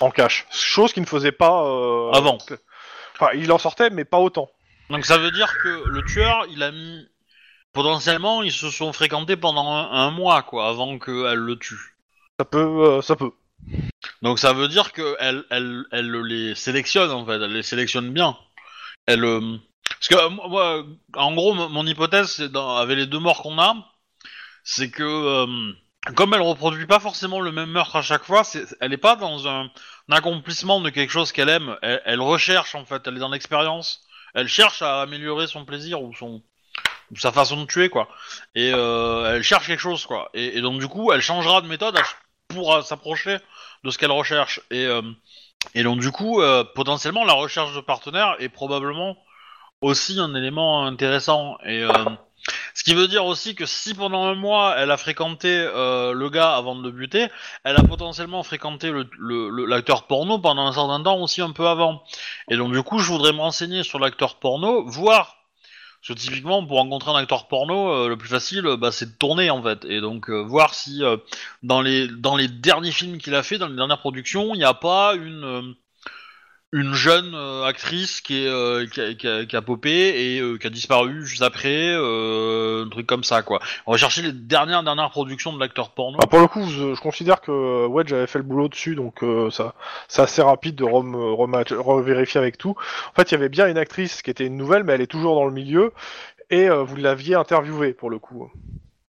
A: en cash. Chose qu'il ne faisait pas euh,
B: Avant.
A: Enfin, il en sortait, mais pas autant.
B: Donc ça veut dire que le tueur, il a mis... Potentiellement, ils se sont fréquentés pendant un, un mois, quoi, avant qu'elle le tue.
A: Ça peut, euh, ça peut.
B: Donc ça veut dire qu'elle elle, elle les sélectionne, en fait. Elle les sélectionne bien. Elle... euh, Parce que, euh, moi, moi, en gros, mon mon hypothèse, c'est dans- avec les deux morts qu'on a, c'est que... euh, Comme elle reproduit pas forcément le même meurtre à chaque fois, c'est- elle est pas dans un, un accomplissement de quelque chose qu'elle aime. Elle, elle recherche en fait, elle est dans l'expérience. Elle cherche à améliorer son plaisir ou son, ou sa façon de tuer quoi. Et euh, elle cherche quelque chose quoi. Et, et donc du coup, elle changera de méthode à ch- pour euh, s'approcher de ce qu'elle recherche. Et, euh, et donc du coup, euh, potentiellement, la recherche de partenaire est probablement aussi un élément intéressant. Et euh, ce qui veut dire aussi que si pendant un mois elle a fréquenté euh, le gars avant de le buter, elle a potentiellement fréquenté le- le- le- l'acteur porno pendant un certain temps aussi un peu avant. Et donc du coup, je voudrais me renseigner sur l'acteur porno, voir parce que typiquement, pour rencontrer un acteur porno, euh, le plus facile, euh, bah, c'est de tourner en fait, et donc euh, voir si euh, dans les dans les derniers films qu'il a fait, dans les dernières productions, il n'y a pas une euh, une jeune euh, actrice qui est euh, qui, a, qui a- qui a popé et euh, qui a disparu juste après, euh, un truc comme ça quoi. On va chercher les dernières dernières productions de l'acteur porno.
A: Bah, pour le coup, je, je considère que euh, Wedge avait fait le boulot dessus, donc euh, ça, c'est assez rapide de rem- euh, rematch- revérifier avec tout. En fait, il y avait bien une actrice qui était une nouvelle, mais elle est toujours dans le milieu, et euh, vous l'aviez interviewée pour le coup.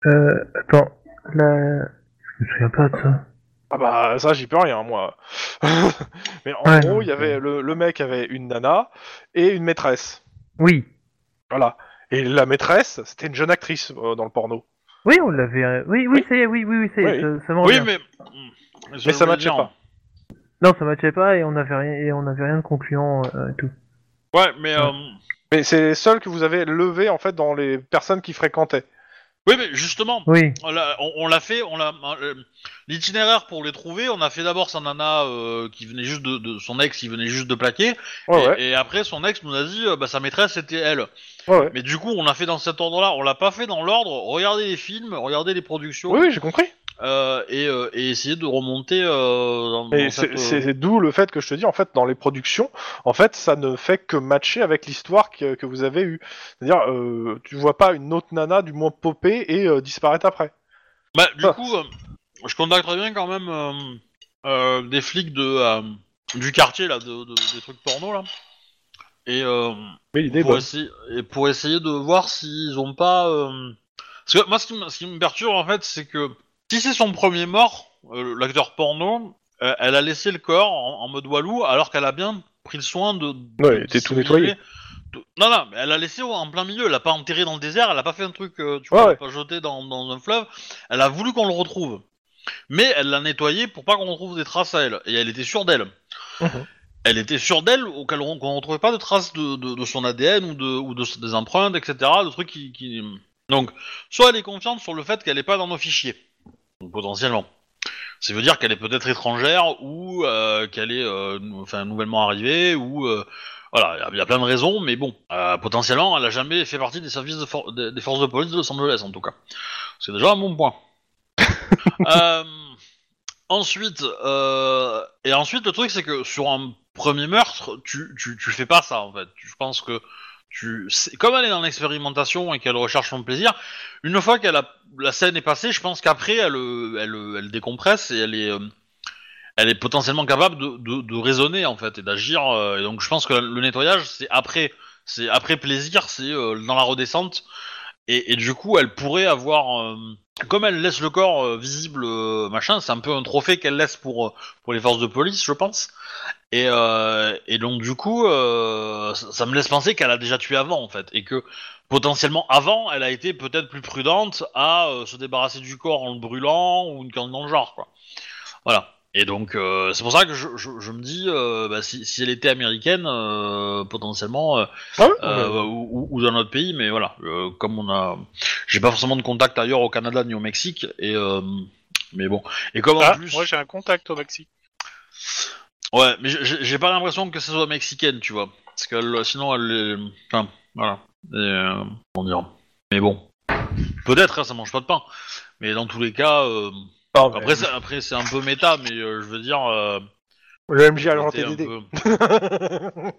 D: Euh, attends, là... Je me souviens pas de ça.
A: Ah bah ça, j'y peux rien, moi. mais en
D: Ouais,
A: gros,
D: non,
A: il y avait le, le mec avait une nana et une maîtresse,
D: Oui.
A: voilà. Et la maîtresse, c'était une jeune actrice euh, dans le porno.
D: Oui, on l'avait... euh, Oui, oui, ça y est, oui, oui, oui, ça y est,
A: Oui,
D: ça, ça m'en
B: Oui,
D: revient.
B: mais hmm,
A: Mais ça matchait
B: hein.
A: pas.
D: Non, ça matchait pas et on avait rien, et on avait rien de concluant euh, et tout.
B: Ouais, mais euh,
A: Mais c'est les seuls que vous avez levés en fait dans les personnes qui fréquentaient.
B: oui, mais justement.
D: Oui.
B: On l'a- on on l'a fait, on l'a euh, l'itinéraire pour les trouver. On a fait d'abord sa nana euh, qui venait juste de, de- son ex, il venait juste de plaquer,
A: Ouais,
B: et,
A: ouais,
B: et après son ex nous a dit euh, bah, sa maîtresse c'était elle.
A: ouais, ouais.
B: Mais du coup on l'a fait dans cet ordre-là, on l'a pas fait dans l'ordre. Regardez les films, regardez les productions
A: Oui, oui, j'ai compris.
B: euh, et, euh, et essayez de remonter. Euh, dans,
A: Et
B: dans
A: c'est
B: cette, euh,
A: c'est d'où le fait que je te dis, en fait, dans les productions, en fait, ça ne fait que matcher avec l'histoire que, que vous avez eue. C'est-à-dire, euh, tu vois pas une autre nana, du moins popper et euh, disparaître après.
B: Bah, du
A: Ah.
B: coup, euh, je contacterais bien quand même euh, euh, des flics de euh, du quartier là, de, de- des trucs porno là. Et euh,
A: Mais l'idée, bah,
B: pour, essayer, et pour essayer de voir s'ils ont pas. euh, Parce que moi, ce qui, me- ce qui me perturbe en fait, c'est que si c'est son premier mort, euh, l'acteur porno, euh, elle a laissé le corps en, en mode Walou alors qu'elle a bien pris le soin de.
A: Ouais,
B: de
A: elle était tout
B: dissimuler
A: nettoyée.
B: de- Non, non, mais elle a laissé au- en plein milieu, elle l'a pas enterré dans le désert, elle a pas fait un truc, euh, tu
A: Ouais,
B: vois, elle l'a
A: ouais.
B: pas jeté dans, dans un fleuve, elle a voulu qu'on le retrouve. Mais elle l'a nettoyé pour pas qu'on retrouve des traces à elle, et elle était sûre d'elle.
A: Mhm.
B: Elle était sûre d'elle, au- qu'elle- qu'on ne retrouvait pas de traces de, de- de son ADN ou de, ou de- des empreintes, etc., de trucs qui... qui- Donc, soit elle est confiante sur le fait qu'elle n'est pas dans nos fichiers, donc potentiellement. Ça veut dire qu'elle est peut-être étrangère ou euh, qu'elle est euh, nou- enfin, nouvellement arrivée ou euh, voilà, il y a- il y, a plein de raisons, mais bon, euh, potentiellement, elle a jamais fait partie des services de for- des, des forces de police de Los Angeles, en tout cas. C'est déjà un bon point. Euh, ensuite, euh, et ensuite, le truc, c'est que sur un premier meurtre, tu, tu, tu fais pas ça, en fait. Je pense que tu, c'est- comme elle est dans l'expérimentation et qu'elle recherche son plaisir, une fois qu'elle a la scène est passée, je pense qu'après, elle, euh, elle, euh, elle décompresse et elle est euh, elle est potentiellement capable de, de, de raisonner en fait et d'agir. euh, et donc je pense que le nettoyage c'est après, c'est après plaisir, c'est euh, dans la redescente. Et, et du coup elle pourrait avoir, euh, comme elle laisse le corps euh, visible, euh, machin, c'est un peu un trophée qu'elle laisse pour euh, pour les forces de police, je pense. Et, euh, et donc du coup euh, ça, ça me laisse penser qu'elle a déjà tué avant en fait et que potentiellement avant elle a été peut-être plus prudente à euh, se débarrasser du corps en le brûlant ou une connerie dans le genre quoi. Voilà. Et donc, euh, c'est pour ça que je, je- je me dis, euh, bah, si, si elle était américaine, euh, potentiellement, euh,
A: Ah ouais
B: euh, ou, ou- ou dans notre pays, mais voilà, euh, comme on a, j'ai pas forcément de contact ailleurs au Canada ni au Mexique, et euh, mais bon, et comme en
C: Ah,
B: plus,
C: moi j'ai un contact au Mexique.
B: ouais, mais j'ai- j'ai j'ai pas l'impression que ce soit mexicaine, tu vois, parce que sinon elle, est- enfin, voilà, Et, euh, comment dire, mais bon, peut-être hein, ça mange pas de pain, mais dans tous les cas, euh,
A: Enfin, mais-
B: après, c'est- après c'est un peu méta, mais euh, je veux dire. euh,
A: Le MJ a
B: le
A: lancé
B: côté
A: des
B: un
A: dés.
B: peu-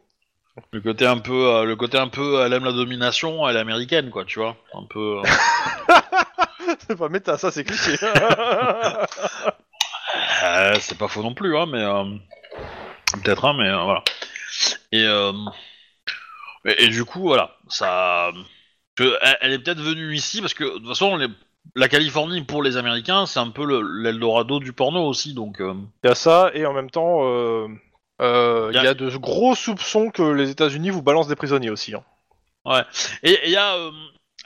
B: le côté un peu, euh, le côté un peu, elle aime la domination, elle est américaine, quoi, tu vois, un peu. euh.
A: C'est pas méta, Bah, ça c'est cliché.
B: Euh, c'est pas faux non plus, hein, mais euh, peut-être, hein, mais euh, voilà. Et, euh, et et du coup, voilà, ça, que- elle, elle est peut-être venue ici parce que de toute façon, les- la Californie pour les Américains, c'est un peu le- l'Eldorado du porno aussi, donc. euh,
A: Il y a ça, et en même temps, euh, euh, il
B: Y a-
A: y a de gros soupçons que les États-Unis vous balancent des prisonniers aussi. hein.
B: Et et il y a, euh,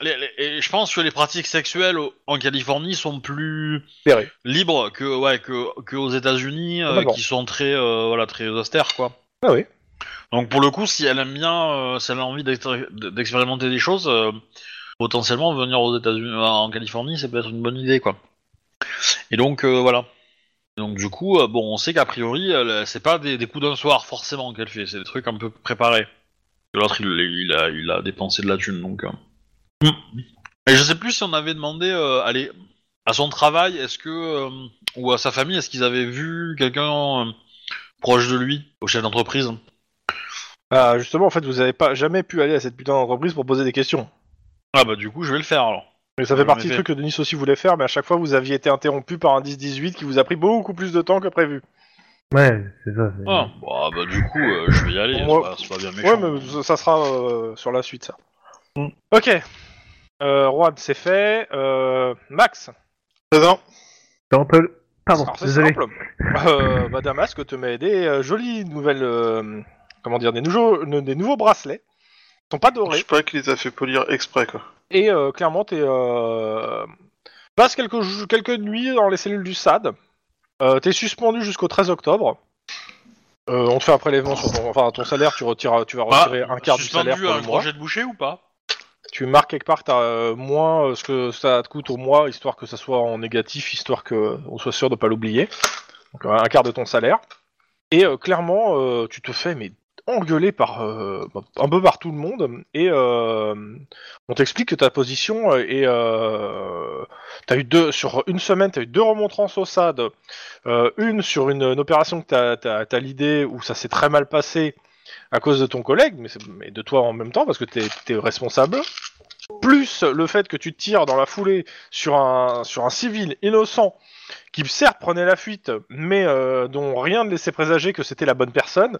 B: les- les- et je pense que les pratiques sexuelles au- en Californie sont plus
A: Libérées.
B: libres que ouais que, que aux États-Unis, euh,
A: Ah, D'accord.
B: qui sont très euh, voilà très austères quoi.
A: Ah oui.
B: Donc pour le coup, si elle aime bien, euh, si elle a envie d'extré- d'expérimenter des choses, euh, potentiellement venir aux États-Unis, en Californie, c'est peut-être une bonne idée quoi. Et donc euh, voilà. Donc du coup, euh, bon, on sait qu'a priori, elle- c'est pas des, des coups d'un soir forcément qu'elle fait, c'est des trucs un peu préparés. L'autre, il, il a, il a dépensé de la thune, donc. euh.
A: Hmm.
B: Et je sais plus si on avait demandé, euh, allez, à son travail, est-ce que euh, ou à sa famille, est-ce qu'ils avaient vu quelqu'un euh, proche de lui, au chef d'entreprise
A: Ah, justement, en fait, vous n'avez pas jamais pu aller à cette putain d'entreprise pour poser des questions.
B: Ah bah du coup, je vais le faire alors.
A: Mais ça
B: Je
A: fait
B: le
A: partie du
B: mettais.
A: truc que Denis aussi voulait faire, mais à chaque fois, vous aviez été interrompu par un 10-18 qui vous a pris beaucoup plus de temps que prévu.
D: Ouais, c'est ça. c'est-
B: Ah bah, bah, du coup, euh, je vais y aller.
A: Moi-
B: c'est pas- C'est pas, bien
A: Hmm. Ouais,
B: méchant.
A: mais ça- ça sera euh, sur la suite, ça.
D: Mm.
A: Ok. Euh, Juan, c'est fait. Euh, Max,
E: Présent.
D: Tantol- Pardon,
A: Alors, c'est
D: désolé.
A: simple. Euh, Madame Ask te met des euh, jolies nouvelles. euh, comment dire Des, nouveaux, ne- des nouveaux bracelets. Ils sont pas
E: Je
A: dorés.
E: sais pas qui les a fait polir exprès, quoi.
A: Et euh, clairement, t'es. Euh, passe quelques, jou- quelques nuits dans les cellules du SAD. Euh, t'es suspendu jusqu'au 13 octobre. Euh, on te fait un prélèvement sur ton, enfin, ton salaire, tu, retires, tu vas
B: Bah,
A: retirer un quart du
B: suspendu hein,
A: salaire pour
B: à
A: le
B: un
A: mois.
B: projet de boucher ou pas
A: Tu marques quelque part t'as, euh, moins euh, ce que ça te coûte au mois, histoire que ça soit en négatif, histoire que on soit sûr de pas l'oublier. Donc euh, un quart de ton salaire. Et euh, clairement, euh, tu te fais mais engueuler par euh, un peu par tout le monde et euh, on t'explique que ta position euh, est euh, t'as eu deux sur une semaine t'as eu deux remontrances au SAD euh, une sur une, une opération que t'as t'as t'as l'idée où ça s'est très mal passé à cause de ton collègue mais, c'est- mais de toi en même temps parce que t'es t'es responsable plus le fait que tu tires dans la foulée sur un, sur un civil innocent qui certes prenait la fuite, mais euh, dont rien ne laissait présager que c'était la bonne personne,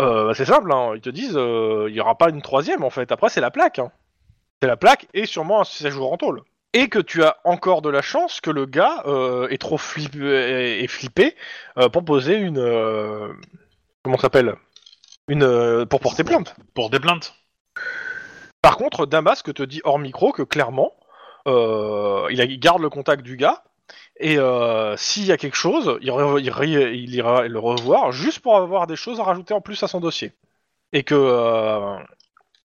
A: euh, bah, c'est simple, hein, ils te disent euh, il n'y aura pas une troisième en fait, après c'est la plaque. hein. C'est la plaque et sûrement un séjour en tôle. Et que tu as encore de la chance que le gars euh, est trop flipp- est, est flippé euh, pour poser une... euh, comment ça s'appelle une, euh, pour porter plainte.
B: Pour des plaintes
A: Par contre, Damasque te dit hors micro que clairement, euh, il, a- il garde le contact du gars. Et euh, s'il y a quelque chose, il, re- il re- il ira le revoir juste pour avoir des choses à rajouter en plus à son dossier. Et que euh,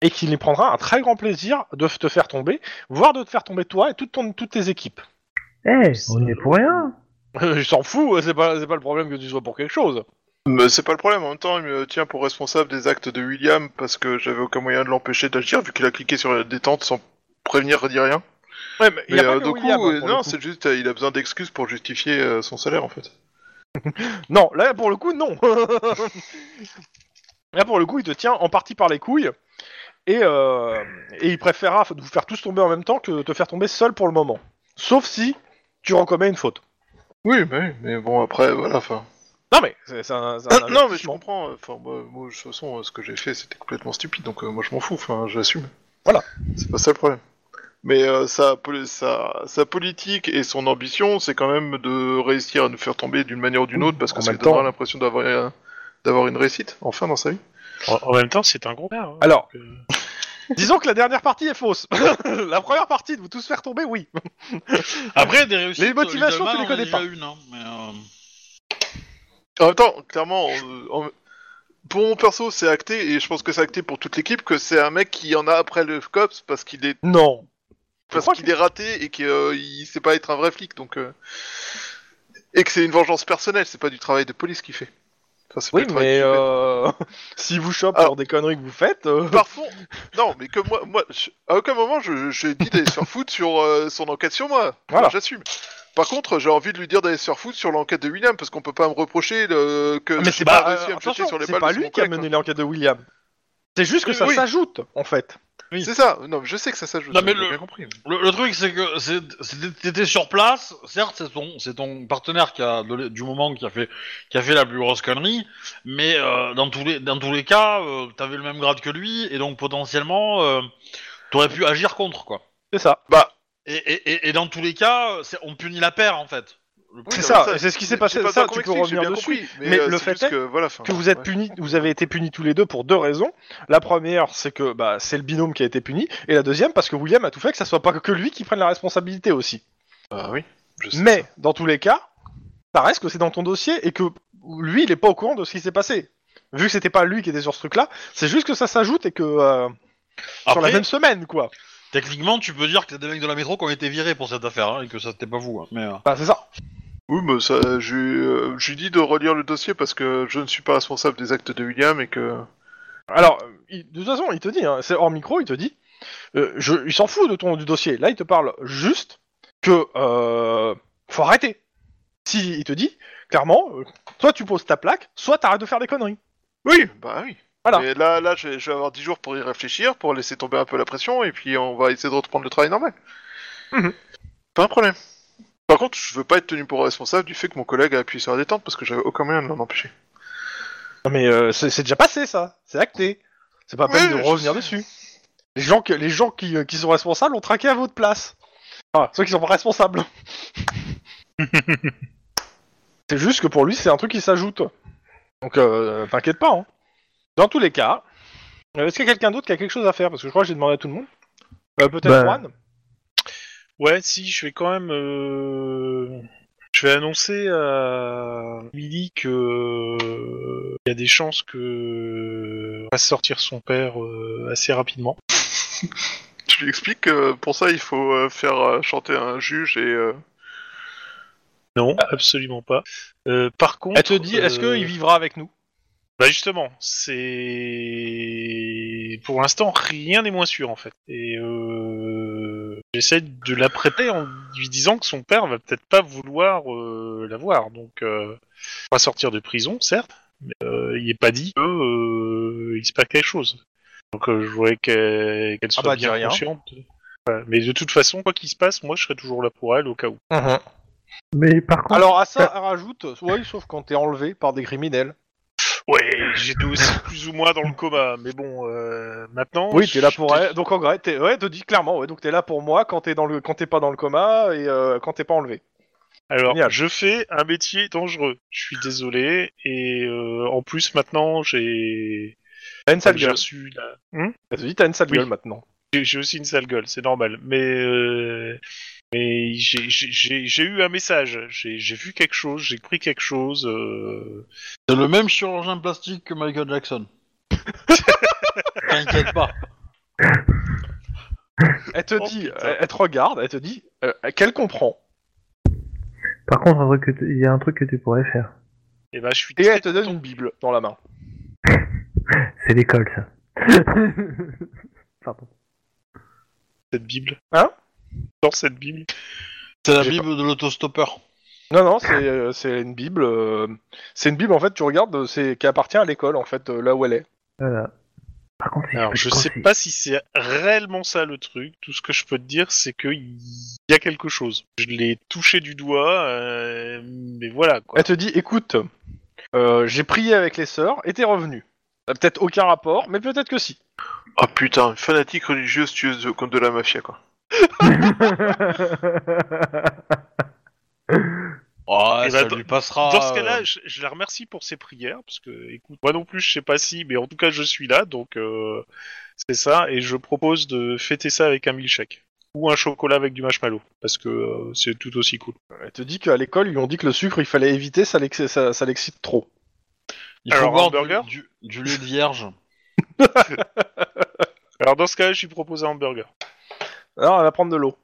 A: et qu'il y prendra un très grand plaisir de f- te faire tomber, voire de te faire tomber toi et toute ton- toutes tes équipes.
D: Eh, on est pour rien.
A: Il s'en fout, c'est pas, c'est pas le problème que tu sois pour quelque chose.
E: Mais c'est pas le problème, en même temps, il me tient pour responsable des actes de William parce que j'avais aucun moyen de l'empêcher d'agir vu qu'il a cliqué sur la détente sans prévenir ni rien.
A: Ouais, mais il
E: Mais
A: y a pas
E: euh,
A: que
E: du coup,
A: William, hein,
E: euh,
A: pour le
E: non,
A: coup.
E: c'est juste, euh, il a besoin d'excuses pour justifier euh, son salaire en fait.
A: Non, là pour le coup, non. là pour le coup, il te tient en partie par les couilles et, euh, et il préférera vous faire tous tomber en même temps que te faire tomber seul pour le moment. Sauf si tu recommets une faute.
E: Oui, mais, oui, mais bon, après, voilà, enfin.
A: Non mais c'est c'est un, c'est un
E: non, mais je
A: investissement.
E: comprends, enfin, moi, moi, de toute façon, euh, ce que j'ai fait, c'était complètement stupide, donc euh, moi, je m'en fous, enfin, j'assume.
A: Voilà.
E: C'est pas ça le problème. Mais euh, sa, poli- sa, sa politique et son ambition, c'est quand même de réussir à nous faire tomber d'une manière ou d'une autre, parce
A: en
E: que ça
A: même
E: lui donnera
A: temps.
E: l'impression d'avoir euh, d'avoir une réussite, enfin, dans sa vie.
C: En, en même temps, c'est un gros gars. hein.
A: Alors,
C: Donc, euh,
A: disons que la dernière partie est fausse. la première partie de vous tous faire tomber, oui.
B: Après, des réussites.
A: Les motivations,
B: Lidlman,
A: tu les
B: on en a
A: connais
B: déjà
A: pas.
B: Une, hein, mais, euh,
E: En même temps, clairement, on- on- pour mon perso, c'est acté, et je pense que c'est acté pour toute l'équipe, que c'est un mec qui en a après le COPS parce qu'il est,
A: Non.
E: parce
A: crois
E: qu'il est raté et qu'il euh, il sait pas être un vrai flic, donc. euh, Et que c'est une vengeance personnelle, c'est pas du travail de police qu'il fait. Enfin, c'est pas
A: Oui,
E: le travail
A: mais
E: qu'il fait.
A: euh, si vous chopez
E: Ah.
A: pour des conneries que vous faites, euh,
E: Par fond, non, mais que moi, moi je- à aucun moment je, je lui ai dit d'aller se faire foutre sur euh, son enquête sur moi.
A: Voilà.
E: J'assume. Par contre, j'ai envie de lui dire d'aller se faire foutre sur l'enquête de William, parce qu'on peut pas me reprocher euh, que
A: Ah, mais
E: j'ai
A: c'est
E: pas
A: pas,
E: réussi à me jeter
A: attention,
E: sur les
A: c'est
E: balles
A: pas
E: de mon
A: lui qui a
E: collègue,
A: mené l'enquête de William. C'est juste que
E: Oui,
A: ça
E: oui.
A: s'ajoute en fait.
E: C'est ça, non, mais je sais que ça s'ajoute.
B: Non, mais
E: j'ai
B: le-
E: bien compris.
B: le, le truc, c'est que c'est- c'est- t'étais sur place. Certes, c'est ton, c'est ton partenaire qui a donné- du moment qui a fait, qui a fait la plus grosse connerie. Mais euh, dans tous les, dans tous les cas, euh, t'avais le même grade que lui, et donc potentiellement, euh, t'aurais pu agir contre, quoi.
A: C'est ça.
B: Et, et, et, et dans tous les cas, c'est- on punit la paire, en fait. Le-
A: C'est
E: Oui,
A: ça,
E: non, mais
A: c'est ce qui s'est
E: j'ai
A: passé,
E: pas
A: ça,
E: encore
A: tu peux
E: expliqué, j'ai
A: revenir
E: bien
A: dessus,
E: compris, mais,
A: mais
E: euh,
A: le
E: c'est
A: fait
E: juste
A: est
E: que, voilà, enfin,
A: que vous êtes
E: ouais.
A: punis, vous avez été punis tous les deux pour deux raisons. La première, c'est que bah, c'est le binôme qui a été puni, et la deuxième, parce que William a tout fait que ça soit pas que lui qui prenne la responsabilité aussi.
E: Bah oui, je sais
A: Mais
E: ça.
A: dans tous les cas, ça reste que c'est dans ton dossier et que lui, il est pas au courant de ce qui s'est passé. Vu que c'était pas lui qui était sur ce truc-là, c'est juste que ça s'ajoute et que euh, sur la
B: Après,
A: même semaine, quoi.
B: techniquement, tu peux dire que y a des mecs de la métro qui ont été virés pour cette affaire, hein, et que ça c'était pas vous. hein, mais, euh,
A: Bah, c'est ça.
E: Oui, mais ça, je, euh, je lui dis de relire le dossier parce que je ne suis pas responsable des actes de William et que.
A: Alors, euh, il- de toute façon, il te dit, hein, c'est hors micro, il te dit, euh, je, il s'en fout de ton du dossier. Là, il te parle juste que euh, faut arrêter. Si il te dit clairement, euh, soit tu poses ta plaque, soit t'arrêtes de faire des conneries.
E: Oui, bah oui.
A: Voilà.
E: Mais là, là, je vais, je vais avoir 10 jours pour y réfléchir, pour laisser tomber un peu la pression et puis on va essayer de reprendre le travail normal.
A: Mhm.
E: Pas un problème. Par contre, je veux pas être tenu pour responsable du fait que mon collègue a appuyé sur la détente parce que j'avais aucun moyen de l'en empêcher.
A: Non mais euh, c'est c'est déjà passé ça, c'est acté. C'est pas la peine
E: Ouais,
A: de
E: je
A: revenir
E: sais.
A: dessus. Les gens, que, les gens qui, euh, qui sont responsables ont traqué à votre place. Enfin, ceux qui sont pas responsables. c'est juste que pour lui, c'est un truc qui s'ajoute. Donc euh, t'inquiète pas. hein. Dans tous les cas, euh, est-ce qu'il y a quelqu'un d'autre qui a quelque chose à faire Parce que je crois que j'ai demandé à tout le monde. Euh, Peut-être
D: Bah.
A: Juan
C: Ouais, si, je vais quand même. euh, Je vais annoncer à Milly que. euh, Il y a des chances que. on fasse sortir son père euh, assez rapidement.
E: Je lui explique que pour ça, il faut euh, faire euh, chanter un juge et. euh,
C: Non, absolument pas. Euh, par contre.
A: Elle te dit, est-ce
C: euh,
A: qu'il vivra avec nous
C: Bah justement, c'est pour l'instant rien n'est moins sûr en fait. Et euh... j'essaie de la prêter en lui disant que son père va peut-être pas vouloir euh, la voir, donc euh... pas sortir de prison certes, mais euh, il est pas dit que euh, il se passe quelque chose. Donc euh, je voudrais qu'elle qu'elle soit
A: bah, dis
C: bien
A: rien.
C: consciente. Ouais, Mais de toute façon, quoi qu'il se passe, moi je serai toujours là pour elle au cas où.
D: Mais par contre,
A: Mm-hmm. Alors à ça, elle rajoute, oui, sauf quand t'es enlevé par des criminels.
C: Ouais, j'étais aussi plus ou moins dans le coma, mais bon, euh, maintenant.
A: Oui, t'es là pour
C: je-
A: elle. Donc en vrai, t'es, ouais, te dis clairement, ouais, donc t'es là pour moi quand t'es dans le, quand t'es pas dans le coma et euh, quand t'es pas enlevé.
C: Alors,
A: Génial.
C: je fais un métier dangereux. Je suis désolé. Et euh, en plus, maintenant, j'ai
A: T'as une sale
C: J'ai
A: gueule.
C: reçu la-
A: Vas-y, t'as une sale
C: Oui.
A: gueule maintenant.
C: J'ai j'ai aussi une sale gueule, c'est normal. Mais, euh, mais j'ai- j'ai- j'ai j'ai eu un message. J'ai j'ai vu quelque chose, j'ai pris quelque chose. euh,
B: C'est le même chirurgien plastique que Michael Jackson. T'inquiète pas.
A: Elle te
C: Oh,
A: dit,
C: putain.
A: elle, elle te regarde, elle te dit euh, qu'elle comprend.
D: Par contre, un truc que tu- il y a un truc que tu pourrais faire.
C: Et ben, je suis
A: Et
C: très
A: elle te donne une Bible dans la main.
D: C'est l'école, ça. Pardon.
C: cette Bible.
A: Hein
C: Dans cette Bible.
B: C'est la
A: J'ai
B: Bible de l'autostoppeur.
A: Non, non, c'est euh, c'est une Bible. euh, c'est une Bible, en fait, tu regardes, euh, c'est qui appartient à l'école, en fait, euh, là où elle est.
D: Voilà. Par contre, si
C: Alors, je sais pas si c'est réellement ça le truc. Tout ce que je peux te dire, c'est qu'il y a quelque chose. Je l'ai touché du doigt, euh, mais voilà quoi.
A: Elle te dit, écoute, euh, j'ai prié avec les sœurs et t'es revenu. Ça a peut-être aucun rapport, mais peut-être que si.
C: Ah,
E: Oh putain, une fanatique religieuse tueuse de- contre de la mafia quoi.
B: Ouais,
C: Eh
B: Oh, ça
C: ben, dans-
B: lui passera.
C: Dans ce cas-là,
B: euh,
C: je, je la remercie pour ses prières, parce que, écoute, moi non plus, je sais pas si, mais en tout cas, je suis là, donc euh, c'est ça, et je propose de fêter ça avec un milkshake. Ou un chocolat avec du marshmallow, parce que euh, c'est tout aussi cool.
A: Elle te dit qu'à l'école, ils lui ont dit que le sucre, il fallait éviter, ça l'ex- ça- ça l'excite trop.
B: il faut
C: alors,
B: boire
C: hamburger
B: du, du- du lait de vierge.
C: Alors dans ce cas-là, je lui propose un hamburger.
A: Alors, elle va prendre de l'eau.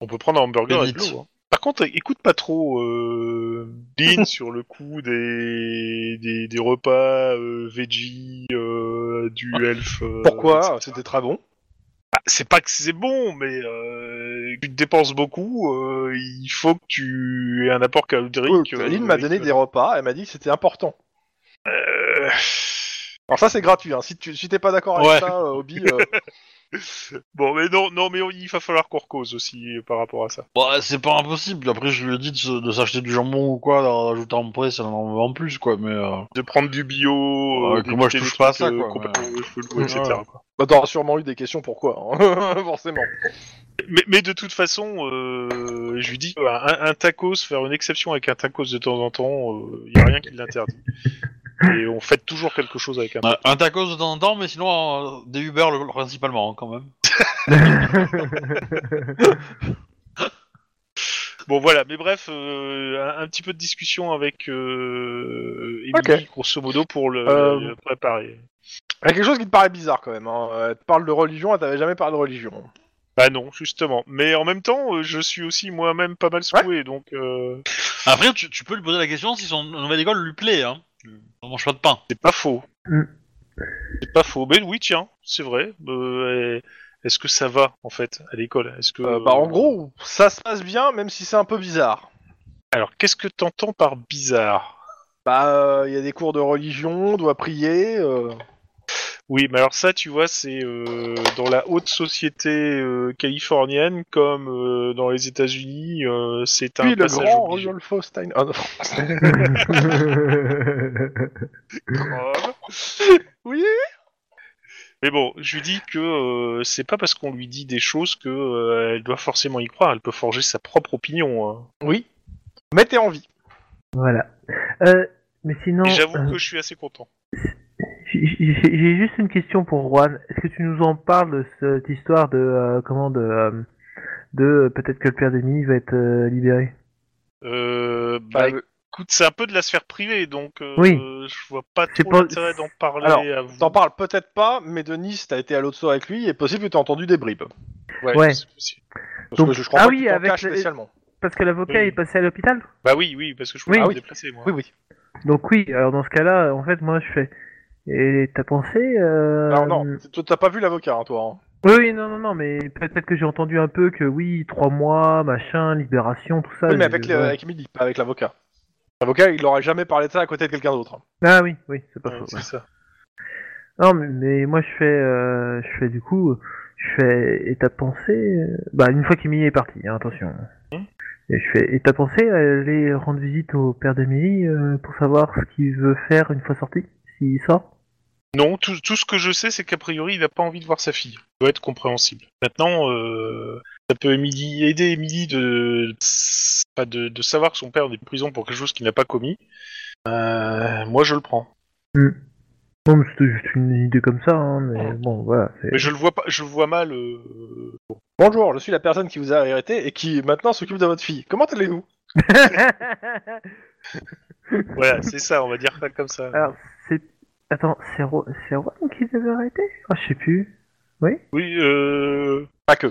C: On peut prendre un hamburger avec
B: Bénite.
C: l'eau. hein. Par contre, écoute pas trop euh, Lynn sur le coup des, des, des repas euh, veggie, euh, du elf. euh,
A: Pourquoi C'était très bon.
C: Ah, c'est pas que c'est bon, mais euh, tu te dépenses beaucoup, euh, il faut que tu aies un apport calorique.
A: Cool.
C: euh,
A: Lynn m'a donné
C: qui-
A: des repas, elle m'a dit que c'était important.
C: Euh,
A: Alors ça c'est gratuit, hein. si tu si t'es pas d'accord avec
B: Ouais.
A: ça, euh, Obi, euh,
C: euh, Bon, mais non, non, mais on- il va falloir qu'on cause aussi euh, par rapport à ça.
B: Bah, c'est pas impossible. Après, je lui ai dit de, se- de s'acheter du jambon ou quoi, d'en rajouter en prêt, ça en en plus, quoi. Mais euh,
C: De prendre du bio,
B: Ouais, que moi, je
C: d'éviter
B: touche
C: les
B: pas à
C: trucs,
B: ça,
C: euh,
B: quoi,
C: complètement chelous,
B: Ouais.
C: etc. quoi.
A: bah, t'auras sûrement eu des questions pourquoi, hein. forcément.
C: Mais, mais de toute façon, euh, je lui dis euh, un, un tacos, faire une exception avec un tacos de temps en temps, il y a rien qui l'interdit. Et on fait toujours quelque chose avec un
B: euh, un tacos de temps en temps, mais sinon euh, des Uber le- principalement, hein, quand même.
C: Bon voilà, mais bref, euh, un, un petit peu de discussion avec euh, Emily,
A: Ok.
C: grosso modo, pour le,
A: Euh,
C: le préparer.
A: Il y a quelque chose qui te paraît bizarre quand même, hein. Euh, elle te parle de religion, elle t'avait jamais parlé de religion.
C: Bah non, justement. Mais en même temps, euh, je suis aussi moi-même pas mal secoué, donc euh,
B: Après, tu, tu peux lui poser la question si son nouvelle école lui plaît. Hein. On mange pas de pain.
C: c'est pas faux.
D: Mm.
C: C'est pas faux. Mais oui, tiens, c'est vrai. Euh, Est-ce que ça va, en fait, à l'école Est-ce que...
A: Euh, bah en gros, ça se passe bien même si c'est un peu bizarre.
C: Alors, qu'est-ce que t'entends par bizarre
A: Bah euh, il y a des cours de religion, on doit prier. euh.
C: Oui, mais alors ça, tu vois, c'est euh, dans la haute société euh, californienne, comme euh, dans les États-Unis, euh, c'est un
A: Puis le
C: passage
A: grand
C: obligé.
A: Rodolfo Stein. Ah, non.
C: Ah,
A: oui.
C: Mais bon, je lui dis que euh, c'est pas parce qu'on lui dit des choses que euh, elle doit forcément y croire. Elle peut forger sa propre opinion. hein.
A: Oui. Mais t'es en vie.
D: voilà. Euh, mais sinon,
C: Et j'avoue
D: euh,
C: que je suis assez content.
D: j'ai j'ai- j'ai juste une question pour Juan. Est-ce que tu nous en parles de cette histoire de euh, comment de euh, de euh, peut-être que le père d'Emily va être euh, libéré
C: Euh, bah,
A: Bah,
C: écoute, c'est un peu de la sphère privée, donc euh,
D: Oui.
C: je vois pas
D: C'est
C: trop
D: pas-
C: l'intérêt d'en parler
A: Alors,
C: à vous.
A: T'en parles peut-être pas, mais Denis, t'as été à l'autre soir avec lui, et possible que t'as entendu des bribes.
C: Ouais,
D: Ouais.
C: c'est possible.
A: Parce
D: Donc-
A: que je crois
D: Ah
A: pas
D: oui,
A: que tu t'en
D: avec
A: caches
D: le-
A: spécialement.
D: Parce que l'avocat
C: Oui.
D: est passé à l'hôpital.
C: Bah oui, oui, parce que je
D: Oui.
C: pouvais
A: Ah
C: me
A: oui.
C: déplacer, moi.
A: Oui, oui.
D: Donc oui. Alors dans ce cas-là, en fait, moi je fais. Et t'as pensé euh...
A: Alors non, t- t'as pas vu l'avocat, hein, toi. hein.
D: Oui, oui, non, non, non, mais peut-être que j'ai entendu un peu que oui, trois mois, machin, libération, tout ça.
A: oui, mais
D: j'ai-
A: avec, les-
D: ouais.
A: avec Emily, pas avec l'avocat. L'avocat, il aurait jamais parlé de ça à côté de quelqu'un d'autre.
D: Ah oui, oui, c'est pas
C: Ouais,
D: faux.
C: c'est ça.
D: Non, mais, mais moi je fais, euh, je fais du coup, je fais. Et t'as pensé euh, Bah une fois qu'Emilie est partie, hein, attention. Et je fais. Et t'as pensé à aller rendre visite au père d'Emilie euh, pour savoir ce qu'il veut faire une fois sorti, s'il sort
C: Non, tout, tout ce que je sais, c'est qu'a priori, il n'a pas envie de voir sa fille. Ça doit être compréhensible. Maintenant, euh, ça peut Emily- aider Émilie de, pas de, de savoir que son père est en prison pour quelque chose qu'il n'a pas commis. Euh, moi, je le prends.
D: Bon, mais c'était juste une idée comme ça, hein, mais
A: Ah.
D: bon, voilà. c'est-
C: Mais je le vois pas, je le vois mal. euh,
A: Bonjour, je suis la personne qui vous a arrêté et qui maintenant s'occupe de votre fille. Comment allez-vous
C: Voilà, c'est ça, on va dire ça comme ça.
D: Alors, c'est. Attends, c'est Ro... c'est Ron qui les avait arrêtés Ah, je sais plus.
C: Oui, euh,
A: Pas que.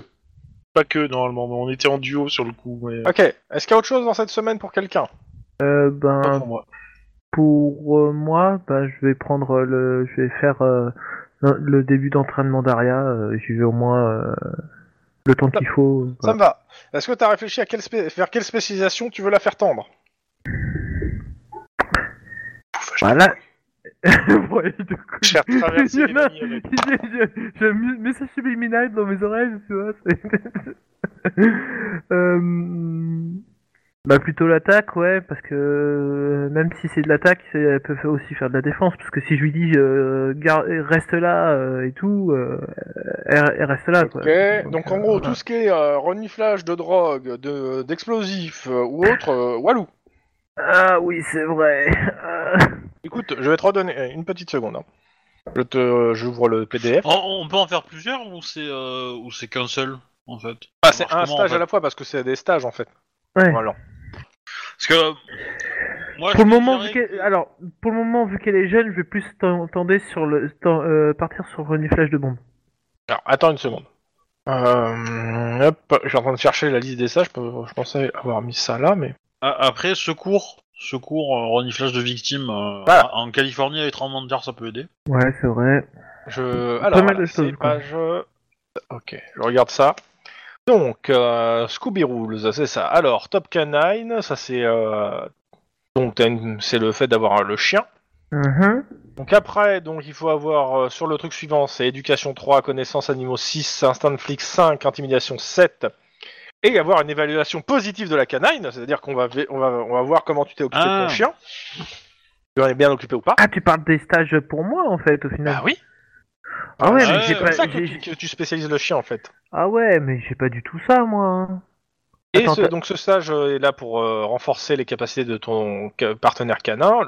C: pas que normalement, mais on était en duo sur le coup. Mais...
A: Ok, est-ce qu'il y a autre chose dans cette semaine pour quelqu'un
D: Euh,
C: Pas
A: Ah.
D: ben,
C: pour moi.
D: pour euh, moi, ben, je vais prendre euh, le. Je vais faire euh, le- le début d'entraînement d'Aria. euh, J'y vais au moins euh, le temps qu'il faut. euh,
A: Ça me va. Est-ce que t'as réfléchi à quelle spé- vers quelle spécialisation tu veux la faire tendre
D: Voilà. Ouais, du coup,
C: Cher
D: il y
C: traverser les
D: en a-
C: manies avec.
D: j'ai- j'ai un mu- message subliminal dans mes oreilles, tu vois. c'est- Euh, Bah plutôt l'attaque, ouais, parce que euh, même si c'est de l'attaque, c'est- elle peut faire- aussi faire de la défense, parce que si je lui dis euh, gar- reste là euh, et tout, euh, elle, elle reste là. Quoi.
A: Ok, donc en
D: euh,
A: gros, tout ce qui est euh, reniflage de drogue, de- d'explosifs euh, ou autre, euh, walou.
D: Ah oui, c'est vrai. Ah.
A: Écoute, je vais te redonner euh, une petite seconde. hein. Je te, euh, j'ouvre le PDF.
B: On, on peut en faire plusieurs ou c'est euh, ou c'est qu'un seul en fait
A: Ah,
B: Ça
A: c'est
B: marche
A: un
B: comment,
A: stage
B: en fait
A: à la fois parce que c'est des stages en fait.
D: Ouais.
A: Voilà.
B: Parce que moi, je
D: Pour le moment,
B: dirais
D: vu qu'elle...
B: que-
D: alors pour le moment vu qu'elle est jeune, je vais plus t'en- tender sur le t'en- euh, partir sur reniflage de bombe.
A: Alors, attends une seconde. Euh, hop, je suis en train de chercher la liste des stages. Je, peux- je pensais avoir mis ça là, mais.
B: A- Après, secours, secours, euh, reniflage de victimes euh,
A: Voilà.
B: en en Californie avec tremblement de terre, ça peut aider.
D: Ouais, c'est vrai.
A: Je...
D: Pas
A: Alors,
D: mal
A: voilà,
D: de choses,
A: c'est
D: quoi.
A: page... euh, Ok, je regarde ça. Donc, euh, Scooby Rules, c'est ça. Alors, Top Canine, ça c'est... euh, Donc, t'as une- c'est le fait d'avoir euh, le chien.
D: Mhm.
A: Donc après, donc il faut avoir euh, sur le truc suivant, c'est éducation 3, connaissance animaux 6, instinct de flic 5, intimidation 7, et avoir une évaluation positive de la canine, c'est-à-dire qu'on va, vé- on va, on va voir comment tu t'es occupé de
B: Ah.
A: ton chien, tu en es bien occupé ou pas.
D: Ah, tu parles des stages pour moi en fait au final.
A: Bah oui,
D: Ah ouais,
B: Ah ouais,
D: mais j'ai
A: c'est
D: pas-
A: comme ça que
D: j'ai-
A: tu, que tu spécialises le chien en fait.
D: Ah ouais, mais j'ai pas du tout ça moi.
A: Et
D: Attends,
A: ce-
D: t'as-
A: donc ce stage euh, est là pour euh, renforcer les capacités de ton ca- partenaire canin.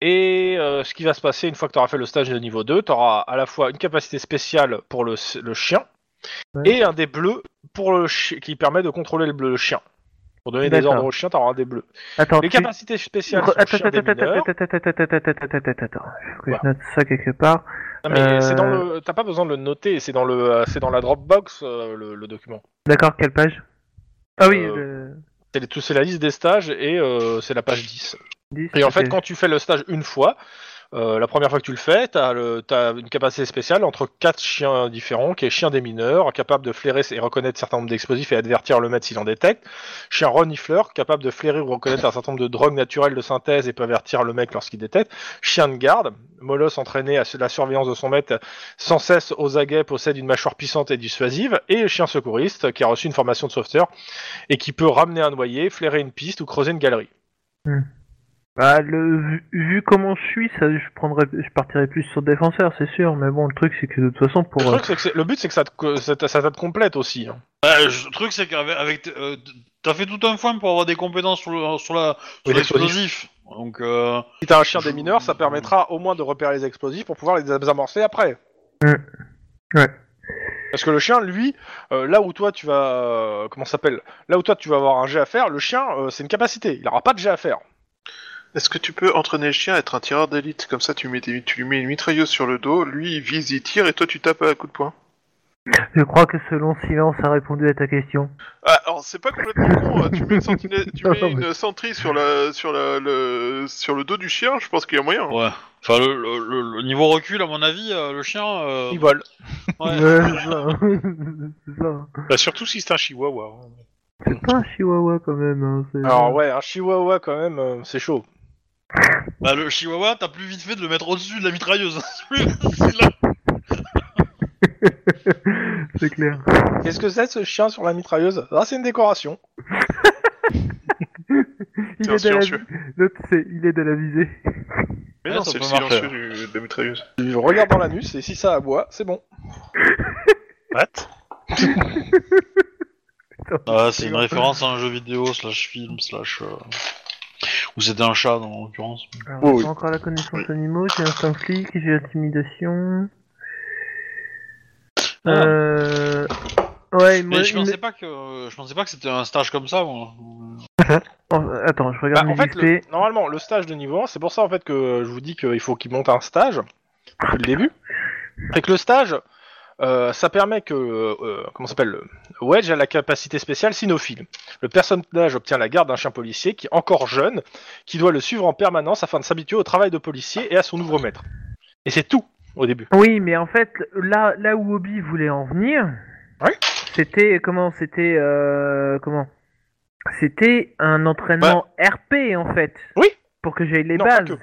A: Et euh, ce qui va se passer une fois que tu auras fait le stage de niveau 2, tu auras à la fois une capacité spéciale pour le, s- le chien
D: Ouais.
A: et un dé bleu pour le chi- qui permet de contrôler le, bleu- le chien. Pour donner des
D: D'accord.
A: ordres au chien, tu auras un dé bleu.
D: Attends,
A: Les
D: tu...
A: capacités spéciales
D: Re-
A: sont
D: Attends,
A: chien
D: attends,
A: des
D: attends,
A: mineurs.
D: attends, attends, attends, attends, attends, attends, attends, attends. Faut que
A: Voilà.
D: je note ça quelque part.
A: Non, mais c'est dans
D: Euh.
A: le- t'as pas besoin de le noter, c'est dans le, euh, c'est dans la Dropbox euh, le, le document.
D: D'accord, quelle page Ah oui,
A: Euh, C'est les- c'est la liste des stages et euh, c'est la page 10.
D: le 10,
A: Et en fait,
D: ok.
A: quand tu fais le stage une fois, euh, la première fois que tu le fais, tu as, une capacité spéciale entre quatre chiens différents, qui est chien des mineurs, capable de flairer et reconnaître certains nombres d'explosifs et avertir le maître s'il en détecte, chien renifleur, capable de flairer ou reconnaître un certain nombre de drogues naturelles de synthèse et peut avertir le mec lorsqu'il détecte, chien de garde, molosse entraîné à su- la surveillance de son maître sans cesse aux aguets, possède une mâchoire puissante et dissuasive, et chien secouriste, qui a reçu une formation de sauveteur et qui peut ramener un noyé, flairer une piste ou creuser une galerie.
D: Bah, le, vu, vu comment je suis, ça, je prendrais, je partirais plus sur défenseur, c'est sûr. Mais bon, le truc, c'est que de toute façon, pour.
A: Le,
D: euh,
A: truc, c'est que c'est- le but, c'est que ça te, co- ça te- ça te complète aussi. hein.
B: Euh, je- le truc, c'est qu'avec avec, euh, t'as fait tout un foin pour avoir des compétences sur, le- sur la
A: Oui,
B: sur l'explosif. Donc euh,
A: Si t'as un chien des mineurs, ça permettra au moins de repérer les explosifs pour pouvoir les amorcer après.
D: Mm. Ouais.
A: Parce que le chien, lui, euh, là où toi tu vas, euh, comment ça s'appelle, là où toi tu vas avoir un jet à faire, le chien, euh, c'est une capacité. Il aura pas de jet à faire.
E: Est-ce que tu peux entraîner le chien à être un tireur d'élite Comme ça, tu, mets des- tu lui mets une mitrailleuse sur le dos, lui il vise, il tire, et toi tu tapes à coups de poing.
D: Je crois que ce long silence a répondu à ta question.
E: Ah, alors c'est pas complètement con, hein. tu mets une, sentinelle- tu
D: Non,
E: mets
D: non,
E: une sentrie sur, la, sur, la, le, sur le dos du chien, je pense qu'il y a moyen. hein.
B: ouais. Enfin, le, le- le- le niveau recul, à mon avis, euh, le chien. euh,
A: Il vole.
B: ouais.
D: Ouais, c'est ça. C'est ça.
C: Bah, surtout si c'est un chihuahua. hein.
D: C'est pas un chihuahua quand même. hein, c'est-
A: Alors ouais, un chihuahua quand même, euh, c'est chaud.
B: Bah, le chihuahua, t'as plus vite fait de le mettre au-dessus de la mitrailleuse. C'est plus facile.
D: c'est clair.
A: Qu'est-ce que c'est ce chien sur la mitrailleuse Ah, c'est une décoration.
D: Il
E: C'est un
D: est, de la...
E: silencieux.
D: l'autre, c'est- il est de la visée.
E: Mais
B: Ouais,
E: non,
B: ça
E: c'est le
B: peut marcher,
E: silencieux du- de la mitrailleuse.
A: Je regarde dans l'anus et si ça aboie, c'est bon.
C: What
B: Ah, c'est une référence à un jeu vidéo slash film slash. euh, Ou c'était un chat, dans- en l'occurrence.
D: Alors,
C: Oh, oui.
D: j'ai encore la connaissance animaux, j'ai un flic, j'ai l'intimidation. Euh... Ouais, moi,
B: Mais je
D: il me-
B: pensais pas que, euh, je pensais pas que c'était un stage comme ça, moi.
D: Oh, attends, je
A: Bah,
D: regarde
A: en
D: mes
A: fait,
D: XP.
A: le- normalement, le stage de niveau 1, c'est pour ça en fait que je vous dis qu'il faut qu'il monte un stage depuis le début. C'est que le stage, euh, ça permet que euh, comment ça s'appelle le- Wedge a la capacité spéciale cynophile. Le personnage obtient la garde d'un chien policier qui est encore jeune, qui doit le suivre en permanence afin de s'habituer au travail de policier et à son nouveau maître. Et c'est tout au début.
D: Oui, mais en fait, là, là où Obi voulait en venir,
A: Ouais.
D: c'était comment C'était euh, comment C'était un entraînement RP en fait.
A: Bah. Oui.
D: Pour que j'aille les
A: Non, pas
D: bases.
A: que.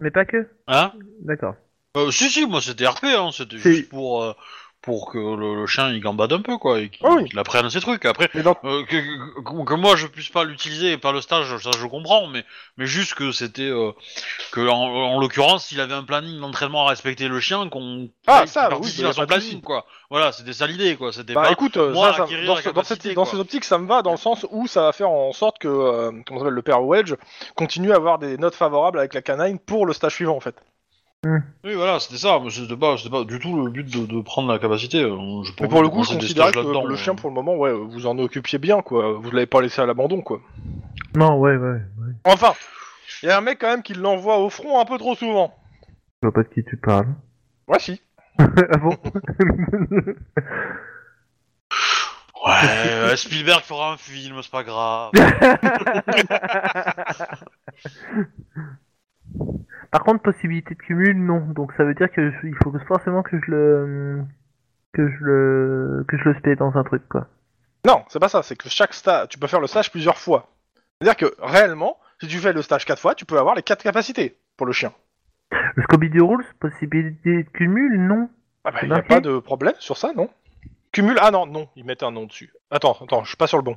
D: Mais pas que.
B: Hein
D: D'accord.
B: Euh, Si, si, moi c'était RP, hein. C'était
D: Si.
B: juste pour, euh, pour que le, le chien il gambade un peu, quoi, et qu'il
A: Ah oui.
B: qu'il apprenne ses trucs. Après,
A: Mais dans-
B: Euh, que, que- que- que moi je puisse pas l'utiliser par le stage, ça je comprends, mais, mais juste que c'était. euh, que en, en l'occurrence, il avait un planning d'entraînement à respecter le chien, qu'on.
A: Ah,
B: qu'il
A: ça, oui,
B: participe
A: bah, y a
B: à son
A: pas de
B: planning,
A: souci.
B: quoi. Voilà, c'était ça l'idée, quoi. C'était
A: Bah
B: pas.
A: écoute, euh,
B: moi,
A: ça, ça-
B: acquérir
A: dans,
B: la
A: ce- dans
B: capacité,
A: cette, dans
B: quoi.
A: cette optique, ça me va dans le sens où ça va faire en sorte que euh, comment ça s'appelle, le père Wedge continue à avoir des notes favorables avec la canine pour le stage suivant en fait.
B: Oui, voilà, c'était ça, mais c'était pas, c'était pas du tout le but de, de prendre la capacité. euh, j'ai pas
A: Mais pour le
B: envie de
A: coup, je
B: lancer des
A: considère
B: stages
A: que
B: là-dedans,
A: le
B: euh.
A: chien pour le moment, ouais, vous en occupiez bien quoi. Vous l'avez pas laissé à l'abandon quoi.
D: Non, ouais, ouais.
A: Enfin, il y a un mec quand même qui l'envoie au front un peu trop souvent.
D: Je vois pas de qui tu parles.
A: Ouais si.
D: ah bon
B: Ouais, euh, Spielberg fera un film, c'est pas grave.
D: Par contre, possibilité de cumul, non. Donc ça veut dire que je- il faut que- forcément que je le que je le que je le spé dans un truc quoi.
A: Non, c'est pas ça. C'est que chaque stage, tu peux faire le stage plusieurs fois. C'est-à-dire que réellement, si tu fais le stage quatre fois, tu peux avoir les quatre capacités pour le chien.
D: Le Scooby Doo Rules, possibilité de cumul, non.
A: Ah bah,
D: C'est
A: il n'y a
D: marqué
A: pas de problème sur ça, non Cumule Ah non, non, ils mettent un nom dessus. Attends, attends, je suis pas sur le bon.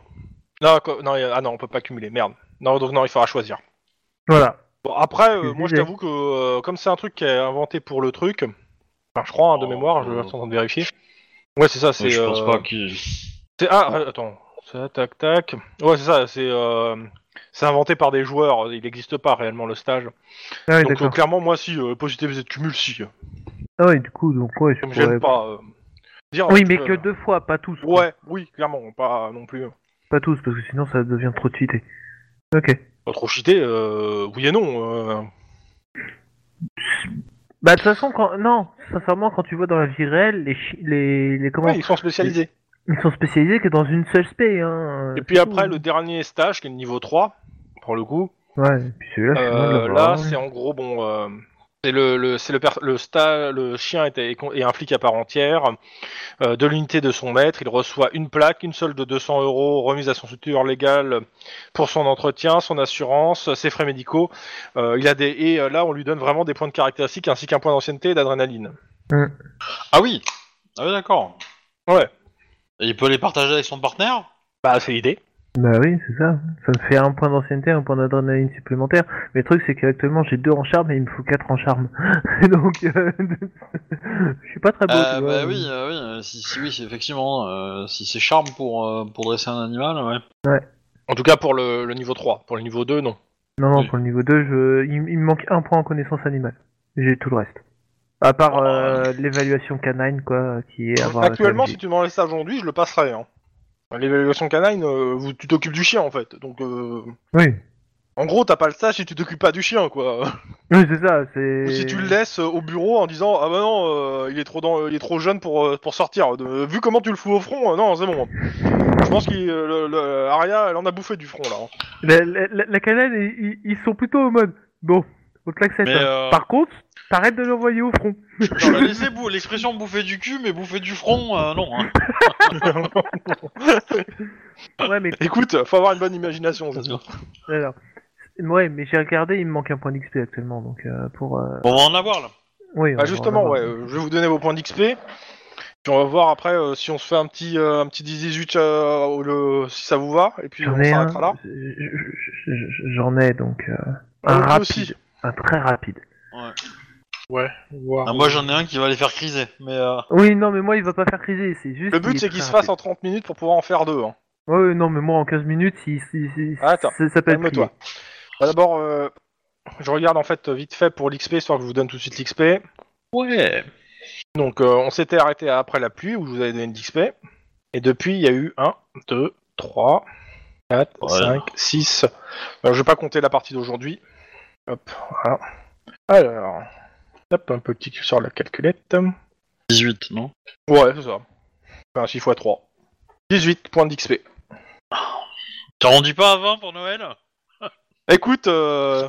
A: Non, quoi- non, y a- ah non, on peut pas cumuler, merde. Non, donc non, il faudra choisir.
D: Voilà.
A: Bon, après, euh,
D: Excusez.
A: moi je t'avoue que euh, comme c'est un truc qui est inventé pour le truc, enfin, je crois, hein, de
B: Oh,
A: mémoire, je
B: euh.
A: vais en train de vérifier. Ouais, c'est ça, c'est.
B: je pense
A: euh,
B: pas qu'il.
A: c'est- Ah, euh, attends. Ça, tac, tac. Ouais, c'est ça, c'est. euh, C'est inventé par des joueurs, il n'existe pas réellement le stage.
D: Ah oui,
A: donc euh,
D: d'accord.
A: clairement, moi si, euh, positivité de cumul, si.
D: Ah oui, du coup, donc ouais, je
A: Ça me gêne
D: pourrais-
A: pas. euh, dire,
D: Oui,
A: tu
D: mais
A: peux-
D: que deux fois, pas tous. quoi.
A: Ouais, oui, clairement, pas non plus.
D: Pas tous, parce que sinon ça devient trop cheaté. Ok.
A: Pas trop cheaté, euh, oui et non. euh.
D: Bah de toute façon, quand... non, sincèrement, quand tu vois dans la vie réelle, les chi- les, les comment
A: Ouais, ils sont spécialisés.
D: ils sont spécialisés que dans une seule spé. Hein.
A: Et
D: C'est
A: puis
D: tout,
A: après,
D: hein.
A: le dernier stage, qui est le niveau 3, pour le coup,
D: Ouais. Et puis celui-là, je suis loin de
A: euh,
D: l'avoir. hein.
A: là, c'est en gros, bon, euh, c'est le, le, c'est le, pers- le, sta- le chien est, est un flic à part entière, euh, de l'unité de son maître, il reçoit une plaque, une solde de 200 euros remise à son tuteur légal pour son entretien, son assurance, ses frais médicaux, Euh, il a des, et euh, là, on lui donne vraiment des points de caractéristiques ainsi qu'un point d'ancienneté et d'adrénaline.
B: Ah oui Ah oui, d'accord.
A: Ouais.
B: Et il peut les partager avec son partenaire
A: Bah, c'est l'idée.
D: Bah oui, c'est ça. Ça me fait un point d'ancienneté, un point d'adrénaline supplémentaire. Mais le truc, c'est qu'actuellement, j'ai deux en charme et il me faut quatre en charme. Donc, euh, je suis pas très beau.
B: Euh,
D: tu vois.
B: bah oui, euh, oui, euh, si, si, oui, c'est effectivement, euh, si c'est charme pour, euh, pour dresser un animal, ouais.
A: En tout cas, pour le, le niveau 3. Pour le niveau 2, non.
D: Non, non,
B: Oui.
D: pour le niveau 2, je... il, il me manque un point en connaissance animale. J'ai tout le reste. À part
B: Oh.
D: euh, l'évaluation canine, quoi, qui est à voir avec
A: Actuellement,
D: la
A: si
D: vie.
A: tu m'en laisses aujourd'hui, je le passerai. Hein. L'évaluation canine, euh, vous- tu t'occupes du chien en fait. Donc, euh,
D: Oui,
A: en gros, t'as pas le stage si tu t'occupes pas du chien, quoi.
D: oui c'est ça,
A: Ou
D: c'est...
A: si tu le laisses euh, au bureau en disant ah bah non, euh, il est trop dans, il est trop jeune pour euh, pour sortir. De- vu comment tu le fous au front, euh, non, c'est bon. Je pense que le, le- Aria, elle en a bouffé du front là. hein.
D: La, la, la- la canine, ils, ils- ils sont plutôt en mode... Bon, on te l'accepte.
B: Mais
D: hein.
B: euh,
D: Par contre, t'arrêtes de l'envoyer au front.
B: non, laissez bou- l'expression bouffer du cul, mais bouffer du front, euh, non. hein.
D: Ouais, mais
A: Écoute, faut avoir une bonne imagination. c'est sûr.
D: Alors, ouais, mais j'ai regardé, il me manque un point d'XP actuellement, donc euh, pour. euh,
B: Bon, on va en avoir là.
D: Oui, on
A: Bah
D: va
A: justement,
D: voir.
A: ouais, euh, je vais vous donner vos points d'XP. Puis on va voir après euh, si on se fait un petit, euh, un petit 10-18 euh, ou le- si ça vous va. Et puis
D: J'en
A: on
D: ai un.
A: s'arrêtera là.
D: je- je- je- je- J'en ai donc euh,
A: Euh,
D: un
A: moi
D: rapide,
A: aussi.
D: un très rapide.
C: Voir.
B: Ah, moi j'en ai un qui va les faire criser, mais euh,
D: Oui, non, mais moi il va pas faire criser, c'est juste.
A: Le but c'est qu'il se fasse en 30 minutes pour pouvoir en faire deux. hein.
D: Ouais, ouais, non, mais moi en 15 minutes, si, si, si-
A: Attends,
D: ça, ça peut être.
A: calme-toi.
D: plié.
A: Bah, D'abord, euh, je regarde en fait vite fait pour l'XP, histoire que je vous donne tout de suite l'XP.
B: Ouais.
A: Donc, euh, on s'était arrêté après la pluie où je vous avais donné l'XP. Et depuis, il y a eu 1, 2, 3, 4,
B: Ouais.
A: 5, 6. Alors, je vais pas compter la partie d'aujourd'hui. Hop, voilà. Alors, hop, un petit sur la calculette.
B: 18, non
A: Ouais, c'est ça. Enfin, 6 x 3. 18 points d'XP.
B: T'en rendis pas à 20 pour Noël
A: Écoute, euh,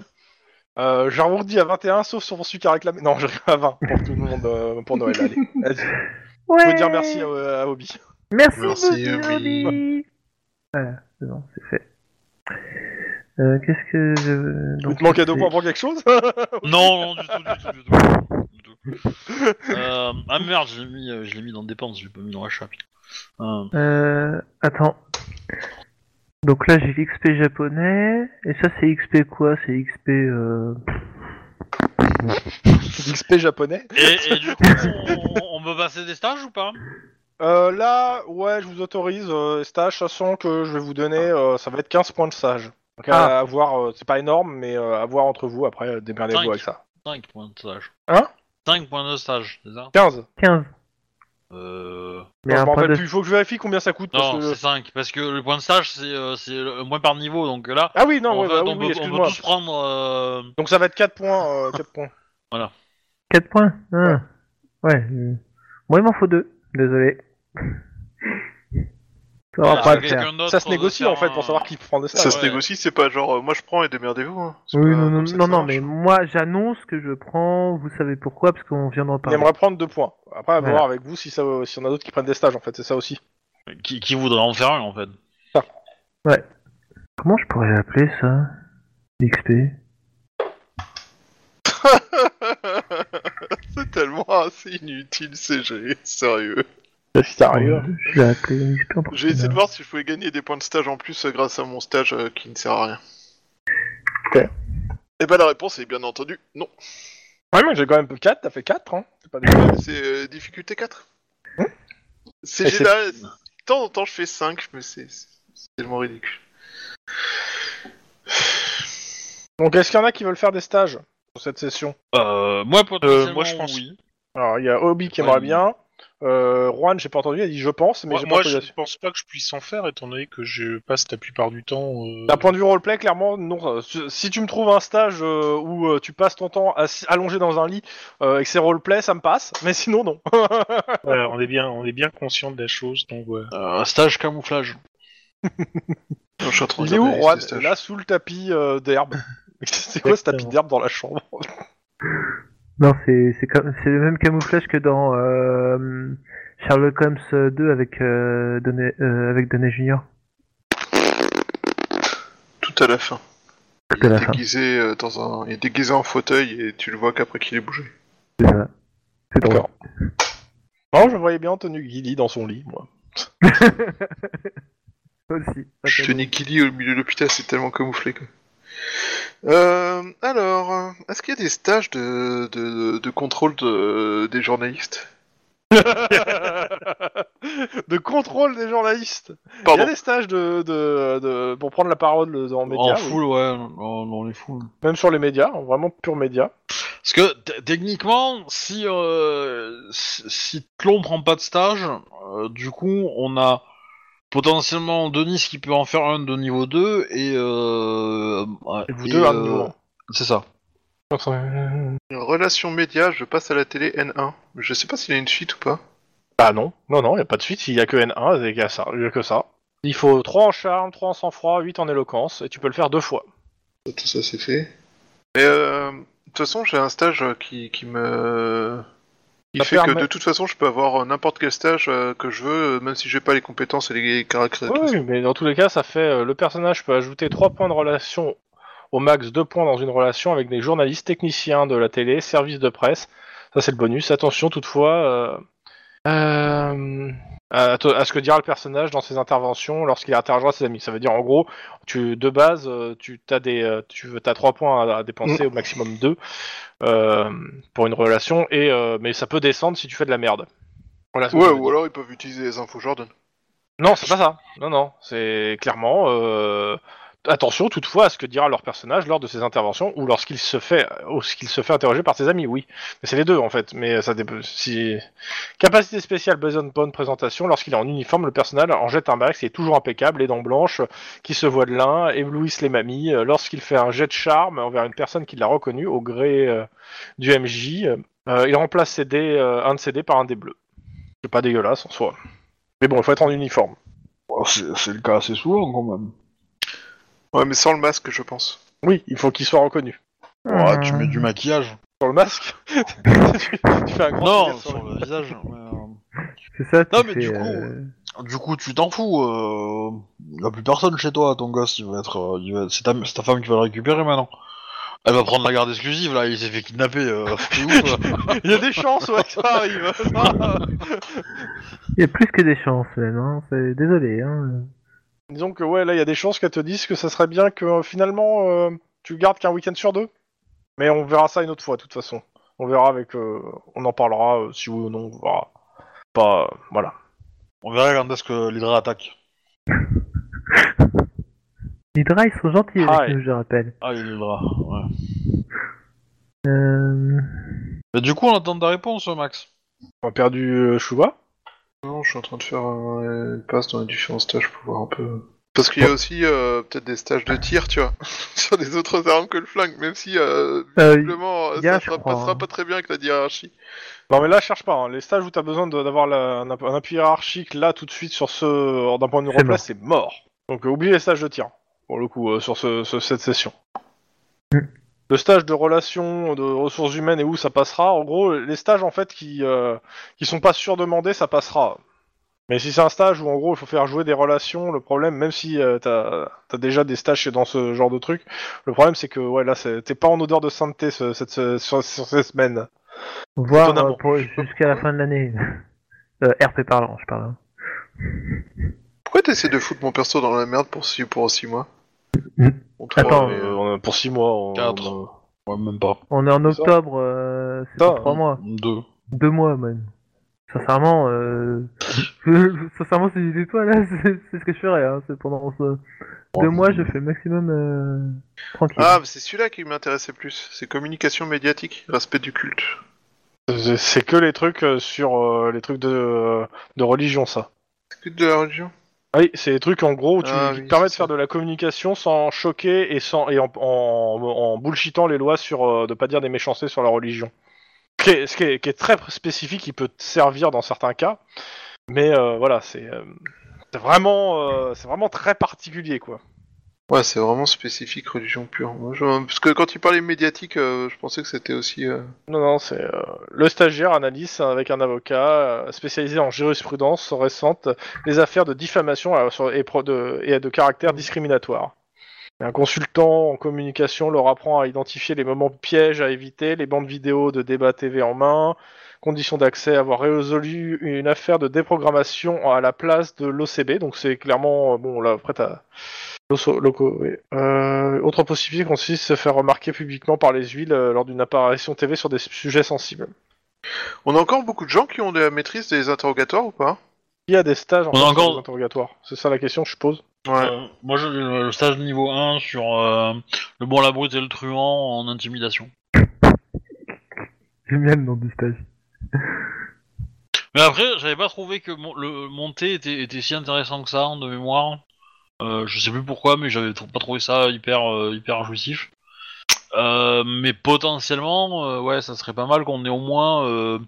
A: euh, j'arrondis à 21, sauf sur celui qui a réclamé. Non, je à 20 pour tout le monde, euh, pour Noël. Allez, vas-y. Je veux dire merci hein. à, à Obi.
D: Merci,
F: Merci,
D: beaucoup,
F: oui.
D: Rudy. Voilà, c'est bon, c'est fait. Euh, Qu'est-ce que je...
A: Il te manquait deux points pour quelque chose hein.
B: Non, non, du tout, du tout, du tout. Du tout. Euh, ah merde, je l'ai mis, euh, je l'ai mis dans dépenses, je l'ai pas mis dans achat. Euh,
D: Euh, attends. Donc là, j'ai l'XP japonais. Et ça, c'est XP quoi C'est XP... Euh...
A: XP japonais.
B: et, et du coup, on, on peut passer des stages ou pas
A: Euh, là, ouais, je vous autorise, euh, stage, sachant que je vais vous donner, euh, ça va être 15 points de stage. Donc à, à voir, euh, c'est pas énorme, mais euh, à voir entre vous, après, euh, démerdez-vous
B: Cinq.
A: avec ça.
B: 5 points de stage.
A: Hein
B: 5 points de stage, c'est ça
A: 15
D: 15.
B: Euh...
A: mais Je m'en
D: après,
A: rappelle
D: de-
A: plus, il faut que je vérifie combien ça coûte. parce
B: Non,
A: que-
B: c'est 5, parce que le point de stage, c'est euh, c'est le moins par niveau, donc euh, là,
A: Ah oui, non,
B: on,
A: ouais, bah
B: va-
A: oui, oui,
B: on peut, on peut
A: excuse-moi.
B: tous prendre... euh,
A: Donc ça va être 4 points. euh, 4 points.
D: 4 points ah. Ouais. euh, Moi, il m'en faut 2. Désolé. Ça va
B: voilà,
D: pas le
B: quelqu'un
E: Ah,
D: faire.
B: d'autre
A: Ah,
B: euh,
A: Ça se
B: de
A: négocie
B: faire
A: en fait
B: un-
A: pour savoir qui prend des
E: Ça
A: stages.
E: se
B: Ah, ouais.
E: négocie, c'est pas genre euh, moi je prends et démerdez-vous. hein. C'est
D: Oui,
E: pas
D: non, non,
E: comme ça que
D: non,
E: ça
D: non,
E: marche.
D: mais moi, j'annonce que je prends... Vous savez pourquoi Parce qu'on vient d'en
A: On
D: parler.
A: aimerait prendre 2 points. Après, à
D: Voilà.
A: voir avec vous si, ça, si on a d'autres qui prennent des stages en fait, c'est ça aussi.
B: Qui, qui voudrait en faire un, en fait
D: Comment je pourrais appeler ça XP
E: C'est tellement assez inutile CG, sérieux.
A: Sérieux
D: Je l'ai appelé XP en
E: J'ai essayé de voir si je pouvais gagner des points de stage en plus euh, grâce à mon stage euh, qui ne sert à rien.
A: Ok.
E: Et bah la réponse est bien entendu non.
A: Ouais, mais j'ai quand même 4, t'as fait 4, hein. C'est pas des...
E: C'est euh, difficulté 4.
A: Hmm.
E: CG
A: c'est-
E: là, de temps en temps je fais 5, mais c'est c'est tellement ridicule.
A: Donc est-ce qu'il y en a qui veulent faire des stages pour cette session
B: euh, Moi, potentiellement,
C: moi, je pense-
B: oui.
A: Alors il y a Obi qui aimerait
B: Ouais.
A: bien. Euh, Juan, j'ai pas entendu, il a dit je pense, mais
C: moi,
A: j'ai pas
C: moi,
A: entendu. la
C: je
A: suite.
C: pense pas que je puisse en faire, étant donné que je passe la plupart du temps. euh,
A: D'un point de vue roleplay, clairement, non. Euh, Si- Si tu me trouves un stage euh, où euh, tu passes ton temps assis- allongé dans un lit euh, et que c'est roleplay, ça me passe, mais sinon, non.
C: voilà, Euh, on est bien, on est bien conscient de la chose, donc voilà.
B: Euh, stage camouflage.
E: Non, je suis en train de
A: Il est où,
E: regarder la
A: Juan
E: liste des stages.
A: Là, sous le tapis euh, d'herbe. C'est quoi ce tapis
C: Exactement.
A: d'herbe dans la chambre
D: Non, c'est c'est comme- c'est le même camouflage que dans euh, Sherlock Holmes 2 avec euh, Downey- euh, avec Downey Junior.
E: Tout à la fin.
D: Tout à la fin.
E: déguisé euh, dans un, il est déguisé en fauteuil et tu le vois qu'après qu'il est bougé.
D: C'est ça. C'est drôle.
A: D'accord. Non, je voyais bien Anthony Guilly dans son lit, moi.
D: Aussi.
E: Je tenais Killy au milieu de l'hôpital, c'est tellement camouflé. Quoi. Euh, alors, euh, est-ce qu'il y a des stages de, de, de contrôle de- des journalistes
A: de contrôle des journalistes. Il y a
E: Pardon.
A: des stages de, de, de- pour prendre la parole dans les médias,
B: en
A: oui.
B: full, ouais, on, on est full.
A: même sur les médias, vraiment pur média.
B: Parce que t- techniquement, si, euh, si, si Tlon prend pas de stage, euh, du coup, on a potentiellement Denis qui peut en faire un de niveau 2 et. Euh,
A: Et vous deux, un de
B: euh,
A: nouveau.
B: C'est ça.
E: Relation média, je passe à la télé N1. Je sais pas s'il y a une suite ou pas.
A: Bah non, non, non, il n'y a pas de suite. Il y a que N1, il y a, ça, il y a que ça. Il faut 3 en charme, 3 en sang-froid, 8 en éloquence, et tu peux le faire deux fois.
E: Tout ça c'est fait. Mais euh, de toute façon, j'ai un stage euh, qui, qui me. Il
A: Ça
E: fait que
A: permet-
E: de toute façon, je peux avoir euh, n'importe quel stage euh, que je veux, euh, même si j'ai pas les compétences et les caractéristiques.
A: Oui, mais dans tous les cas, ça fait euh, le personnage peut ajouter 3 points de relation au max 2 points dans une relation avec des journalistes, techniciens de la télé, services de presse. Ça c'est le bonus. Attention toutefois euh, euh, à, à ce que dira le personnage dans ses interventions lorsqu'il interrogera ses amis. Ça veut dire en gros, tu de base, euh, tu as des, euh, tu as 3 points à, à
E: Mm.
A: dépenser au maximum 2 pour une relation et euh, mais ça peut descendre si tu fais de la merde. Voilà ce que
E: Ouais,
A: je veux dire.
E: ou alors ils peuvent utiliser les infos Jordan.
A: Non, c'est pas ça. Non, non, c'est clairement. Euh, Attention toutefois à ce que dira leur personnage lors de ses interventions ou lorsqu'il se fait ou ce qu'il se fait interroger par ses amis, oui. Mais c'est les deux en fait, mais ça dépend si capacité spéciale besoin de bonne présentation lorsqu'il est en uniforme, le personnage en jette un max, il est toujours impeccable, les dents blanches qui se voient de l'un, éblouissent les mamies Euh, lorsqu'il fait un jet de charme envers une personne qui l'a reconnu au gré euh, du MJ, euh, il remplace ses dés, euh, un de ses dés par un dé bleu. C'est pas dégueulasse en soi. Mais bon, il faut être en uniforme.
B: Oh,
F: Bon, c'est c'est le cas assez souvent quand même.
E: Ouais, mais sans le masque, je pense.
A: Oui, il faut qu'il soit reconnu.
D: Ah,
B: Ouais, tu mets du maquillage.
A: Sur le masque tu, tu fais un grand
B: Non,
A: sourire sur
B: sur
A: le-
B: le visage. ouais, euh.
D: C'est ça, tu
B: Non, mais
D: fais,
B: du coup,
D: euh,
B: Du coup, tu t'en fous. Euh... Il y a plus personne chez toi. Ton gosse, il va être. euh, il va- C'est ta... c'est ta femme qui va le récupérer maintenant. Elle va prendre la garde exclusive là. Il s'est fait kidnapper. euh, c'est ouf, euh.
A: Il y a des chances ouais, que ça arrive.
D: Il y a plus que des chances, même. Hein. C'est- Désolé. Hein.
A: Disons que ouais, là, il y a des chances qu'elles te disent que ça serait bien que euh, finalement euh, tu gardes qu'un week-end sur deux. Mais on verra ça une autre fois, de toute façon. On verra avec. euh, on en parlera euh, si oui ou non. On verra. Pas. euh, voilà.
B: On verra quand est-ce que l'hydra attaque.
D: L'Hydra, ils sont gentils avec
A: Ah, ouais.
D: nous, je rappelle.
B: Ah, l'hydra. Ouais.
D: Euh...
B: Mais du coup, on attend ta réponse, Max.
A: On a perdu euh, Chouba.
E: Non, je suis en train de faire euh, une passe dans les différents stages pour voir un peu. Parce qu'il y a aussi euh, peut-être des stages de tir, tu vois, sur les autres armes que le flingue, même si euh,
D: euh,
E: visiblement
D: y a,
E: ça
D: je
E: sera-
D: crois,
E: passera
D: hein.
E: pas très bien avec la hiérarchie.
A: Non, mais là, cherche pas. hein. Les stages où t'as besoin de- d'avoir la- un, app- un appui hiérarchique là, tout de suite, sur ce. euh, D'un point de vue
D: C'est
A: replay, c'est mort. Donc, euh, oublie les stages de tir. Pour le coup, euh, sur ce- ce- cette session.
D: Mm.
A: Le stage de relations, de ressources humaines et où ça passera, en gros, les stages en fait qui, euh, qui sont pas surdemandés, ça passera. Mais si c'est un stage où en gros il faut faire jouer des relations, le problème, même si euh, t'as as déjà des stages dans ce genre de truc, le problème c'est que ouais là c'est- t'es pas en odeur de sainteté ce- cette, ce- sur- sur ces semaines.
D: Voir
A: Étonnamment.
D: euh, pour- jusqu'à la fin de l'année. Euh, RP parlant, je parle. hein.
E: Pourquoi t'essaies de foutre mon perso dans la merde pour 6 pour six mois
D: Hmm.
E: On te voit,
D: Attends.
E: mais, euh,
A: Euh, on a- pour 6 mois. on-
B: Quatre.
A: on a-
B: Ouais, même pas.
D: On est en
A: ça.
D: octobre, euh, c'est
A: Ça,
D: dans trois mois.
B: Deux.
D: Deux mois, même. Sincèrement, euh... je- sincèrement, si j'étais toi, là, c'est c'est ce que je ferais. Hein. C'est pendant ce... deux mois, je fais le maximum euh... tranquille.
E: Ah, mais c'est celui-là qui m'intéressait plus. C'est communication médiatique, respect du culte.
A: C'est- C'est que les trucs euh, sur euh, les trucs de, de religion ça.
E: Culte de la religion
A: Ah Oui, c'est des trucs en gros où tu
E: Ah
A: qui
E: oui,
A: te permets de
E: c'est
A: faire de la communication sans choquer et sans et en, en, en bullshitant les lois sur euh, de pas dire des méchancetés sur la religion. Ce qui est, ce qui est- qui est très spécifique, qui peut te servir dans certains cas, mais euh, voilà, c'est euh, c'est vraiment euh, c'est vraiment très particulier quoi.
E: Ouais, c'est vraiment spécifique religion pure. Moi, je- Parce que quand il parlait médiatique, euh, je pensais que c'était aussi. euh,
A: Non, non, c'est euh, le stagiaire analyse avec un avocat euh, spécialisé en jurisprudence récente les affaires de diffamation euh, sur- et, pro- de, et de caractère discriminatoire. Un consultant en communication leur apprend à identifier les moments pièges à éviter, les bandes vidéo de débat TV en main, conditions d'accès, avoir résolu une affaire de déprogrammation à la place de l'OCB. Donc c'est clairement, euh, bon là après t'as Loso- loco, oui. Euh, autre possibilité consiste à se faire remarquer publiquement par les huiles euh, lors d'une apparition TV sur des sujets sensibles.
E: On a encore beaucoup de gens qui ont de la maîtrise des interrogatoires ou pas
A: Il y a des stages en
B: On a
A: fait, sur
B: encore-
A: les interrogatoires. C'est ça la question, je suppose.
E: Ouais.
B: Euh, moi, j'ai le le stage niveau 1 sur euh, le bon, la brute et le truand en intimidation.
D: J'aime bien le nom du stage.
B: Mais après, j'avais pas trouvé que mon- le monter était, était si intéressant que ça en de mémoire. Euh, je sais plus pourquoi, mais j'avais tr- pas trouvé ça hyper euh, hyper jouissif. Euh, mais potentiellement, euh, ouais, ça serait pas mal qu'on ait au moins euh,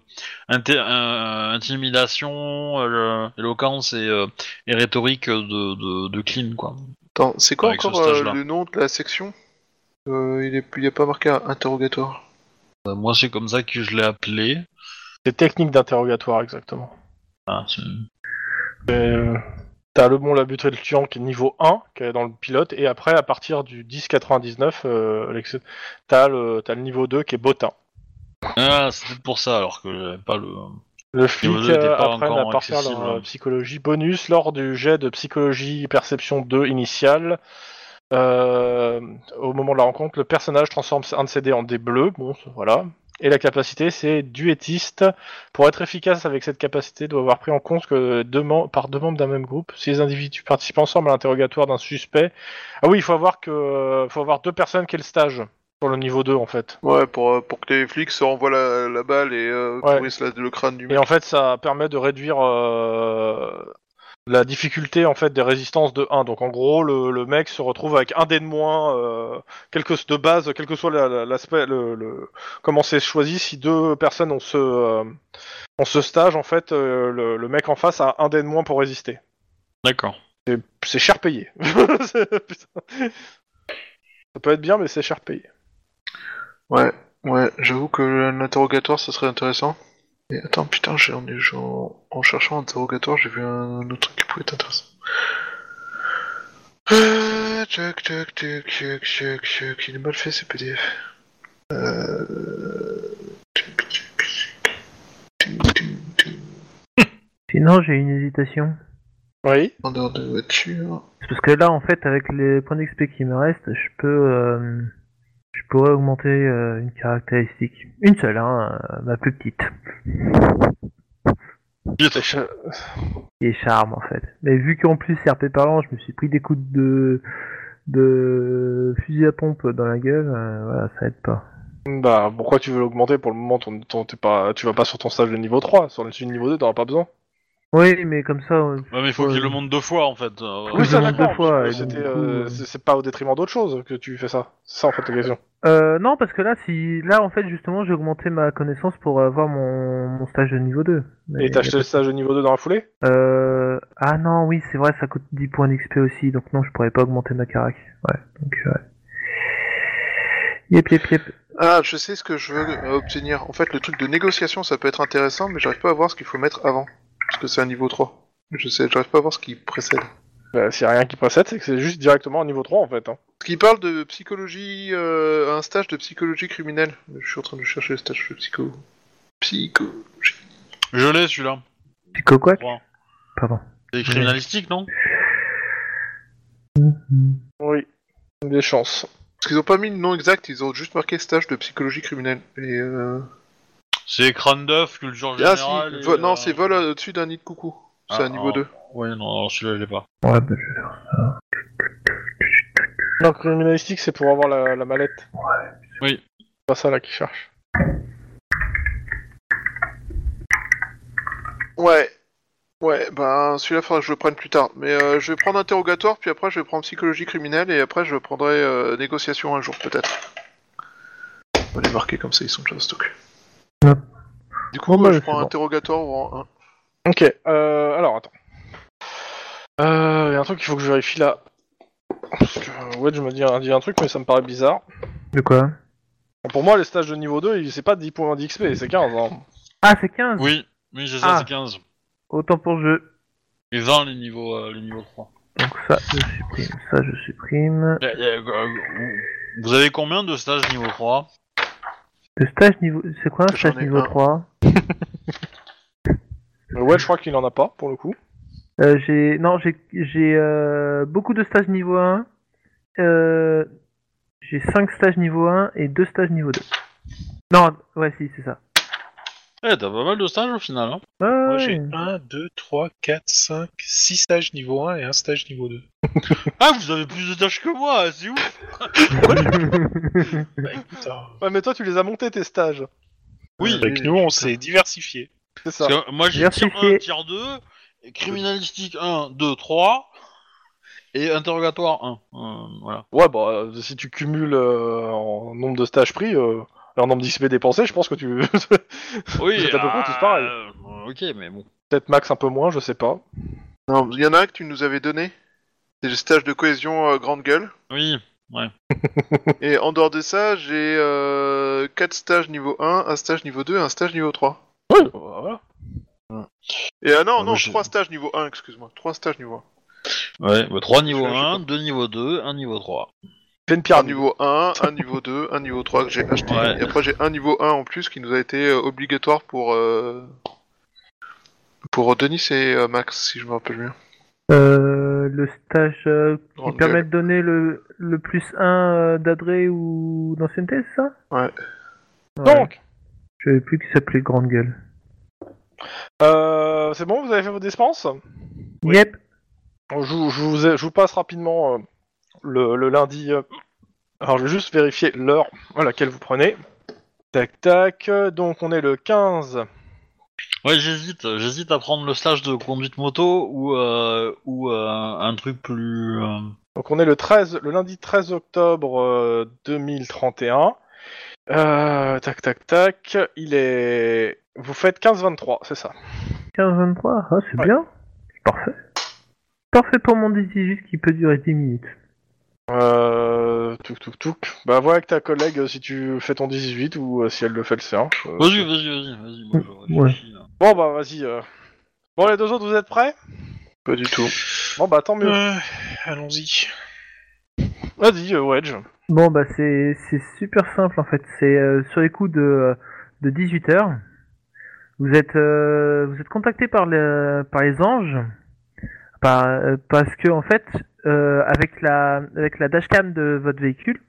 B: inté- euh, intimidation, euh, éloquence et, euh, et rhétorique de, de, de clean quoi.
E: Attends, c'est quoi
B: Avec ce
E: encore euh,
B: stage-là.
E: le nom de la section Euh, Il est, il est pas marqué interrogatoire.
B: Euh, moi, c'est comme ça que je l'ai appelé.
A: C'est technique d'interrogatoire, exactement.
B: Ah, c'est-
A: Euh, T'as le bon, la butte et le tuant qui est niveau 1, qui est dans le pilote, et après, à partir du 10-99, euh, l'ex- t'as le, t'as le niveau 2 qui est botin.
B: ah c'est peut-être pour ça alors que j'avais pas le.
A: Le flic
B: Niveau 2 était
A: euh,
B: pas
A: apprennent à
B: encore
A: partir de
B: accessible.
A: euh,
B: hein.
A: psychologie bonus lors du jet de psychologie perception 2 initial. Euh, au moment de la rencontre, le personnage transforme un de ses dés en dés bleus. Bon, ça, voilà. Et la capacité, c'est duétiste. Pour être efficace avec cette capacité, doit avoir pris en compte que deux mem- par deux membres d'un même groupe, si les individus participent ensemble à l'interrogatoire d'un suspect. Ah oui, il faut avoir que, faut avoir deux personnes qui aient le stage sur le niveau 2 en fait.
E: Ouais, pour, euh, pour que les flics se renvoient la, la balle et euh,
A: Ouais.
E: pourrissent la- le crâne du mec.
A: Et en fait, ça permet de réduire euh, la difficulté en fait des résistances de 1. Donc en gros, le, le mec se retrouve avec un dé de moins, euh, quel que- de base, quel que soit la- la- l'aspect, le, le- comment c'est choisi. Si deux personnes ont ce, euh, ont ce stage, en fait, euh, le, le mec en face a un dé de moins pour résister.
B: D'accord.
A: C'est- C'est cher payé. C'est- putain. ça peut être bien, mais c'est cher payé.
E: Ouais, ouais, j'avoue que l'interrogatoire, ça serait intéressant. Et attends, putain, j'ai- en, en, en cherchant interrogatoire, j'ai vu un, autre truc qui pouvait être intéressant. Euh, Tchac, tchac, tchac, tchac, tchac, tchac, il est mal fait ce PDF. Euh... tchac, tchac, tchac. Ting, ting, ting.
D: Sinon, j'ai une hésitation.
A: Oui.
E: Vendeur de voiture.
D: C'est parce que là, en fait, avec les points d'XP qui me restent, je peux, euh, je pourrais augmenter euh, une caractéristique, une seule, hein, euh, ma plus petite, qui est charme en fait. Mais vu qu'en plus c'est RP parlant, je me suis pris des coups de, de fusil à pompe dans la gueule, euh, voilà, ça aide pas.
A: Bah, pourquoi tu veux l'augmenter Pour le moment, ton, ton- t'es pas, tu vas pas sur ton stage de niveau 3. Sur le sur le niveau 2, t'en as pas besoin.
D: Oui, mais comme ça, euh,
B: Ouais, mais il faut
D: Ouais.
B: qu'il le monte deux fois en fait. euh,
D: Oui, ça,
B: euh,
D: d'accord. deux fois,
A: mais
D: et
A: c'était,
D: donc, du
A: euh,
D: coup, euh,
A: c'est c'est pas au détriment d'autre chose que tu fais ça. C'est ça, en fait, l'occasion.
D: euh, non, parce que là, si, là, en fait, justement, j'ai augmenté ma connaissance pour avoir mon, mon stage de niveau 2. Mais-
A: Et t'as acheté le stage de niveau 2 dans la foulée
D: Euh... Ah non, oui, c'est vrai, ça coûte 10 points d'XP aussi, donc non, je pourrais pas augmenter ma carac. Ouais, donc ouais. Yep, yep, yep.
E: Ah, je sais ce que je veux euh, obtenir. En fait, le truc de négociation, ça peut être intéressant, mais j'arrive pas à voir ce qu'il faut mettre avant. Parce que c'est un niveau 3. Je sais, j'arrive pas à voir ce qui précède.
A: bah, S'il y a rien qui précède, c'est que c'est juste directement au niveau 3, en fait. hein.
E: Parce qu'il parle de psychologie, euh, un stage de psychologie criminelle. Je suis en train de chercher le stage de psycho. Psycho.
B: Je l'ai celui-là.
D: Pico quoi
B: Trois.
D: Pardon.
B: C'est criminalistique, non
D: Mhm.
A: Oui. Des chances.
E: Parce qu'ils ont pas mis le nom exact, ils ont juste marqué stage de psychologie criminelle. Et euh...
B: C'est crâne d'œuf, culture
E: Ah
B: générale.
E: si,
B: et,
E: vo- non,
B: euh,
E: c'est vol euh, au-dessus d'un nid de coucou. C'est
B: Ah,
E: un niveau
B: ah.
E: 2.
B: Ouais, non, non, celui-là, je l'ai pas.
D: Ouais, bah, je-
A: Non, criminalistique, c'est pour avoir la, la mallette.
B: Oui.
A: C'est pas ça, là, qui cherche.
E: Ouais. Ouais, ben celui-là faudra que je le prenne plus tard. Mais euh, je vais prendre interrogatoire, puis après je vais prendre psychologie criminelle, et après je prendrai euh, négociation un jour peut-être. On va les marquer comme ça, ils sont déjà au stock.
D: Hop.
E: Du coup,
D: Bon, bah,
E: je
D: c'est
E: prends
D: bon.
E: interrogatoire ou en un.
A: Ok, euh, alors, attends. Euh, y a un truc qu'il faut que je vérifie là. Parce que, euh, ouais, je me dis un, dis un truc, mais ça me paraît bizarre.
D: De quoi
A: Pour moi, les stages de niveau 2, il- c'est pas 10 points d'XP, c'est 15. Hein.
D: Ah, c'est 15
B: Oui, oui, j'ai ça,
D: Ah.
B: c'est 15.
D: Autant pour le jeu.
B: Et 20 les niveaux, euh, les niveaux 3.
D: Donc ça, je supprime. Ça, je supprime.
B: Y a- y a- euh, Vous avez combien de stages niveau 3
D: Le stage niveau... C'est quoi un
E: J'en
D: stage
E: ai
D: niveau
E: un.
D: 3
A: Mais ouais, je crois qu'il en a pas pour le coup.
D: euh, J'ai... Non, j'ai... J'ai euh, beaucoup de stages niveau 1. Euh... J'ai 5 stages niveau 1 et 2 stages niveau 2. Non, ouais, si, c'est ça.
B: Eh, t'as pas mal de stages au final, hein
D: Ouais,
C: Moi
D: ouais.
C: j'ai 1, 2, 3, 4, 5, 6 stages niveau 1 et un stage niveau 2.
B: Ah, vous avez plus de stages que moi, c'est ouf
C: Putain.
A: Ouais, mais toi, tu les as montés tes stages.
B: Oui,
C: Avec nous on s'est diversifié.
A: C'est ça.
B: parce que moi j'ai
D: Diversifié.
B: tier 1, tier 2, et criminalistique 1, 2, 3, et interrogatoire 1. Euh, voilà.
A: Ouais, bah, euh, si tu cumules euh, en nombre de stages pris, euh, et en nombre d'XP dépensés, je pense que tu.
B: Oui,
A: Vous êtes à peu près tous pareils.
B: euh, ok, mais bon.
A: Peut-être max un peu moins, je sais pas.
E: Non, il y en a un que tu nous avais donné. C'est le stage de cohésion euh, grande gueule.
B: Oui,
E: Et en dehors de ça, j'ai 4 stages niveau 1, un stage niveau 2 et un stage niveau 3.
A: Ouais, bah, voilà.
E: Et ah non,
B: Ah,
E: non,
B: moi, j'ai-
E: 3 stages niveau 1, excuse-moi. 3 stages niveau 1.
B: ouais, bah, 3 niveau
E: Je- je sais
B: 1, 2 niveau 2, 1 niveau 3.
A: Fais une
E: Un
A: pyramide.
E: niveau 1, un niveau 2, un niveau 3 que j'ai acheté.
B: Ouais.
E: Et après, j'ai un niveau 1 en plus qui nous a été euh, obligatoire pour. euh, Pour Denis et euh, Max, si je me rappelle bien.
D: Euh, le stage euh, qui
E: Grande
D: permet de donner le, le plus 1 d'adré ou d'ancienneté, c'est ça
E: Ouais.
D: Ouais.
A: Donc,
D: Je savais plus qu'il s'appelait Grande Gueule.
A: Euh, c'est bon, vous avez fait vos dépenses
C: Oui.
D: Yep.
A: Bon, je, vous- je vous, ai- je vous passe rapidement euh, le, le lundi. euh. Alors, je vais juste vérifier l'heure à laquelle vous prenez. Tac, tac. euh, Donc, on est le 15.
B: Ouais, j'hésite. J'hésite à prendre le stage de conduite moto ou, euh, ou euh, un truc plus. euh,
A: Donc, on est le 13, le lundi 13 octobre euh, 2031. Euh, tac, tac, tac. Il est. Vous faites 15-23, c'est ça
D: 15-23, ah, c'est
A: Ouais.
D: bien. C'est parfait. Parfait pour mon 18 qui peut durer 10 minutes.
A: Euh. Touk, touk, touk. Bah, vois avec ta collègue euh, si tu fais ton 18 ou euh, si elle le fait le sien. Euh,
B: Vas-y, vas-y, vas-y, vas-y. Moi, je
D: Ouais.
B: réfléchis, hein. là.
A: Bon, bah, vas-y. euh. Bon, les deux autres, vous êtes prêts
E: Pas du tout.
A: Bon, bah, tant mieux.
C: Euh, Allons-y.
A: Vas-y, euh, Wedge.
D: Bon, bah, c'est c'est super simple en fait. C'est euh, sur les coups de, de 18h. Vous êtes, euh, vous êtes contacté par, le, par les anges par, euh, parce que, en fait, euh, avec, la, avec la dashcam de votre véhicule,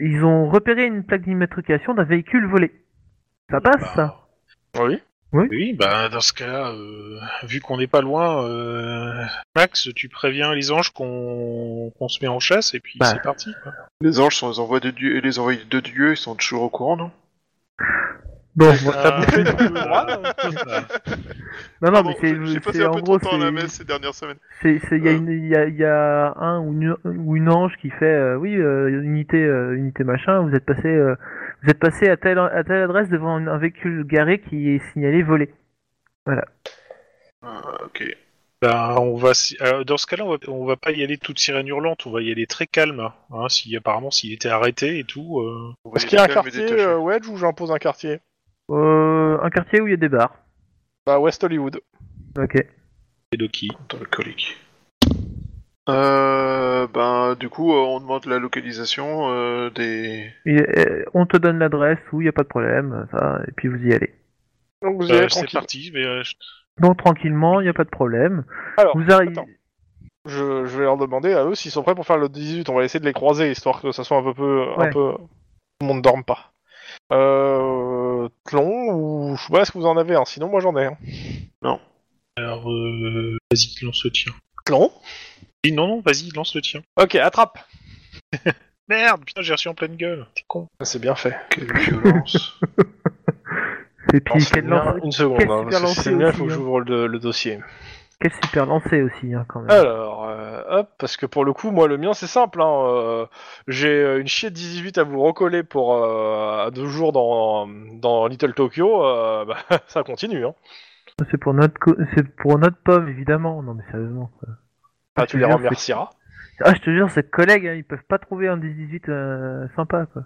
D: ils ont repéré une plaque d'immatriculation d'un véhicule volé. Ça passe,
E: Ah.
D: ça
A: Oui.
C: Bah. Oui, bah dans ce cas-là, euh, vu qu'on n'est pas loin, euh, Max, tu préviens les anges qu'on qu'on se met en chasse et puis
D: Bah.
C: c'est parti. quoi.
E: Les anges sont les envois de Dieu et les envoyés de Dieu, ils sont toujours au courant, non
D: Bon, voilà.
C: Euh,
D: non, non, mais c'est
E: J'ai passé
D: c'est-
E: un
D: en
E: peu trop
D: gros,
E: de temps à la
D: c'est
E: messe ces dernières semaines.
D: C'est, c'est, il y a
E: Euh.
D: une, il y a, il y a un ou une, ou une ange qui fait, euh, oui, euh, unité, euh, unité machin. Vous êtes passé, euh, vous êtes passé à telle, à telle adresse devant un, un véhicule garé qui est signalé volé.
E: Ah, ok.
C: Bah, on va si- euh, dans ce cas-là, on va, on va pas y aller toute sirène hurlante, on va y aller très calme. Hein, si apparemment s'il était arrêté et tout. euh.
A: Est-ce qu'il y a un
E: Calme et
A: quartier
E: détaché.
A: euh, Wedge ou j'impose un quartier
D: Euh, un quartier où il y a des bars.
A: Bah, West Hollywood.
D: Ok.
C: Et de qui
E: Dans le colique. Euh, ben, du coup, euh, on demande la localisation euh, des.
D: Il- euh, on te donne l'adresse où il n'y a pas de problème, ça, et puis vous y allez.
A: Donc, vous y
C: Euh,
A: allez
C: C'est
A: tranquille.
C: parti. Mais, euh, je-
D: Bon, tranquillement, il n'y a pas de problème.
A: Alors,
D: vous arrivez.
A: attends. Je, je vais leur demander à eux s'ils sont prêts pour faire le 18. On va essayer de les croiser histoire que ça soit un peu. peu un
D: Ouais.
A: peu... Tout le monde ne dorme pas. Euh. Tlon ou. Je sais pas, est-ce que vous en avez un Sinon, moi j'en ai un.
C: alors, euh, vas-y, lance le tien.
A: Tlon
C: Oui, non, non, vas-y, lance le tien.
A: Ok, attrape
C: Merde, putain, j'ai reçu en pleine gueule. T'es con.
A: Ah, C'est bien fait.
E: Quelle violence
D: Et puis, quel, lance-
A: Une seconde,
D: quel
A: hein,
D: super
A: parce que
D: lancer
A: c'est bien, il
D: aussi,
A: faut que
D: hein.
A: j'ouvre le, le dossier.
D: quel super lancer aussi, hein, quand même.
A: Alors, euh, hop, parce que pour le coup, moi, le mien, c'est simple. hein, euh, j'ai euh, une chier de 18 à vous recoller pour euh, à deux jours dans, dans Little Tokyo. euh, bah, ça continue. Hein.
D: C'est pour notre, co- c'est pour notre pomme, évidemment. Non, mais sérieusement. quoi.
A: Ah, tu les
D: Bien, c'est-
A: remercieras.
D: Ah, je te jure, ces collègues, hein, ils peuvent pas trouver un 18 euh, sympa, quoi.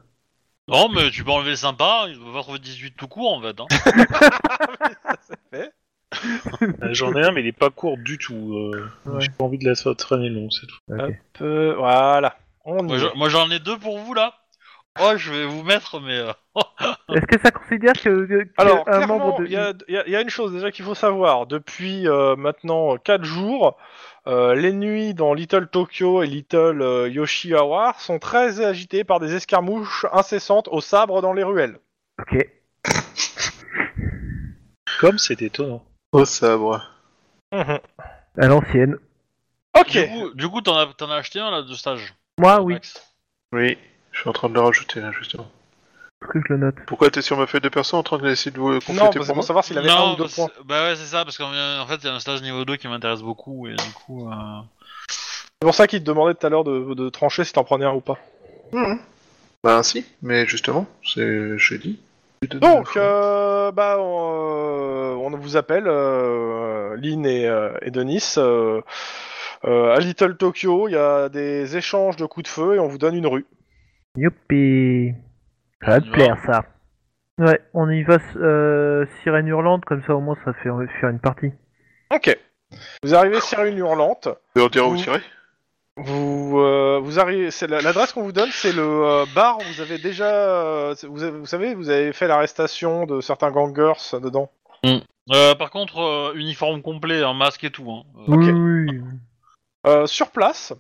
B: Non, mais tu peux enlever le sympa, il va trouver 18 tout court en fait. Hein.
C: Euh, J'en ai un, mais il est pas court du tout. euh,
D: Ouais.
C: J'ai pas envie de la faire traîner long, c'est tout. Euh,
A: Peu- voilà. On y
B: Moi,
A: est.
B: je- moi, j'en ai deux pour vous là. Oh, je vais vous mettre, mais. euh,
D: Est-ce que ça considère que, que- que
A: Alors,
D: un
A: clairement,
D: membre de
A: il y, a- il y a- il y a une chose déjà qu'il faut savoir. Depuis euh, maintenant 4 jours, euh, les nuits dans Little Tokyo et Little euh, Yoshihawa sont très agitées par des escarmouches incessantes au sabre dans les ruelles.
D: Ok.
C: Comme c'est étonnant.
E: Au sabre.
A: Mhm.
D: À l'ancienne.
A: Ok.
B: Du coup, du coup, t'en as, t'en as acheté un là de stage.
D: Moi, oui.
B: Max.
E: Oui, je suis en train de le rajouter là, justement.
D: Parce que je le note.
E: Pourquoi t'es sur ma feuille de perso en train d'essayer de vous
A: Non,
E: compléter
A: c'est
E: pour
A: pour
E: moi
A: savoir s'il avait
B: Non,
A: un ou deux
B: parce-
A: points.
B: Bah ouais, c'est ça, parce qu'en en fait, il y a un stage niveau 2 qui m'intéresse beaucoup, et du coup. euh,
A: C'est pour ça qu'il te demandait tout à l'heure de, de trancher si t'en prenais un ou pas.
E: Ben si, mais justement, c'est jeudi.
A: Donc, euh, bah, on, euh, on vous appelle, euh, Lynn et, euh, et Denis. euh, euh, à Little Tokyo, il y a des échanges de coups de feu et on vous donne une rue.
D: Youpi.
B: On
D: Ça va
B: y
D: te
B: va
D: plaire, ça. Ouais, on y va, euh, sirène hurlante, comme ça au moins ça fait faire une partie.
A: Ok. Vous arrivez sur une hurlante.
E: Et on dira où
A: Vous-
E: tirer
A: Vous, euh, vous arrivez. c'est la- L'adresse qu'on vous donne, c'est le euh, bar. Où vous avez déjà, euh, vous, avez- vous savez, vous avez fait l'arrestation de certains gangers euh, dedans.
B: Euh, par contre, euh, uniforme complet, un masque et tout. Hein. Euh,
D: Oui, oui, oui.
A: Euh, sur place,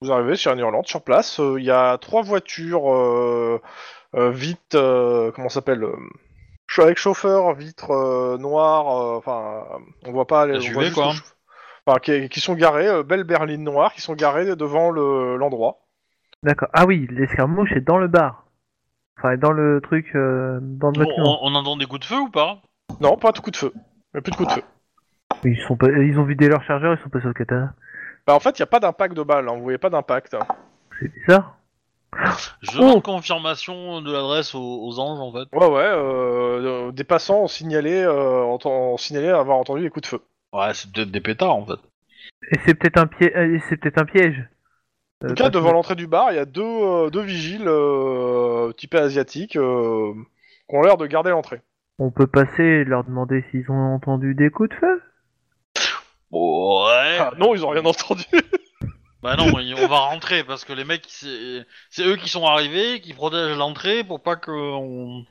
A: vous arrivez sur une Irlande, sur place, euh, il y a trois voitures euh, euh, vite, euh, comment ça s'appelle euh, Je suis avec chauffeur, vitre euh, noire, euh, enfin, euh, on voit pas les.
B: La
A: on voit
B: SUV,
A: juste
B: quoi. hein.
A: le chauff- Enfin, qui, qui sont garés, euh, belle berline noire, qui sont garés devant le- l'endroit.
D: D'accord. Ah oui, l'escarmouche est dans le bar. Enfin, dans le truc, euh, dans le
B: Bon,
D: bâtiment.
B: on, on entend des coups de feu ou pas
A: non, pas de coup de feu. Mais plus de coup de feu.
D: Ils, sont pas- ils ont vidé leur chargeur, ils sont passés au katana.
A: Bah, en fait, il n'y a pas d'impact de balle, hein, vous voyez pas d'impact.
D: C'est bizarre.
B: Je demande confirmation de l'adresse aux, aux anges en fait.
A: Ouais, ouais, euh, euh, des passants ont signalé, euh, enten- ont signalé avoir entendu des coups de feu.
B: Ouais, c'est peut-être des pétards en fait.
D: Et c'est peut-être un, pié... euh, c'est peut-être un piège.
A: En
D: Euh,
A: tout cas,
D: parce que-
A: devant l'entrée du bar, il y a deux, euh, deux vigiles euh, typés asiatiques euh, qui ont l'air de garder l'entrée.
D: On peut passer et leur demander s'ils ont entendu des coups de feu.
B: Ouais.
A: Ah, non, ils ont rien entendu.
B: Bah non, on on va rentrer parce que les mecs, c'est c'est eux qui sont arrivés, qui protègent l'entrée pour pas que on.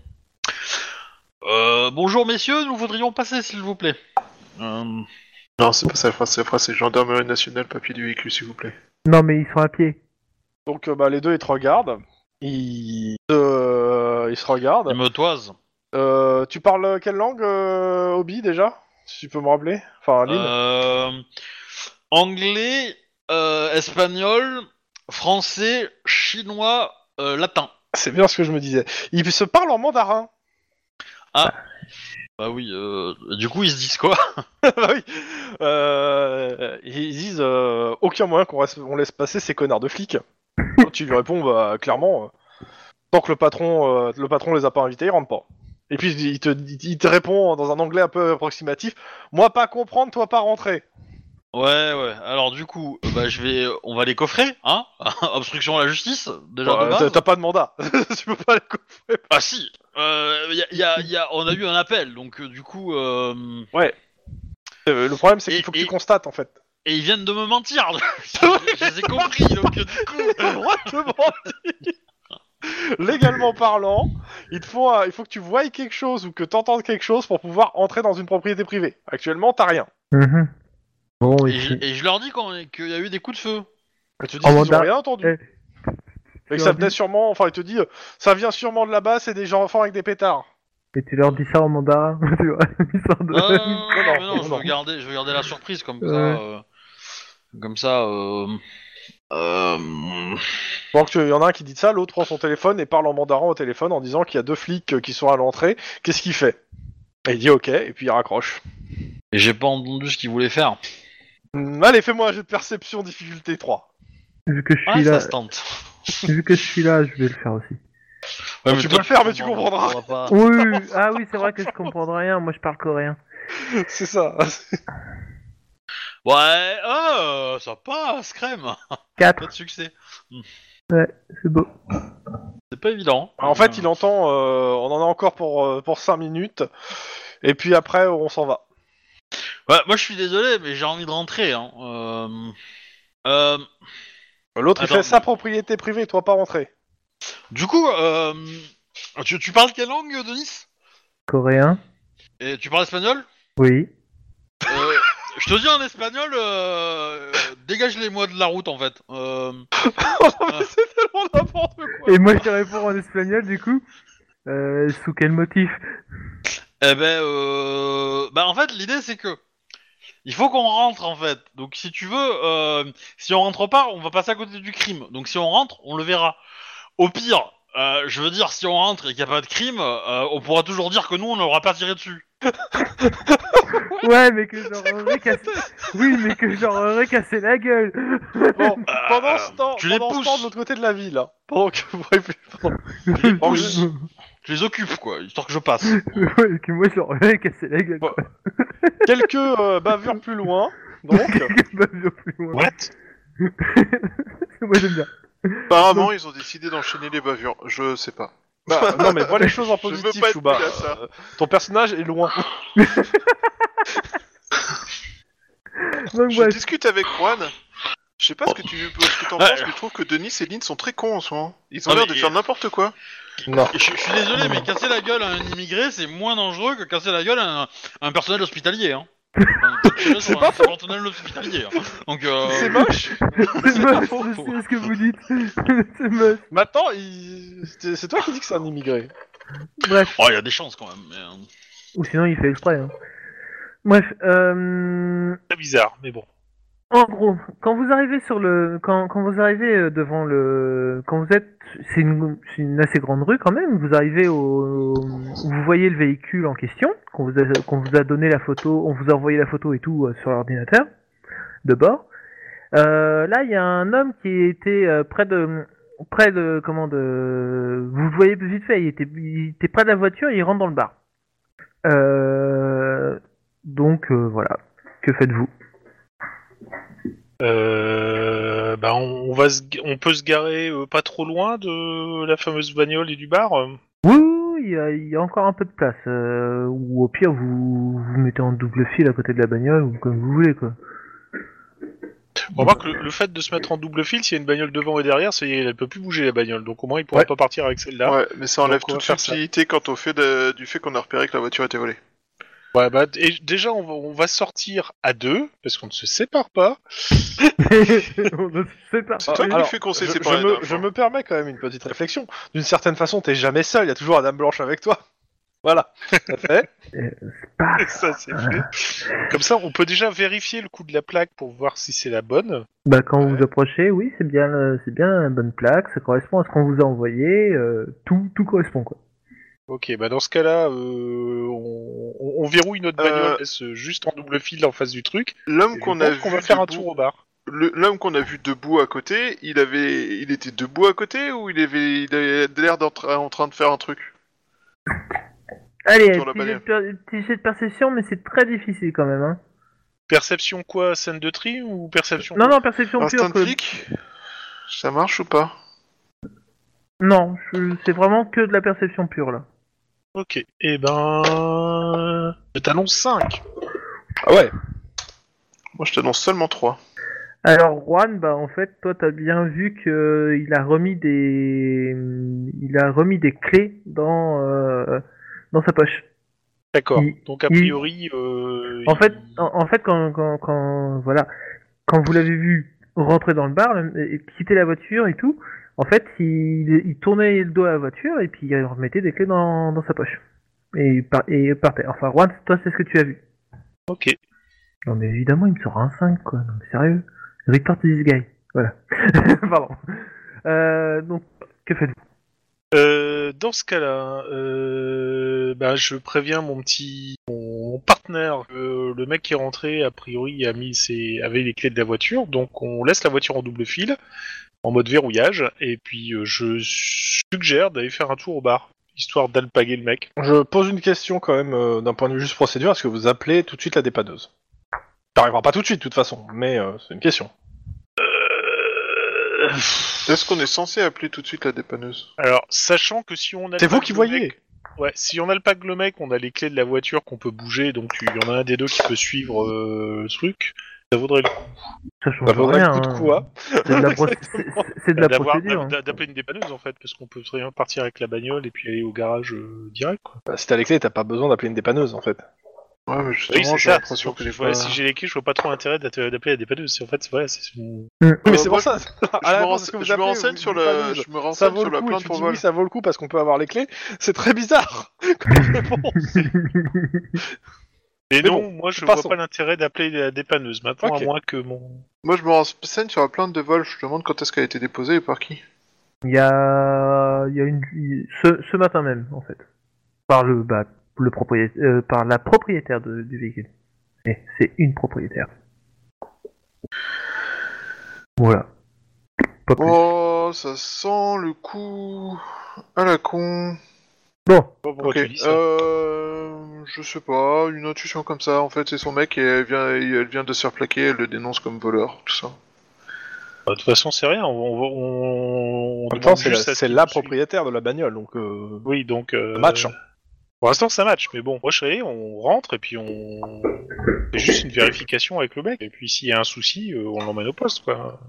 B: Euh, bonjour messieurs, nous voudrions passer s'il vous plaît. Euh,
E: Non, c'est pas sa phrase, sa phrase c'est Gendarmerie nationale, papier du véhicule, s'il vous plaît.
D: Non, mais ils sont à pied.
A: Donc euh, bah, les deux, ils te regardent. Ils, euh, ils se regardent.
B: ils me toisent.
A: Euh, tu parles quelle langue, euh, Obi, déjà Si tu peux me rappeler. Enfin, Lynn.
B: Euh, anglais, euh, espagnol, français, chinois, euh, latin.
A: C'est bien ce que je me disais. Ils se parlent en mandarin.
B: Bah oui, euh, du coup ils se disent quoi
A: Bah oui. Euh, ils disent euh, aucun moyen qu'on reste- on laisse passer ces connards de flics. Quand tu lui réponds bah, clairement, euh, tant que le patron, euh, le patron les a pas invités, ils rentrent pas. Et puis il te, il te répond dans un anglais un peu approximatif. Moi pas comprendre, toi pas rentrer.
B: Ouais, ouais. Alors du coup, euh, bah je vais, on va les coffrer, hein Obstruction à la justice, déjà de
A: Euh,
B: base.
A: T'as t'as pas de mandat. tu peux pas.
B: Ah si, euh, y a, y a- y a- on a eu un appel, donc euh, du coup, euh,
A: Euh, Le problème c'est
B: Et-
A: qu'il faut que
B: et-
A: tu constates en fait.
B: et ils viennent de me mentir. je les ai compris, donc euh, du coup,
A: T'as le droit de te mentir. Légalement parlant, il, te faut, euh, il faut que tu voies quelque chose ou que t'entendes quelque chose pour pouvoir entrer dans une propriété privée. Actuellement, t'as rien.
D: Mhm. Bon,
B: et, je-
D: ici.
B: et je leur dis qu'on- qu'il y a eu des coups de feu.
A: Et tu dis
D: En
A: qu'ils
D: mandat-
A: ont rien entendu.
D: Eh.
A: Et que
D: Tu
A: ça
D: as
A: venait
D: dit-
A: sûrement, enfin il te dit, euh, ça vient sûrement de là-bas, c'est des gens enfants avec des pétards.
D: Et tu leur dis ça en mandarin, tu vois, histoire de...
B: Non, non, non,
A: non,
B: mais non,
A: non,
B: je
A: non.
B: veux garder, je veux garder la surprise comme
D: Ouais.
B: ça, euh, comme ça. Euh, euh,
A: Pendant qu'il y en a un qui dit ça, l'autre prend son téléphone et parle en mandarin au téléphone en disant qu'il y a deux flics euh, qui sont à l'entrée, qu'est-ce qu'il fait Et il dit ok, et puis il raccroche.
B: et j'ai pas entendu ce qu'ils voulaient faire.
A: Hmm, allez, fais-moi un jeu de perception difficulté 3.
D: Vu que je
B: Ah,
D: suis là,
B: ça se tente.
D: vu que je suis là, je vais le faire aussi.
B: Ouais,
A: tu peux
B: toi,
A: le faire, mais tu comprendras.
B: comprendras pas.
D: Oui, ah oui, c'est vrai que je comprends rien, moi je parle coréen.
A: c'est ça.
B: Ouais, ah, ça passe, crème.
D: 4,
B: Pas de succès.
D: c'est beau.
B: C'est pas évident.
A: En fait, il entend, euh, on en a encore pour, euh, pour 5 minutes, et puis après, on s'en va.
B: Ouais, moi je suis désolé, mais j'ai envie de rentrer. Hein. Euh... Euh,
A: L'autre, il
B: Attends.
A: fait sa propriété privée, toi pas rentrer.
B: Du coup, euh... tu, tu parles quelle langue, Denis
D: Coréen,
B: Et tu parles espagnol
D: oui.
B: Euh, Je te dis en espagnol, euh... euh, dégage-les-moi de la route en fait. Euh...
A: Oh, c'est tellement n'importe quoi.
D: Et moi je te réponds en espagnol du coup. Euh, sous quel motif
B: Eh ben, euh... bah en fait, l'idée c'est que il faut qu'on rentre en fait. Donc si tu veux, euh... si on rentre pas, on va passer à côté du crime. Donc si on rentre, on le verra. Au pire, euh, je veux dire, si on rentre et qu'il n'y a pas de crime, euh, on pourra toujours dire que nous, on n'aura pas tiré dessus.
D: Ouais, mais que j'aurais cassé. Oui, mais que j'aurais cassé la gueule.
A: Bon, pendant ce
B: Euh,
A: temps,
B: tu les
A: pendant ce
B: pousses.
A: temps de l'autre côté de la ville, hein, pendant que vous réfléchissez-
B: Oh, je- Je les occupe, quoi, histoire que je passe.
D: Ouais, que moi j'aurais cassé la gueule. quoi.
A: quelques euh, bavures plus loin, donc
D: Que ma vie au plus loin.
C: What
D: Moi j'aime bien.
E: Apparemment, ils ont décidé d'enchaîner les bavures. Je sais pas.
A: bah, non mais vois les choses en
E: Je veux
A: positif,
E: pas être
A: Chouba.
E: mêlé à ça.
A: Euh, ton personnage est loin.
D: Donc
E: Je
D: bref,
E: discute avec Juan. Je sais pas ce que tu ce que t'en
B: Ouais.
E: penses, mais je trouve que Denis et Lynn sont très cons en ce moment. Ils ont
B: Ah,
E: l'air
B: mais-
E: de faire n'importe quoi.
A: Non.
B: Je, je suis désolé, mais casser la gueule à un immigré, c'est moins dangereux que casser la gueule à un, à un personnel hospitalier, hein. Enfin, que tirer sur
A: C'est
B: un
A: pas faux.
B: personnel hospitalier. hein. Donc,
E: Oh,
B: euh,
A: C'est moche.
D: c'est
B: pas
D: moche,
B: faux.
D: je sais ce que vous dites. c'est moche.
A: Maintenant, il- c'est c'est toi qui dis que c'est un immigré.
D: Bref,
B: Oh, il y a des chances quand même. mais, euh,
D: ou sinon il fait exprès. hein. Bref, euh,
C: Très bizarre, mais bon.
D: En gros, quand vous arrivez sur le, quand, quand vous arrivez euh, devant le, quand vous êtes, c'est une, c'est une assez grande rue quand même. Vous arrivez au, vous voyez le véhicule en question, qu'on vous a, qu'on vous a donné la photo, on vous a envoyé la photo et tout euh, sur l'ordinateur de bord. Euh, là, il y a un homme qui était euh, près de, près de, comment de, vous le voyez vite fait, il était, il était près de la voiture et il rentre dans le bar. Euh, donc euh, voilà, que faites-vous
C: Euh, bah on, on va se ga- on peut se garer euh, pas trop loin de la fameuse bagnole et du bar. euh.
D: Oui, oui, oui, il y, a- il y a encore un peu de place. euh, ou au pire, vous vous mettez en double fil à côté de la bagnole, ou comme vous voulez, quoi.
C: On remarque le, le fait de se mettre en double fil, s'il y a une bagnole devant et derrière, ça y est, elle peut plus bouger la bagnole. Donc au moins, il pourra
E: Ouais.
C: pas partir avec
B: hein.
C: celle-là.
E: Ouais, mais ça enlève
C: Donc, on va
E: toute
C: faire ça.
E: subtilité quant au fait de- du fait qu'on a repéré que la voiture était volée.
C: Ouais, bah, et déjà, on va, on va sortir à deux, parce qu'on ne se sépare pas.
D: On ne sait pas.
E: C'est toi qui
A: Ah, alors,
E: fais qu'on s'est
A: Je, je
E: séparés. la
A: me,
E: dernière
A: je
E: fois.
A: me permets quand même une petite réflexion. D'une certaine façon, t'es jamais seul, il y a toujours la Dame Blanche avec toi. Voilà, ça fait.
D: Bah,
C: ça, c'est fait. Comme ça, on peut déjà vérifier le coup de la plaque pour voir si c'est la bonne.
D: bah, quand vous vous approchez, oui, c'est bien, euh, c'est bien la bonne plaque. Ça correspond à ce qu'on vous a envoyé. euh, tout, tout correspond, quoi.
C: Ok, bah dans ce cas-là, euh, on, on- on verrouille notre
E: Euh,
C: bagnole, elle se- juste en double fil en face du truc.
E: L'homme
C: Et
E: qu'on
C: je pense
E: a
C: qu'on
E: vu
C: va faire un
E: debout-
C: tour au bar.
E: le- L'homme qu'on a vu debout à côté, il avait, il était debout à côté ou il avait, il avait l'air d'être en train de faire un truc.
D: Allez,
E: Sur la
D: petit jet, de per- petit jet de perception, mais c'est très difficile quand même. Hein.
C: Perception quoi Scène de tri ou perception
D: Non, non, perception
E: Instinct
D: pure.
E: de
D: que-
E: flic Ça marche ou pas
D: Non, je- c'est vraiment que de la perception pure là.
C: Ok, et eh ben... Je t'annonce 5.
A: Ah ouais
E: Moi je t'annonce seulement 3.
D: Alors Juan, bah en fait, toi t'as bien vu que euh, il a remis des, il a remis des clés dans euh, dans sa poche.
C: D'accord,
D: Il-
C: donc a
D: il-
C: priori... euh,
D: Mm. En
C: il-
D: fait, en, en fait quand, quand, quand voilà, quand vous l'avez vu rentrer dans le bar, le- et quitter la voiture et tout, en fait, il, il tournait le dos à la voiture et puis il remettait des clés dans, dans sa poche et par, et partait. Enfin Juan, toi c'est ce que tu as vu.
C: Ok,
D: Non mais évidemment il me sort un 5 quoi, non mais sérieux. Report to this guy. Voilà. Pardon. Euh, donc, que faites-vous
C: Euh, dans ce cas-là, euh, bah, je préviens mon petit mon partenaire. que le mec qui est rentré, a priori, a mis ses, avait les clés de la voiture, donc on laisse la voiture en double fil, en mode verrouillage, et puis euh, je suggère d'aller faire un tour au bar, histoire d'alpaguer le mec.
A: Je pose une question quand même euh, d'un point de vue juste procédure. Est-ce que vous appelez tout de suite la dépanneuse T'arriveras pas tout de suite de toute façon, mais euh, c'est une question.
E: Est-ce qu'on est censé appeler tout de suite la dépanneuse
C: Alors, sachant que si on a
A: C'est vous qui voyez
C: Ouais, si on alpague le mec, on a les clés de la voiture qu'on peut bouger, donc il y en a un des deux qui peut suivre euh, le truc. Ça vaudrait le coup
D: Ça change
A: Ça vaudrait
D: rien.
A: Bah, le coup de
D: hein.
A: quoi
D: C'est de la, proc- c'est- c'est de la
C: d'avoir-
A: hein.
D: procédure. hein.
C: d'a- d'appeler une dépanneuse en fait, parce qu'on peut très bien partir avec la bagnole et puis aller au garage euh, direct. Quoi.
A: Bah, Si t'as les clés, t'as pas besoin d'appeler une dépanneuse en fait.
E: Euh, Ouais, mais justement,
C: Oui, c'est
E: j'ai
C: ça.
E: l'impression que j'ai
C: Ouais,
E: pas...
C: Si j'ai les clés, je vois pas trop l'intérêt d'atte- d'appeler la dépanneuse. C'est- En fait, c'est vrai, c'est une-
A: Oui, mais
E: Euh,
A: c'est
E: moi,
A: pour ça.
E: Je
A: À la
E: me
A: fin,
E: rense-
A: est-ce Ah, que vous
E: je me
A: appelez
E: renseigne
A: ou-
E: sur
A: ou
E: le,
A: dépanneuse
E: je me
A: Ça
E: renseigne
A: vaut
E: sur
A: le
E: la
A: coup, et
E: plainte
A: tu
E: pour
A: dis
E: vol.
A: oui, ça vaut le coup parce qu'on peut avoir les clés. C'est très bizarre comme réponse.
C: Mais
A: Mais
C: non,
A: bon,
C: moi je
A: passons.
C: vois pas l'intérêt d'appeler la dépanneuse maintenant,
A: Ok.
C: à moins que mon.
E: Moi, je me renseigne sur la plainte de vol. Je demande quand est-ce qu'elle a été déposée et par qui.
D: Il y a, il y a une, ce, ce matin même, en fait, par le, bah, le propriétaire, euh, par la propriétaire de- du véhicule. Et c'est une propriétaire. Voilà. Pas plus.
E: Oh, ça sent le coup à la con.
D: Bon.
C: Pourquoi
E: Ok.
C: tu dis ça
E: Euh, je sais pas, une intuition comme ça. En fait, c'est son mec et elle vient, et elle vient de se faire plaquer. Elle le dénonce comme voleur, tout ça.
C: Bah, De toute façon, c'est rien. On, on, on, on
A: En même temps,
C: demande
A: c'est la,
C: juste à ce
A: c'est
C: qu'il
A: la
C: nous suive.
A: propriétaire de la bagnole, donc euh,
C: Oui, donc. euh,
A: match. hein.
C: Pour l'instant, ça match. Mais bon, moi je serais, on rentre et puis on. C'est juste une vérification avec le mec. Et puis s'il y a un souci, euh, on l'emmène au poste, quoi.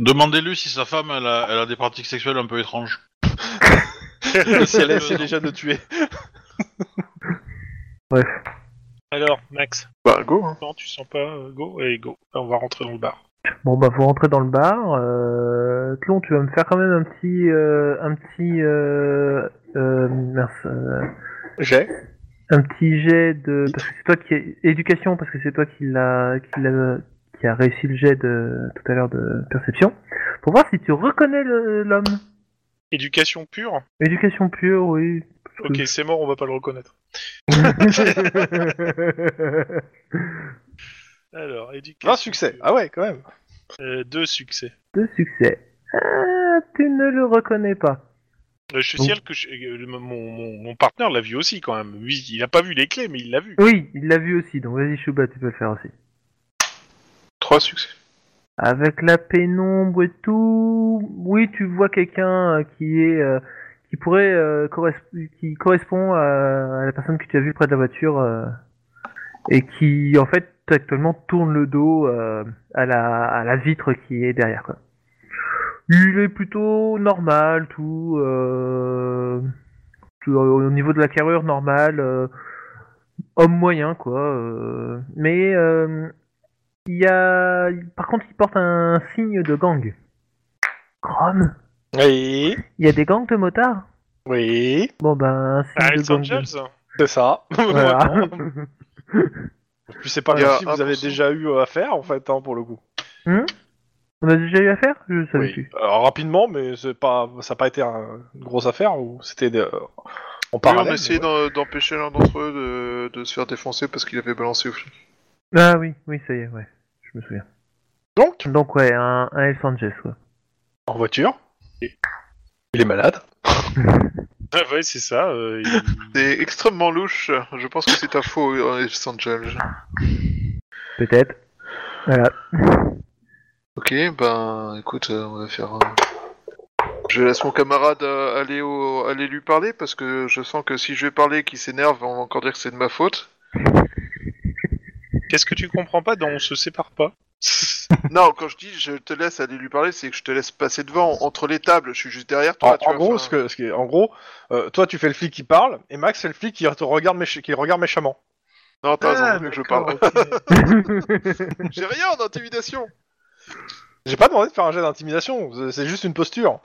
B: Demandez-lui si sa femme, elle a, elle a des pratiques sexuelles un peu étranges.
A: si elle essaie déjà de tuer.
C: Alors, Max,
E: Bah, go. Hein. Bah,
C: non, tu sens pas euh, Go Allez, go. On va rentrer dans le bar.
D: Bon bah vous rentrez dans le bar. Euh, Tlon, tu vas me faire quand même un petit, euh, un petit, euh, euh, mince, euh,
A: J'ai.
D: un petit jet de. Parce que c'est toi qui éducation parce que c'est toi qui l'a, qui l'a, qui a réussi le jet de tout à l'heure de perception pour voir si tu reconnais le- l'homme.
C: Éducation pure
D: Éducation pure, oui.
C: Ok, c'est mort, on va pas le reconnaître. Alors, éducation.
A: Un succès. Ah ouais, quand même.
C: Euh, deux succès.
D: de succès. Ah, tu ne le reconnais pas.
C: Euh, je te
D: Donc-
C: signale que je- euh, mon, mon, mon partenaire l'a vu aussi quand même. Lui, il a pas vu les clés, mais il l'a vu.
D: Oui, il l'a vu aussi, donc vas-y Chouba, tu peux le faire aussi.
E: Trois succès.
D: Avec la pénombre et tout, oui, tu vois quelqu'un euh, qui est euh, qui pourrait euh, corres- qui correspond à, à la personne que tu as vue près de la voiture euh, et qui en fait actuellement tourne le dos euh, à la à la vitre qui est derrière quoi. Il est plutôt normal, tout, euh, tout, euh, au niveau de la carrure normale, euh, homme moyen quoi. euh, mais euh, il y a... Par contre, il porte un signe de gang. Chrome
A: Oui.
D: Il y a des gangs de motards
A: Oui.
D: Bon ben, un signe
C: Ah,
D: de
C: Hells
D: gang.
C: Angels
A: C'est ça.
D: Voilà.
A: En plus, c'est pas
E: Il y a
A: comme si Ah, vous avez
E: 1%.
A: déjà eu euh, affaire, en fait, hein, pour le coup.
D: On a déjà eu affaire Je savais plus.
A: Alors, rapidement, mais c'est pas, ça n'a pas été un- une grosse affaire. Ou c'était de- en
E: Oui,
A: parallèle.
E: on a essayé
A: mais
E: d'en- d'empêcher l'un d'entre eux de, de se faire défoncer parce qu'il avait balancé au flic.
D: Ah oui, oui, ça y est, ouais. Je me souviens.
A: ouais. Donc,
D: Donc ouais, un, un El Sanchez, quoi.
A: en voiture. Il est malade.
C: Ah ouais, c'est ça. euh, il-
E: C'est extrêmement louche. Je pense que c'est un faux euh, Hells Angel.
D: Peut-être. Voilà.
E: Ok, ben écoute, euh, on va faire. un- Je laisse mon camarade euh, aller, au... aller lui parler parce que je sens que si je vais parler et qu'il s'énerve, on va encore dire que c'est de ma faute.
C: Qu'est-ce que tu comprends pas dans On se sépare pas
E: non, quand je dis je te laisse aller lui parler, c'est que je te laisse passer devant, entre les tables. Je suis juste derrière toi.
A: en,
E: Ah, tu
A: en
E: vois,
A: gros,
E: enfin,
A: ce que, ce qui est- en gros euh, toi, tu fais le flic qui parle, et Max, c'est le flic qui te regarde, méch- qui le regarde méchamment.
E: Non, t'as raison,
C: Ah,
E: vaut mieux que je
C: d'accord,
E: parle.
C: ok.
E: J'ai rien en intimidation.
A: J'ai pas demandé de faire un jet d'intimidation, c'est- c'est juste une posture.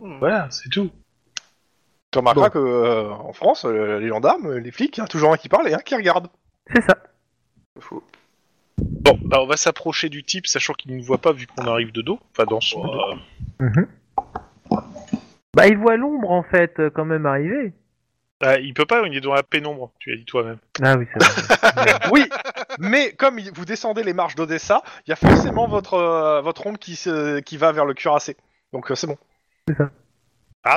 C: voilà, c'est tout.
A: Tu remarqueras que euh, en France, euh, les gendarmes, euh, les flics, il y a toujours un qui parle et un qui regarde.
D: C'est ça.
C: Bon, bah on va s'approcher du type, sachant qu'il ne nous voit pas vu qu'on arrive de dos. Enfin, dans son dos.
D: Mhm. Bah il voit l'ombre, en fait, euh, quand même arriver.
C: Ah, il peut pas, il est dans la pénombre, tu l'as dit toi-même.
D: Ah oui, c'est vrai.
A: Oui, mais comme il- vous descendez les marches d'Odessa, il y a forcément votre euh, votre ombre qui se- qui va vers le cuirassé. Donc euh, c'est bon.
C: Ah,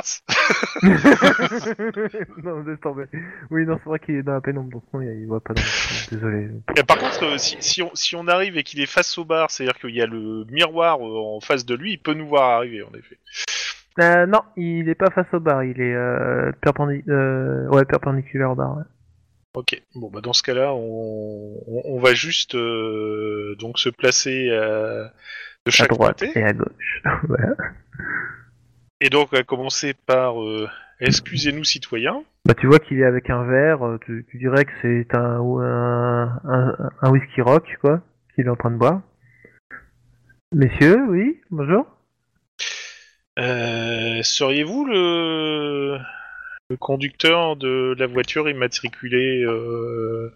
D: non, laisse tomber. Oui, non, c'est vrai qu'il est dans la pénombre, donc non, il voit pas dans le... Désolé.
C: Et par contre, euh, si, si on, si on arrive et qu'il est face au bar, c'est-à-dire qu'il y a le miroir euh, en face de lui, il peut nous voir arriver, en effet.
D: Euh, non, il est pas face au bar, il est euh, perpendi- euh, ouais, perpendiculaire au bar. ouais.
C: Ok, bon, bah dans ce cas-là, on, on- on va juste euh, donc se placer euh, de
D: À
C: chaque
D: droite
C: côté.
D: et à gauche. voilà.
C: Et donc, on va commencer par euh, Excusez-nous, citoyens.
D: Bah, tu vois qu'il est avec un verre, euh, tu, tu dirais que c'est un, ou un, un, un whisky rock, quoi, qu'il est en train de boire. Messieurs, oui, bonjour.
C: Euh, Seriez-vous le, le conducteur de la voiture immatriculée euh,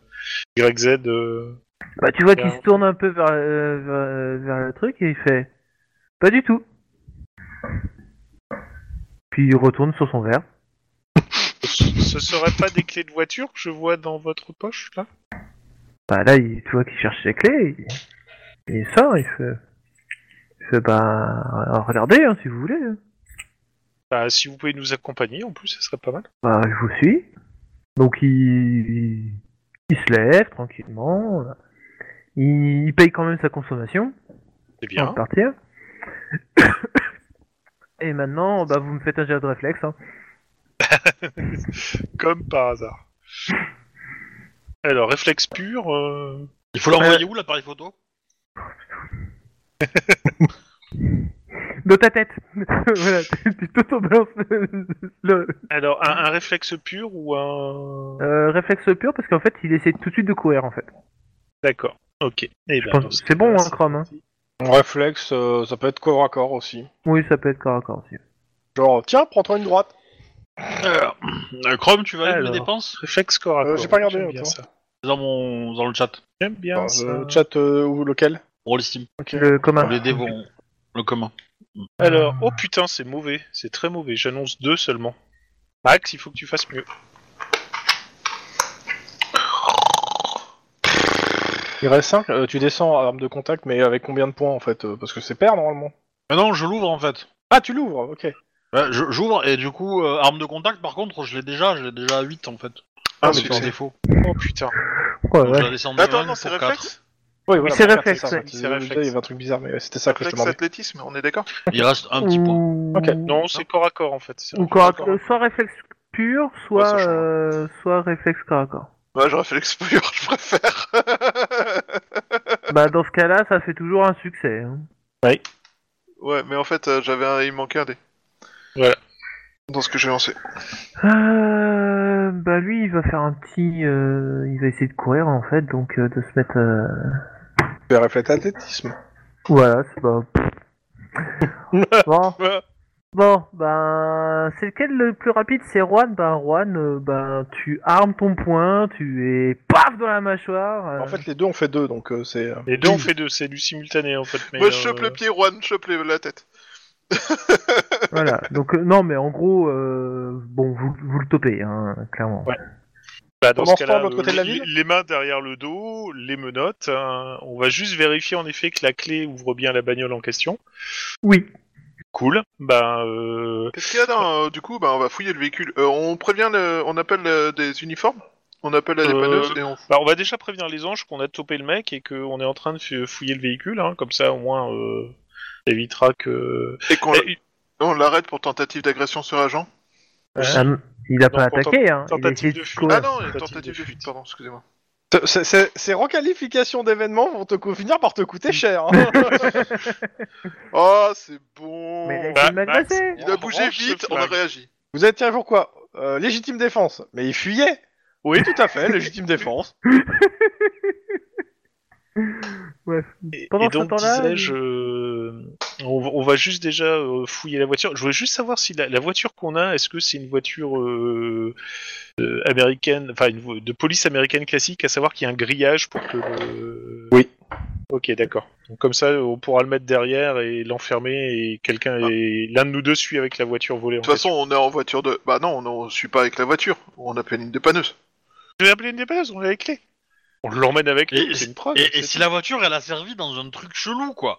C: YZ euh,
D: Bah, tu vois qu'il
C: Bien.
D: se tourne un peu vers, euh, vers, vers le truc et il fait Pas du tout. Puis il retourne sur son verre.
C: Ce serait pas des clés de voiture que je vois dans votre poche, là
D: Bah là, il, tu vois qu'il cherche ses clés, il, il sort, il fait... Il fait, bah, regardez, hein, si vous voulez. hein.
C: Bah, si vous pouvez nous accompagner, en plus, ça serait pas mal.
D: Bah, je vous suis. Donc, il, il, il se lève tranquillement. Il, il paye quand même sa consommation
C: C'est
D: avant de
C: bien.
D: partir. Et maintenant, bah, vous me faites un jet de réflexe. Hein.
C: Hein, Comme par hasard. Alors, réflexe pur. euh,
B: Il faut l'envoyer où l'appareil photo
D: De ta tête Voilà, tu tu t'auto-balances le- le
C: Alors, un, un réflexe pur ou un.
D: euh, réflexe pur parce qu'en fait, il essaie tout de suite de courir en fait.
C: D'accord. Ok. Eh ben,
D: pense-
C: dans ce
D: c'est bon,
C: cas-là,
D: hein, Chrome, hein.
C: parti.
A: Réflexe, euh, ça peut être corps à corps aussi.
D: Oui, ça peut être corps à corps aussi.
A: Genre, euh, tiens, prends-toi une droite.
B: Alors, euh, Chrome, tu vas les
C: Alors.
B: dépenses
C: Réflexe corps à
A: Euh,
C: corps.
A: j'ai pas regardé,
C: J'aime bien
A: attends.
C: ça.
B: dans mon dans le chat.
C: J'aime bien
A: Dans
C: ça.
A: le chat euh, ou lequel
B: On l'estime.
A: Ok.
D: Le euh, commun.
B: Les dés vont- le commun.
C: Alors, oh putain, c'est mauvais. C'est très mauvais. J'annonce deux seulement. Ah, Max, il faut que tu fasses mieux.
A: Il reste 5, Euh, tu descends à arme de contact, mais avec combien de points en fait euh, Parce que c'est pair normalement.
B: Mais non, je l'ouvre en fait.
A: Ah, tu l'ouvres, ok.
B: Ouais, je- J'ouvre et du coup, euh, arme de contact, par contre, je l'ai déjà, je l'ai déjà à 8 en fait.
C: Ah,
B: mais
C: succès.
B: sans défaut.
C: Oh putain.
D: Ouais,
B: Donc,
D: Ah, ouais.
B: je la descends de
E: Attends,
B: 20
E: non, c'est
B: pour quatre.
E: réflexe
A: Oui,
D: Oui, c'est réflexe,
A: ça,
D: ouais.
A: en fait.
C: C'est
A: Désolé,
C: réflexe.
A: Il y avait un truc bizarre, mais ouais, c'était ça que je te
E: Réflexe
A: demandais.
E: athlétisme, on est d'accord
B: Il reste un petit point.
D: Ou-
A: Ok.
C: Non, c'est corps à corps en fait. C'est
D: Ou
C: un
D: corps à
C: corps à
D: corps. Soit réflexe pur,
E: Ouais,
D: soit,
E: ça change.
D: euh, soit réflexe corps à corps.
E: Bah, je réflexe pur, je préfère.
D: bah, dans ce cas-là, ça fait toujours un succès. hein.
E: ouais, mais en fait, euh, j'avais un... il me manquait un dé.
C: Voilà.
E: Dans ce que j'ai lancé.
D: Euh, bah, lui, il va faire un petit. euh, il va essayer de courir, en fait, donc euh, de se mettre. euh,
A: Fais réflexe athlétisme.
D: Voilà, c'est pas. bon.
C: Ouais.
D: Bon, ben, c'est lequel le plus rapide C'est Juan. Ben, Juan, euh, ben, tu armes ton poing, tu es paf dans la mâchoire. euh.
A: En fait, les deux ont fait deux, donc euh, c'est. euh,
C: corps. Les deux on fait deux. C'est du simultané en fait. mais,
E: Moi, je
C: euh,
E: chope le pied, Juan, je chope les- la tête.
D: Voilà, donc euh, non, mais en gros, euh, bon, vous, vous le topez, hein, clairement.
C: Bah, dans
A: Pendant
C: ce
A: ce temps,
C: cas-là,
A: de l'autre
C: euh,
A: côté de la
C: les-
A: ville
C: les mains derrière le dos, les menottes. hein. on va juste vérifier en effet que la clé ouvre bien la bagnole en question.
D: Oui.
C: Cool. Bah, euh,
E: Qu'est-ce qu'il y a dans. euh, du coup, bah, on va fouiller le véhicule. Euh, on prévient, le- on appelle euh, des uniformes On appelle la
C: Euh,
E: dépanneuse et on.
C: bah, on va déjà prévenir les anges qu'on a topé le mec et qu'on est en train de fou- fouiller le véhicule. hein. comme ça, au moins, euh, ça évitera que.
E: Et qu'on
C: Eh,
E: on l'arrête pour tentative d'agression sur agent Euh,
D: Ah, m- il a pas
C: pour
D: attaqué, hein. Il a
C: tentative
D: essayé
C: de
D: de
C: fuite.
E: Ah
D: courir.
E: non, tentative,
C: Tentative
E: tentative
C: de
E: de fuite, pardon, excusez-moi.
A: c'est- c'est- Ces requalifications d'événements vont te co- finir par te coûter cher. hein.
E: Oh, c'est bon
D: Mais il a essayé
C: Bah,
D: de m'agresser.
E: Il a bougé vite, on a réagi.
A: Vous êtes, tiens, jour quoi Euh, Légitime défense. Mais il fuyait Oui, tout à fait, légitime défense.
D: Ouais.
C: Et,
D: Pendant
C: et
D: ce
C: donc,
D: temps-là,
C: disais-je, euh, on, va- on va juste déjà euh, fouiller la voiture. Je voulais juste savoir si la, la voiture qu'on a, est-ce que c'est une voiture euh, euh, américaine, enfin une vo- de police américaine classique, à savoir qu'il y a un grillage pour que le...
A: Oui.
C: Ok, d'accord. Donc comme ça, on pourra le mettre derrière et l'enfermer et quelqu'un et l'un de nous deux suit avec la voiture volée. en
E: De toute façon, on est en voiture de. Bah non, on- on suit pas avec la voiture. On appelle une dépanneuse.
C: question. je vais appeler une dépanneuse, on a les clés. On l'emmène avec
B: Et-
C: nous, c'est une preuve.
B: Et, et
C: c'est
B: si
C: tout.
B: la voiture elle a servi dans un truc chelou quoi,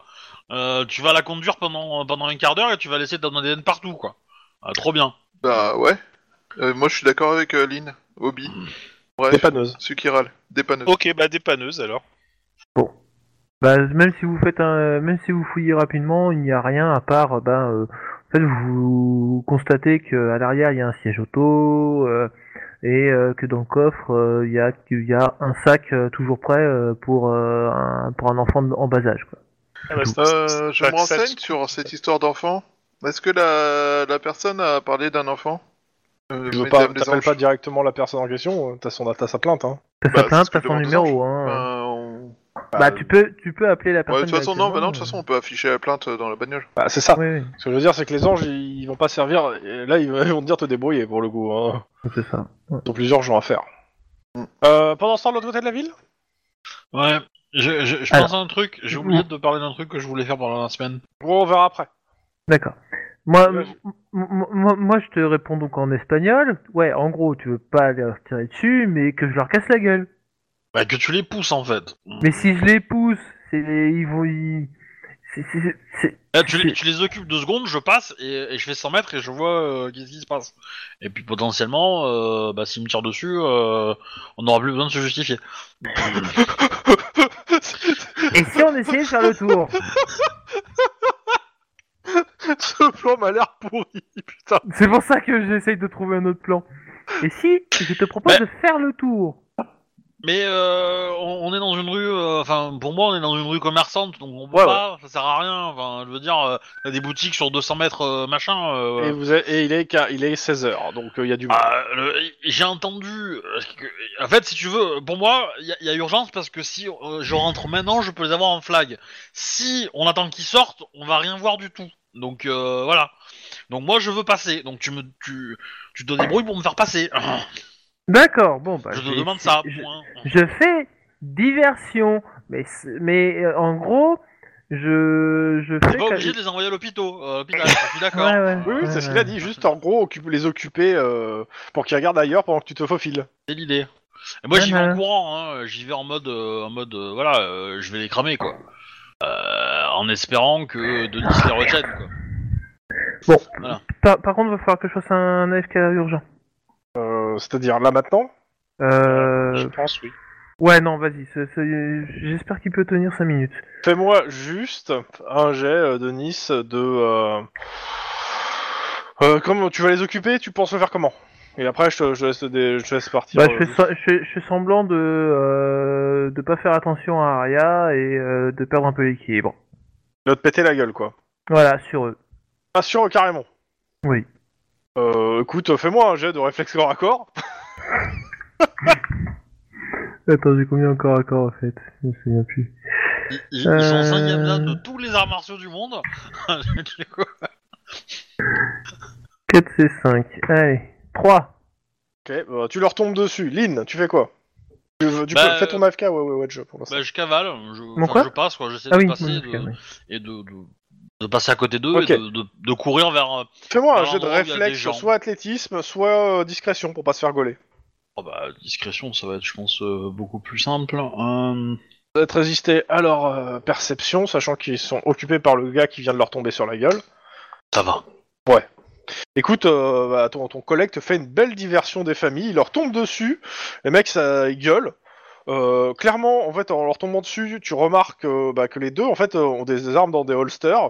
B: Euh, tu vas la conduire pendant pendant un quart d'heure et tu vas laisser ton ADN partout quoi. Ah, trop bien.
E: Bah ouais. Euh, moi, je suis d'accord avec euh, Lynn, Obi, Bref.
A: Dépanneuse.
E: ceux qui râlent. Dépanneuse.
C: Ok, bah dépanneuse alors.
D: Bah, même si vous faites un, même si vous fouillez rapidement, il n'y a rien à part, ben, euh, en fait, vous constatez qu'à l'arrière il y a un siège auto euh, et euh, que dans le coffre euh, il y a, il y a un sac euh, toujours prêt euh, pour euh, un, pour un enfant de- en bas âge. Quoi.
C: Ah bah, c'est-
E: Euh,
C: c'est
E: je me
C: pas que ça,
E: renseigne sur cette histoire d'enfant. Est-ce que la... la personne a parlé d'un enfant euh,
A: Tu veux pas,
E: Mesdames des
A: t'appelles
E: Anges.
A: pas directement la personne en question, euh, t'as, son, t'as sa plainte. Hein.
D: T'as
E: Bah,
D: sa
E: c'est
D: plainte,
E: ce que
D: t'as son
E: demande
D: numéro. Hein.
E: Bah, on-
D: Bah, tu peux, tu peux appeler la
E: Ouais,
D: personne.
E: de toute façon, non, bah
D: directement,
E: non, de toute façon, on peut afficher la plainte euh, dans la bagnole.
A: Bah, c'est ça.
D: euh, Oui, oui,
A: Ce que je veux dire, c'est que les anges, ils, ils vont pas servir. et Là, ils vont te dire te débrouiller pour le coup. Hein.
D: c'est ça.
A: Ils ont plusieurs gens à faire. Euh, pendant ce temps, de l'autre côté de la ville
B: Ouais. Je, je, je
D: Alors.
B: pense à un truc. J'ai oublié de parler d'un truc que je voulais faire pendant la semaine.
A: Bon, On verra après.
D: D'accord. Moi,
A: Euh,
D: m- m- moi, moi, je te réponds donc en espagnol. Ouais, en gros, tu veux pas leur tirer dessus, mais que je leur casse la gueule.
B: Bah que tu les pousses en fait.
D: Mais si je les pousse, c'est les- ils vont y. c'est- c'est- c'est- c'est-
B: Là, Eh, tu, les, tu les occupes deux secondes, je passe et, et je fais 100 mètres et je vois euh, qu'est-ce qui se passe. Et puis potentiellement, euh, bah s'ils me tirent dessus, euh, on n'aura plus besoin de se justifier.
D: Et si on essayait de faire le tour
A: Ce plan m'a l'air pourri, putain.
D: C'est pour ça que j'essaye de trouver un autre plan. Et si je te propose
B: Mais-
D: de faire le tour
B: Mais euh, on, on est dans une rue, euh, enfin pour moi on est dans une rue commerçante, donc on peut
A: Ouais,
B: pas, ça sert à rien. Enfin, je veux dire, euh, y a des boutiques sur 200 mètres, euh, machin. euh,
A: Et, vous avez- et il est, qu'à- il est 16h, donc euh, il y a du mal.
B: Ah, le- J'ai entendu. euh, que- En fait, si tu veux, pour moi, il y, a- y a urgence parce que si euh, je rentre maintenant, je peux les avoir en flag. Si on attend qu'ils sortent, on va rien voir du tout. Donc euh, voilà. Donc moi, je veux passer. Donc tu me, tu, tu te débrouilles pour me faire passer.
D: D'accord, bon, bah.
B: je te
D: j'ai-
B: demande ça.
D: je-
B: point.
D: je fais diversion, mais c'est- mais euh, en gros, je je
B: T'es
D: fais.
B: pas
D: que-
B: obligé de les envoyer à l'hôpital. euh, à l'hôpital, je suis d'accord.
D: Ouais, ouais.
A: Oui, oui, c'est ce qu'il a dit,
B: ouais.
A: juste en gros, occupe- les occuper euh, pour qu'ils regardent ailleurs pendant que tu te faufiles.
B: C'est l'idée. Et moi,
D: Ouais,
B: j'y vais en
D: mais-
B: courant. hein, J'y vais en mode, euh, en mode, euh, voilà, euh, je vais les cramer quoi. Euh, en espérant que Denis les retienne quoi.
D: Bon.
B: Voilà.
D: Par, par contre, il va falloir que je fasse un AFK urgent.
A: Euh, C'est-à-dire là maintenant
C: Je
D: Euh...
C: pense, oui.
D: Ouais, non, vas-y. c'est- c'est- J'espère qu'il peut tenir 5 minutes.
A: Fais-moi juste un jet euh, de Nice de. euh, euh, comment tu vas les occuper Tu penses le faire comment Et après, je te, je te laisse, des- je te laisse partir.
D: Bah, je,
A: euh,
D: fais so- je, fais- je fais semblant de euh, de pas faire attention à Arya et euh, de perdre un peu l'équilibre.
A: de te péter la gueule, quoi.
D: Voilà, sur eux.
A: Pas sûr, carrément.
D: Oui.
A: Euh, écoute, fais-moi un jet de réflexe corps à corps.
D: Attends, j'ai combien encore à corps en fait Je me souviens plus.
B: Ils, ils- ils sont
D: Euh.
B: cinquième là de tous les arts martiaux du monde. Du coup,
D: 4 c'est 5. Allez, 3.
A: Ok, bah, tu leur tombes dessus. Lynn, tu fais quoi tu, veux- tu
B: Bah,
A: peux, Fais ton AFK, ouais, ouais, ouais, je- pour l'instant.
B: bah, je cavale, je, enfin,
D: quoi
B: je passe, quoi. J'essaie
D: Ah
B: de
D: oui,
B: passer
D: oui,
B: de-
D: ok, oui.
B: et de, de- de passer à côté d'eux
A: Ok.
B: et de, de- de courir vers. euh,
A: Fais-moi un
B: Alors,
A: jet de
B: en gros, il y a des
A: réflexe,
B: gens.
A: soit athlétisme, soit euh, discrétion pour pas se faire gauler.
B: oh, bah, discrétion, ça va être, je pense, euh, beaucoup plus simple. Euh,
A: Vous êtes résisté à leur euh, perception, sachant qu'ils sont occupés par le gars qui vient de leur tomber sur la gueule.
B: ça va.
A: Écoute, euh, bah, ton, ton collègue te fait une belle diversion des familles, il leur tombe dessus, les mecs ça ils gueulent. Euh, clairement, en fait, en leur tombant dessus, tu remarques euh, bah, que les deux, en fait, euh, ont des armes dans des holsters,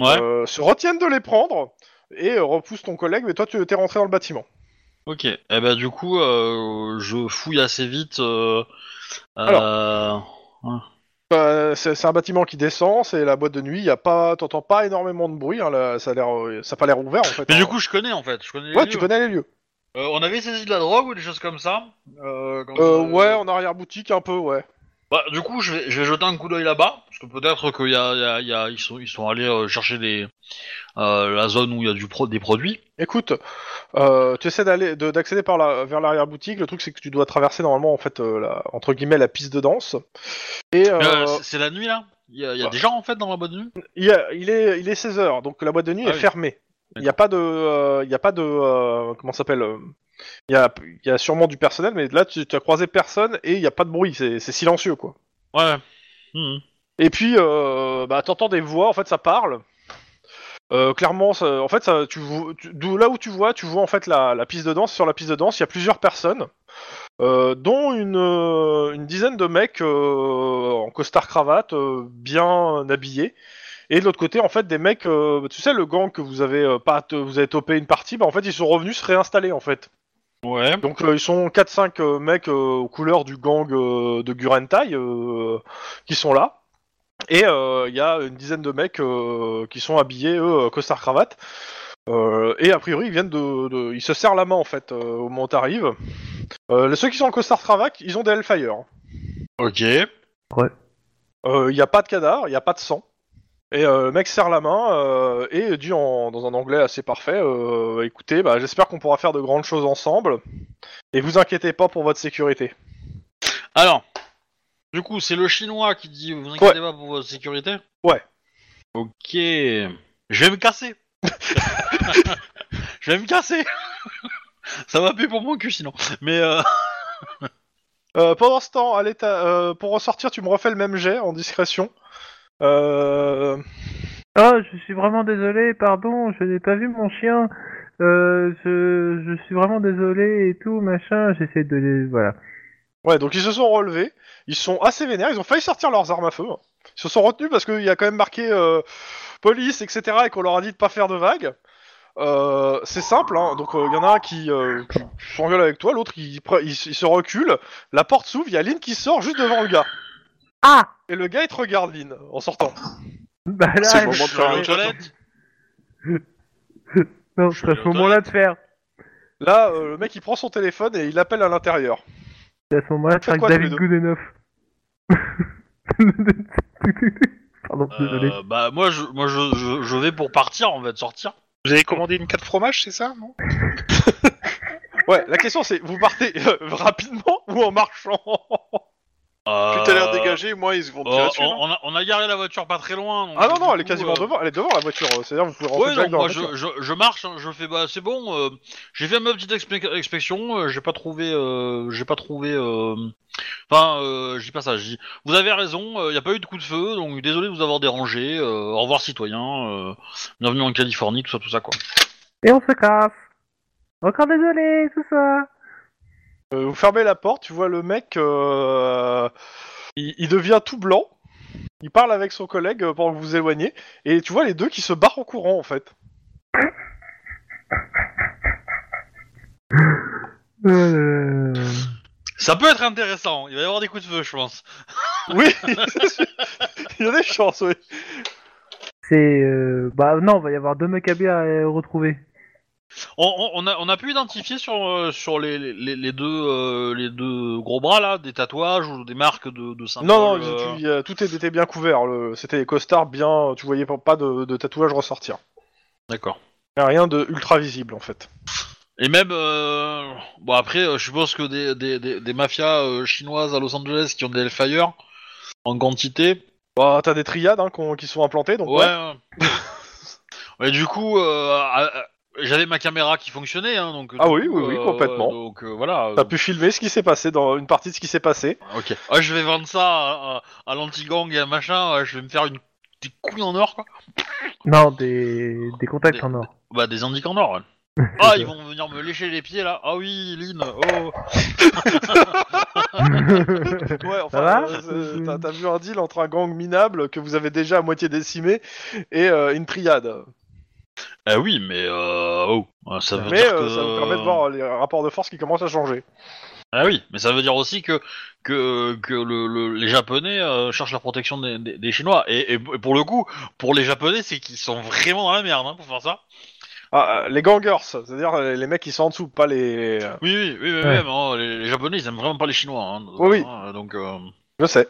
B: Ouais.
A: euh, se retiennent de les prendre et euh, repoussent ton collègue, mais toi, tu t'es rentré dans le bâtiment.
B: Ok. Et bah du coup, euh, je fouille assez vite. euh,
A: Alors.
B: euh,
A: Euh, c'est c'est un bâtiment qui descend, c'est la boîte de nuit, y a pas, t'entends pas énormément de bruit, hein, là, ça a l'air, euh, ça a pas l'air ouvert en fait.
B: Mais
A: hein.
B: du coup, je connais en fait. Je connais les
A: ouais,
B: lieux.
A: tu connais les lieux.
B: Euh, on avait saisi de la drogue ou des choses comme ça. euh, quand,
A: Euh,
B: euh,
A: ouais, en arrière boutique un peu, ouais.
B: Bah, du coup, je vais, je vais jeter un coup d'œil là-bas, parce que peut-être qu'il y a, il y a- il y a- ils sont, ils sont allés euh, chercher des, euh, la zone où il y a du pro, des produits.
A: Écoute, euh, tu essaies d'aller, de- d'accéder par la, vers l'arrière boutique. Le truc c'est que tu dois traverser normalement en fait, euh, la, entre guillemets, la piste de danse. Et euh,
B: Mais, euh, c'est- c'est la nuit là. Il y a, il y a
A: bah.
B: des gens en fait dans la bonne nuit.
A: il, y a- il est, il est 16 h donc la boîte de nuit
B: Ah
A: est
B: oui.
A: fermée. Il n'y a pas de, euh, il y a pas de, euh, comment ça s'appelle euh, Il y a, il y a sûrement du personnel, mais là tu, tu as croisé personne et il n'y a pas de bruit. C'est c'est silencieux quoi.
B: Ouais. Mhm.
A: Et puis, euh, bah, t'entends des voix, en fait, ça parle. Euh, clairement, ça- en fait, ça, tu, vo- tu- d'où- là où tu vois, tu vois en fait la, la piste de danse. Sur la piste de danse, il y a plusieurs personnes, euh, dont une, euh, une dizaine de mecs euh, en costard cravate, euh, bien habillés. Et de l'autre côté, en fait, des mecs, euh, tu sais, le gang que vous avez euh, pas, te- vous avez topé une partie, bah, en fait, ils sont revenus se réinstaller, en fait.
B: Ouais.
A: Donc euh, ils sont 4-5 euh, mecs euh, aux couleurs du gang euh, de Gurentai euh, qui sont là. Et euh, il y a une dizaine de mecs euh, qui sont habillés, eux, euh, costard cravate. Euh, et a priori, ils viennent de, de- Ils se serrent la main, en fait, euh, au moment où t'arrives. Euh, les- ceux qui sont en costard cravate, ils ont des Hellfire.
B: Ok.
A: Euh, Il n'y a pas de cadavre, il n'y a pas de sang. Et euh, le mec serre la main euh, et dit en, dans un anglais assez parfait euh, Écoutez, bah, j'espère qu'on pourra faire de grandes choses ensemble. Et vous inquiétez pas pour votre sécurité.
B: Alors, du coup, c'est le chinois qui dit vous inquiétez pas pour votre sécurité.
A: Ouais.
B: Ok. Je vais me casser. je vais me casser. ça va plus pour mon cul sinon. Mais euh,
A: Euh, pendant ce temps, à l'état, euh, pour ressortir, tu me refais le même jet en discrétion. Euh,
D: Oh, je suis vraiment désolé, pardon, je n'ai pas vu mon chien. Euh, je, je suis vraiment désolé et tout, machin. J'essaie de les. Voilà.
A: Ouais, donc ils se sont relevés, ils sont assez vénères, ils ont failli sortir leurs armes à feu. hein. Ils se sont retenus parce qu'il y a quand même marqué euh, police, etc. et qu'on leur a dit de pas faire de vagues. euh, c'est simple, hein. donc il y en a un qui, euh, qui s'engueule avec toi, l'autre il, pre- il s- il se recule, la porte s'ouvre, il y a Lynn qui sort juste devant le gars.
D: Ah
A: Et le gars il te regarde Lynn en sortant.
D: Bah là,
E: C'est le
D: je-
E: moment de faire
B: aux
E: une toilette.
B: toilettes
D: non, c'est à ce moment-là de faire.
A: Là euh, le mec il prend son téléphone et il appelle à l'intérieur.
D: C'est à ce moment-là de
A: Faites
D: faire
A: quoi,
D: David
A: tous
D: Goodenough. Pardon, désolé.
B: Euh, Bah moi, je, moi je, je, je vais pour partir, on va de sortir.
C: Vous avez commandé une 4 fromages, c'est ça non
A: Ouais, la question c'est vous partez euh, rapidement ou en marchant
B: Euh,
E: Plus t'as l'air dégagé, moi ils vont te tirer
B: euh,
E: dessus.
B: on,
E: non
B: on a, on a garé la voiture pas très loin. donc,
A: Ah non
B: du
A: non, elle est
B: coup,
A: quasiment
B: euh,
A: devant, elle est devant la voiture, euh, c'est-à-dire vous pouvez rentrer
B: Ouais,
A: direct
B: donc
A: dans
B: moi
A: la voiture.
B: je, je, je marche, hein, je fais bah c'est bon, euh, j'ai fait ma petite expe- inspection, euh, j'ai pas trouvé, euh, j'ai pas trouvé, euh, enfin euh, j'ai pas ça, j'ai vous avez raison, il n'y a pas eu de coup de feu, donc désolé de vous avoir dérangé, euh, au revoir citoyens, euh, bienvenue en Californie, tout ça, tout ça quoi.
D: Et on se casse. Encore désolé, tout ça.
A: Euh, vous fermez la porte, tu vois le mec, euh, il, il devient tout blanc, il parle avec son collègue euh, pendant que vous vous éloignez, et tu vois les deux qui se barrent en courant en fait.
D: Euh...
B: Ça peut être intéressant, il va y avoir des coups de feu je pense.
A: Oui, il y a des chances, oui.
D: C'est... Euh... Bah non, il va y avoir deux mecs à bien à euh, retrouver.
B: On, on- on a, on a pu identifier sur, euh, sur les, les, les deux, euh, les deux gros bras là, des tatouages ou des marques de, de symboles.
A: Non, non,
B: euh,
A: tu- euh, tout était bien couvert, le- c'était les costards bien, tu voyais pas- pas de, de tatouage ressortir.
B: D'accord.
A: Y a Rien de ultra visible en fait.
B: Et même, euh, bon après, euh, je suppose que des, des, des, des mafias euh, chinoises à Los Angeles qui ont des Hellfire en quantité.
A: Bah, t'as des triades hein, qu'on- qui sont implantées, donc
B: Ouais.
A: ouais.
B: ouais. Et du coup, euh, à- à- j'avais ma caméra qui fonctionnait, hein, donc.
A: Ah
B: du
A: oui,
B: coup,
A: oui, oui, complètement.
B: donc euh, voilà.
A: T'as pu filmer ce qui s'est passé dans une partie de ce qui s'est passé.
B: Ok. Ah, je vais vendre ça à, à, à l'anti-gang et à machin. ouais, je vais me faire une des couilles en or quoi.
D: Non, des, des contacts
B: Des-
D: en or.
B: Bah des indiques en or. ouais. ah, ils vont venir me lécher les pieds là. Ah oui, Lynn. Oh.
A: Ouais,
D: Ça va
A: enfin, euh, c'est- t'as- t'as vu un deal entre un gang minable que vous avez déjà à moitié décimé et euh, une triade.
B: Eh oui, mais euh, oh, ça veut
A: Mais
B: dire
A: euh,
B: que
A: ça vous permet de voir les rapports de force qui commencent à changer.
B: Ah oui, mais ça veut dire aussi que que, que le, le- les Japonais euh, cherchent la protection des, des- des Chinois. Et, et pour le coup, pour les Japonais, c'est qu'ils sont vraiment dans la merde hein, pour faire ça.
A: Ah, euh, les gangers, c'est-à-dire euh, les mecs qui sont en dessous, pas les. euh, les-
B: Oui, oui, oui, oui,
D: Ouais.
B: oui, mais, oh, les, les Japonais, ils aiment vraiment pas les Chinois. hein.
A: Oui, oui.
B: Ah, donc euh,
A: Je sais.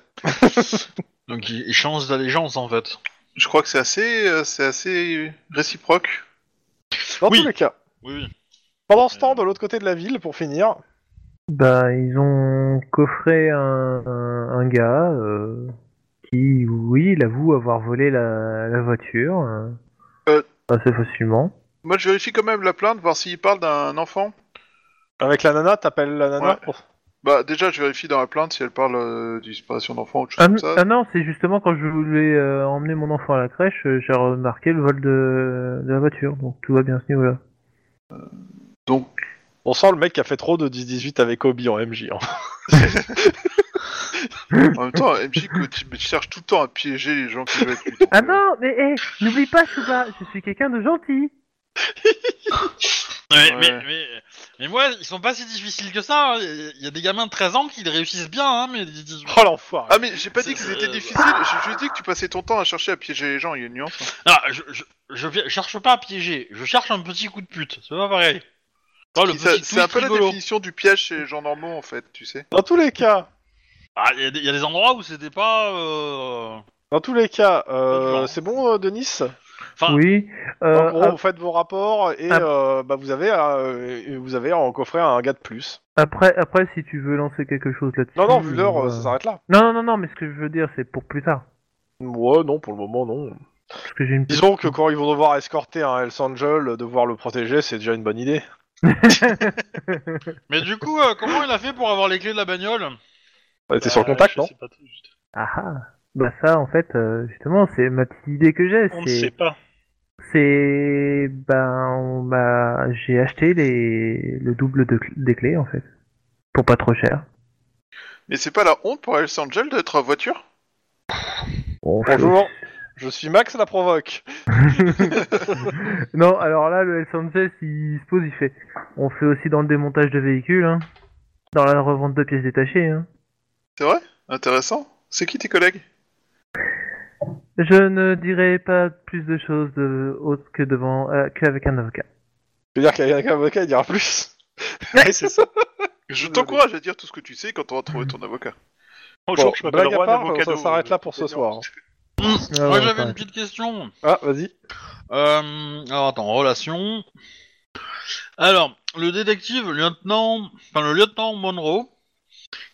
B: donc ils, ils changent d'allégeance en fait.
E: Je crois que c'est assez, euh, c'est assez réciproque.
A: Dans
B: Oui. Euh.
A: tous les cas.
B: Oui, oui.
A: Pendant ce temps, de l'autre côté de la ville, pour finir,
D: Bah, ils ont coffré un, un, un gars euh, qui, oui, il avoue avoir volé la, la voiture euh,
E: Euh.
D: assez facilement.
E: Moi je vérifie quand même la plainte, voir s'il parle d'un enfant.
A: avec la nana, t'appelles la nana
E: Ouais.
A: pour-
E: Bah déjà je vérifie dans la plainte si elle parle euh, d'une disparition d'enfant ou autre chose
D: Ah,
E: comme
D: n-
E: ça.
D: ah non, c'est justement quand je voulais euh, emmener mon enfant à la crèche, euh, j'ai remarqué le vol de, de la voiture, donc tout va bien à ce niveau-là.
E: Donc
A: On sent le mec qui a fait trop de 10-18 avec Obi en MJ. hein.
E: en même temps, MJ que tu, mais tu cherches tout le temps à piéger les gens qui veulent être lui. donc,
D: Ah
E: euh,
D: non, mais hé, n'oublie pas, Chouba, je suis quelqu'un de gentil.
B: Mais,
E: Ouais.
B: mais, mais, mais moi, ils sont pas si difficiles que ça. hein. Il y a des gamins de 13 ans qui réussissent bien, hein, mais
A: Oh l'enfoiré
E: Ah mais j'ai pas dit que
B: C'est-
E: c'était
B: euh,
E: difficile, j'ai juste dit que tu passais ton temps à chercher à piéger les gens, il y a une nuance. hein.
B: Ah, je, je, je vi- cherche pas à piéger, je cherche un petit coup de pute, c'est pas pareil. Oh, le
E: Et ça-
B: petit
E: C'est un
B: twist
E: peu la
B: rigolo.
E: définition du piège chez les gens normaux en fait, tu sais.
A: Dans tous les cas,
B: Ah, il y, a des- il y a des endroits où c'était pas. euh,
A: dans tous les cas, euh,
B: Bonjour.
A: c'est bon, euh, Denis
B: Enfin,
D: Oui, euh,
A: En gros,
D: ap-
A: vous faites vos rapports et
D: ah.
A: euh, bah, vous avez euh, vous avez en coffret un gars de plus.
D: après, après, si tu veux lancer quelque chose là-dessus...
A: Non, non, vu l'heure,
D: euh,
A: euh, ça s'arrête là.
D: Non, non, non, non, mais ce que je veux dire, c'est pour plus tard.
A: Ouais, non, pour le moment, non.
D: Parce que j'ai une
A: Disons que quand ils vont devoir escorter un Hells Angel, euh, devoir le protéger, c'est déjà une bonne idée.
B: mais du coup, euh, comment il a fait pour avoir les clés de la bagnole
A: T'es sur le contact,
C: je
A: non
C: sais pas tout juste.
D: Ah ah Bah ça, en fait, euh, justement, c'est ma petite idée que j'ai.
C: On ne
D: c'est-
C: sait pas.
D: C'est... Ben, on m'a- j'ai acheté les... le double de cl- des clés, en fait. Pour pas trop cher.
E: Mais c'est pas la honte pour Hells Angel d'être en voiture
A: Bonjour. Je suis Max, la provoque.
D: Non, alors là, le El Sanchez, il se pose, il fait. On fait aussi dans le démontage de véhicules, hein. Dans la revente de pièces détachées, hein.
E: C'est vrai Intéressant. C'est qui tes collègues
D: Je ne dirai pas plus de choses de... autres que devant, euh, qu'avec un avocat.
A: Je veux dire qu'il y a un avocat, il dira plus.
C: Ouais, c'est ça.
E: Je t'encourage à dire tout ce que tu sais quand on va trouver ton avocat.
C: Un
A: Bon,
C: jour, je m'appelle
A: blague à
C: Juan
A: part, ça
C: Avocado.
A: s'arrête là pour ce soir.
D: Ah
B: Moi
D: ouais,
B: j'avais
D: ouais.
B: une petite question.
A: Ah, vas-y.
B: Euh, alors attends, relation. Alors, le détective lieutenant, enfin le lieutenant Monroe,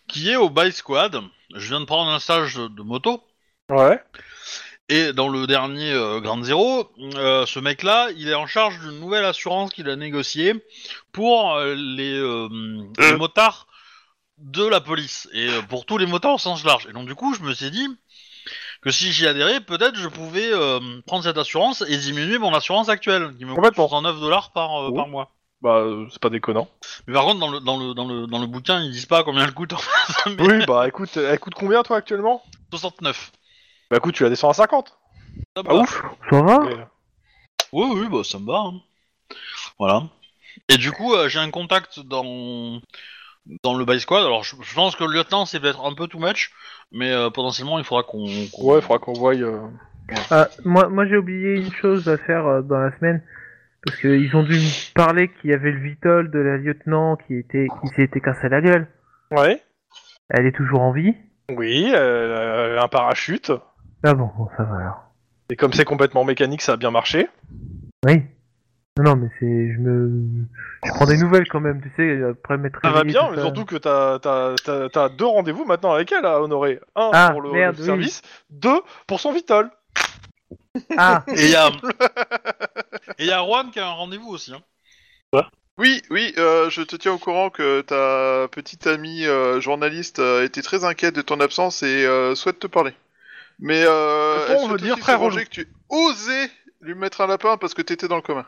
B: qui est au bike squad, je viens de prendre un stage de, de moto,
A: Ouais.
B: et dans le dernier euh, Grand Zero, euh, ce mec-là, il est en charge d'une nouvelle assurance qu'il a négociée pour euh, les, euh, les motards de la police, et euh, pour tous les motards au sens large. Et donc du coup, je me suis dit que si j'y adhérais, peut-être je pouvais euh, prendre cette assurance et diminuer mon assurance actuelle, qui me coûte
A: Complètement.
B: 109 dollars par, euh,
A: Oui.
B: par mois.
A: Bah, euh, c'est pas déconnant.
B: Mais par contre, dans le, dans le, dans le, dans le bouquin, ils disent pas combien elle coûte, mais
A: Oui, bah écoute, elle coûte combien toi actuellement
B: 69.
A: Bah écoute, tu la descends à 50.
B: Ça me
A: Ah
B: va.
A: ouf
D: Ça va
A: Mais-
B: Oui, oui, bah ça me va. hein. Voilà. Et du coup, euh, j'ai un contact dans dans le by squad. Alors, je, je pense que le lieutenant, c'est peut-être un peu too much, mais euh, potentiellement, il faudra qu'on. qu'on-
A: Ouais, faudra qu'on voie. euh,
D: Ah, moi, moi j'ai oublié une chose à faire euh, dans la semaine. Parce qu'ils ont dû me parler qu'il y avait le Vitol de la lieutenant qui était, qui s'était cassé la gueule.
A: Ouais.
D: Elle est toujours en vie
A: Oui, euh, un parachute.
D: Ah bon, bon, ça va alors.
A: Et comme c'est complètement mécanique, ça a bien marché.
D: Oui. Non, non, mais c'est, je me, je prends des nouvelles quand même, tu sais, après m'être
A: Ça va
D: réveillé,
A: bien,
D: tout
A: mais
D: ça.
A: surtout que t'as as, deux rendez-vous maintenant avec elle à honorer. Un
D: Ah,
A: pour le,
D: merde,
A: le service, deux pour son vitol.
D: Ah,
B: Et il y a et il y a Juan qui a un rendez-vous aussi. Hein.
E: Oui, oui, euh, je te tiens au courant que ta petite amie euh, journaliste euh, était très inquiète de ton absence et euh, souhaite te parler. Mais euh,
A: Peut-on
E: elle souhaite
A: me dire
E: aussi
A: frère
E: s'arranger
A: relou
E: que tu osais lui mettre un lapin parce que t'étais dans le commun.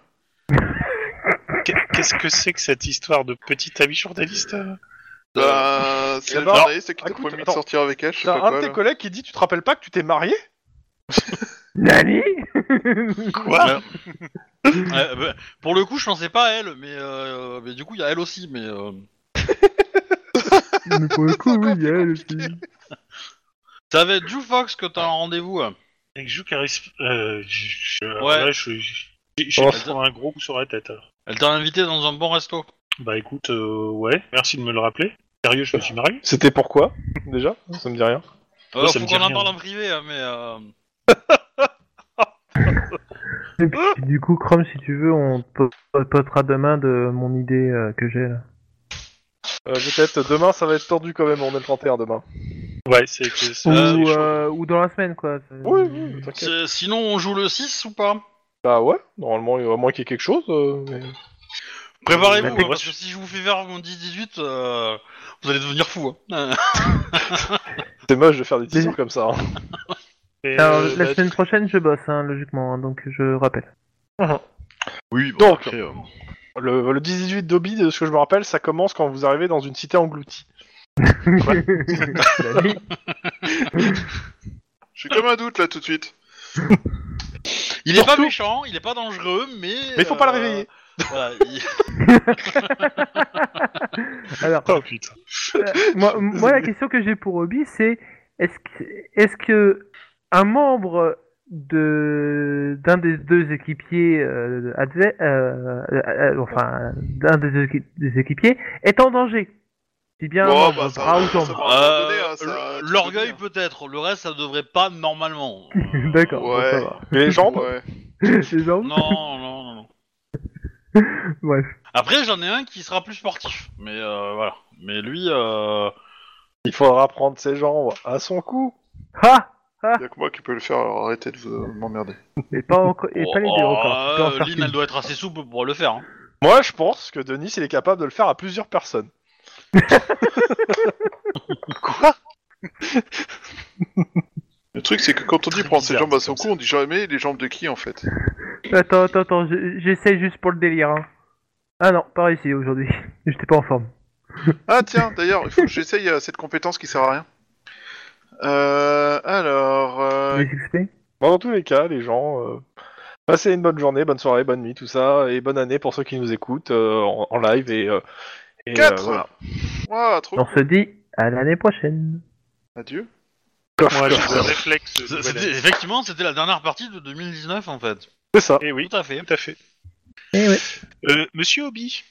C: Qu'est- Qu'est-ce que c'est que cette histoire de petite amie journaliste euh
E: Ben, c'est le
A: D'abord-
E: journaliste qui t'a
A: Écoute,
E: promis de
A: attends.
E: sortir avec elle, je sais
A: T'as
E: pas
A: un de
E: quoi.
A: tes
E: là.
A: collègues qui dit Tu te rappelles pas que tu t'es marié
D: Nani
C: Quoi
B: Ouais, bah, pour le coup, je pensais pas à elle, mais euh, mais du coup, il y a elle aussi. Mais euh,
D: Mais pour le coup, oui, il y a elle aussi.
B: ça va être Drew Fox que t'as un rendez-vous. hein.
C: Avec Jou Charisme. Euh, je, je-
B: Ouais.
C: là, je, je, j'ai- j'ai
A: Oh.
C: pas un gros coup sur la tête. alors.
B: Elle t'a invité dans un bon resto.
C: Bah écoute, euh, ouais, merci de me le rappeler. Sérieux, je me suis marié
A: C'était pourquoi déjà Ça me dit rien.
B: Euh,
C: ça
B: faut
C: me
B: qu'on
C: dit
B: en
C: rien.
B: parle en privé, hein, mais. euh,
D: Et puis, du coup, Chrome, si tu veux, on te potera demain de mon idée euh, que j'ai là.
A: Euh, Peut-être demain, ça va être tordu quand même. On est le 31 demain.
C: Ouais, c'est que
D: Ou,
C: ça. c'est chaud.
D: euh, ou dans la semaine, quoi.
A: Ah Oui, oui, t'inquiète.
B: c'est- Sinon, on joue le 6 ou pas
A: Bah ouais, normalement, à moins qu'il y ait quelque chose. euh, mais-
B: Préparez-vous,
C: Mais-
B: hein, parce que si je vous fais vers mon 10-18, euh, vous allez devenir fou.
A: Euh.
B: hein.
A: C'est moche de faire des teasers comme ça. hein.
C: Mais,
D: Alors,
C: euh,
D: la
C: bah,
D: semaine prochaine, je bosse, hein, logiquement, hein, donc je rappelle.
B: oui,
A: bon, Donc. bah, après, Le, le 18 Dobby, de ce que je me rappelle, ça commence quand vous arrivez dans une cité engloutie.
D: Nani
E: J'ai comme un doute là tout de suite.
B: il est pas
A: surtout-
B: méchant, il est pas dangereux, mais.
A: Mais il faut pas le
B: euh,
A: réveiller.
B: voilà, il-
D: Alors,
C: Oh putain.
D: moi, moi, la question que j'ai pour Obi, c'est est-ce que, est-ce que un membre de d'un des deux équipiers euh, adver- euh, euh, euh, enfin d'un des, deux équi- des équipiers est en danger Si bien un
E: Bon,
D: membre,
E: bah, ça
D: bras
E: va,
D: ou
E: ça
D: jambes.
E: va. Ah,
B: Euh,
E: abandonné, hein, ça,
B: l-
E: tu peux
B: L'orgueil
E: dire.
B: peut-être, le reste ça devrait pas normalement. Euh,
D: D'accord. bon,
E: Ouais.
D: ça va.
A: Et les jambes
E: Ouais.
D: Les jambes.
B: Non, non, non, non.
D: Bref.
B: Après, j'en ai un qui sera plus sportif, mais euh, voilà. Mais lui, euh,
A: Il faudra prendre ses jambes à son cou.
D: Ah
E: Y'a que moi qui peux le faire, alors arrêtez de vous- m'emmerder.
D: Mais pas encore. Et pas les deux
B: oh,
D: encore. Tu peux en
B: euh,
D: faire
B: Lynn,
D: qu'une.
B: elle doit être assez souple pour le faire. hein.
A: Moi, je pense que Denis, il est capable de le faire à plusieurs personnes.
E: Quoi Le truc, c'est que quand on dit prendre ses
C: bizarre,
E: jambes à
C: c'est
E: son
C: comme
E: cou, on dit jamais les jambes de qui en fait
D: Attends, attends, attends. je- J'essaie juste pour le délire. hein. Ah non, pas réussi aujourd'hui. J'étais pas en forme.
E: Ah tiens, d'ailleurs, il faut que j'essaye euh, cette compétence qui sert à rien. Euh, alors, euh,
D: Les XP
A: Bon, dans tous les cas, les gens, euh, passez une bonne journée, bonne soirée, bonne nuit, tout ça, et bonne année pour ceux qui nous écoutent euh, en, en live et. euh, et,
E: Quatre.
A: euh, voilà.
E: Ouah, trop
D: On se dit à l'année prochaine.
E: Adieu.
C: Moi, j'ai
A: coffre.
C: le réflexe. euh, de
B: C'est-
C: balai.
B: c'était- Effectivement, c'était la dernière partie de 2019 en fait.
A: C'est ça.
C: Eh oui,
B: Tout à fait.
C: tout à fait.
D: Eh oui.
C: Euh, Monsieur Obi.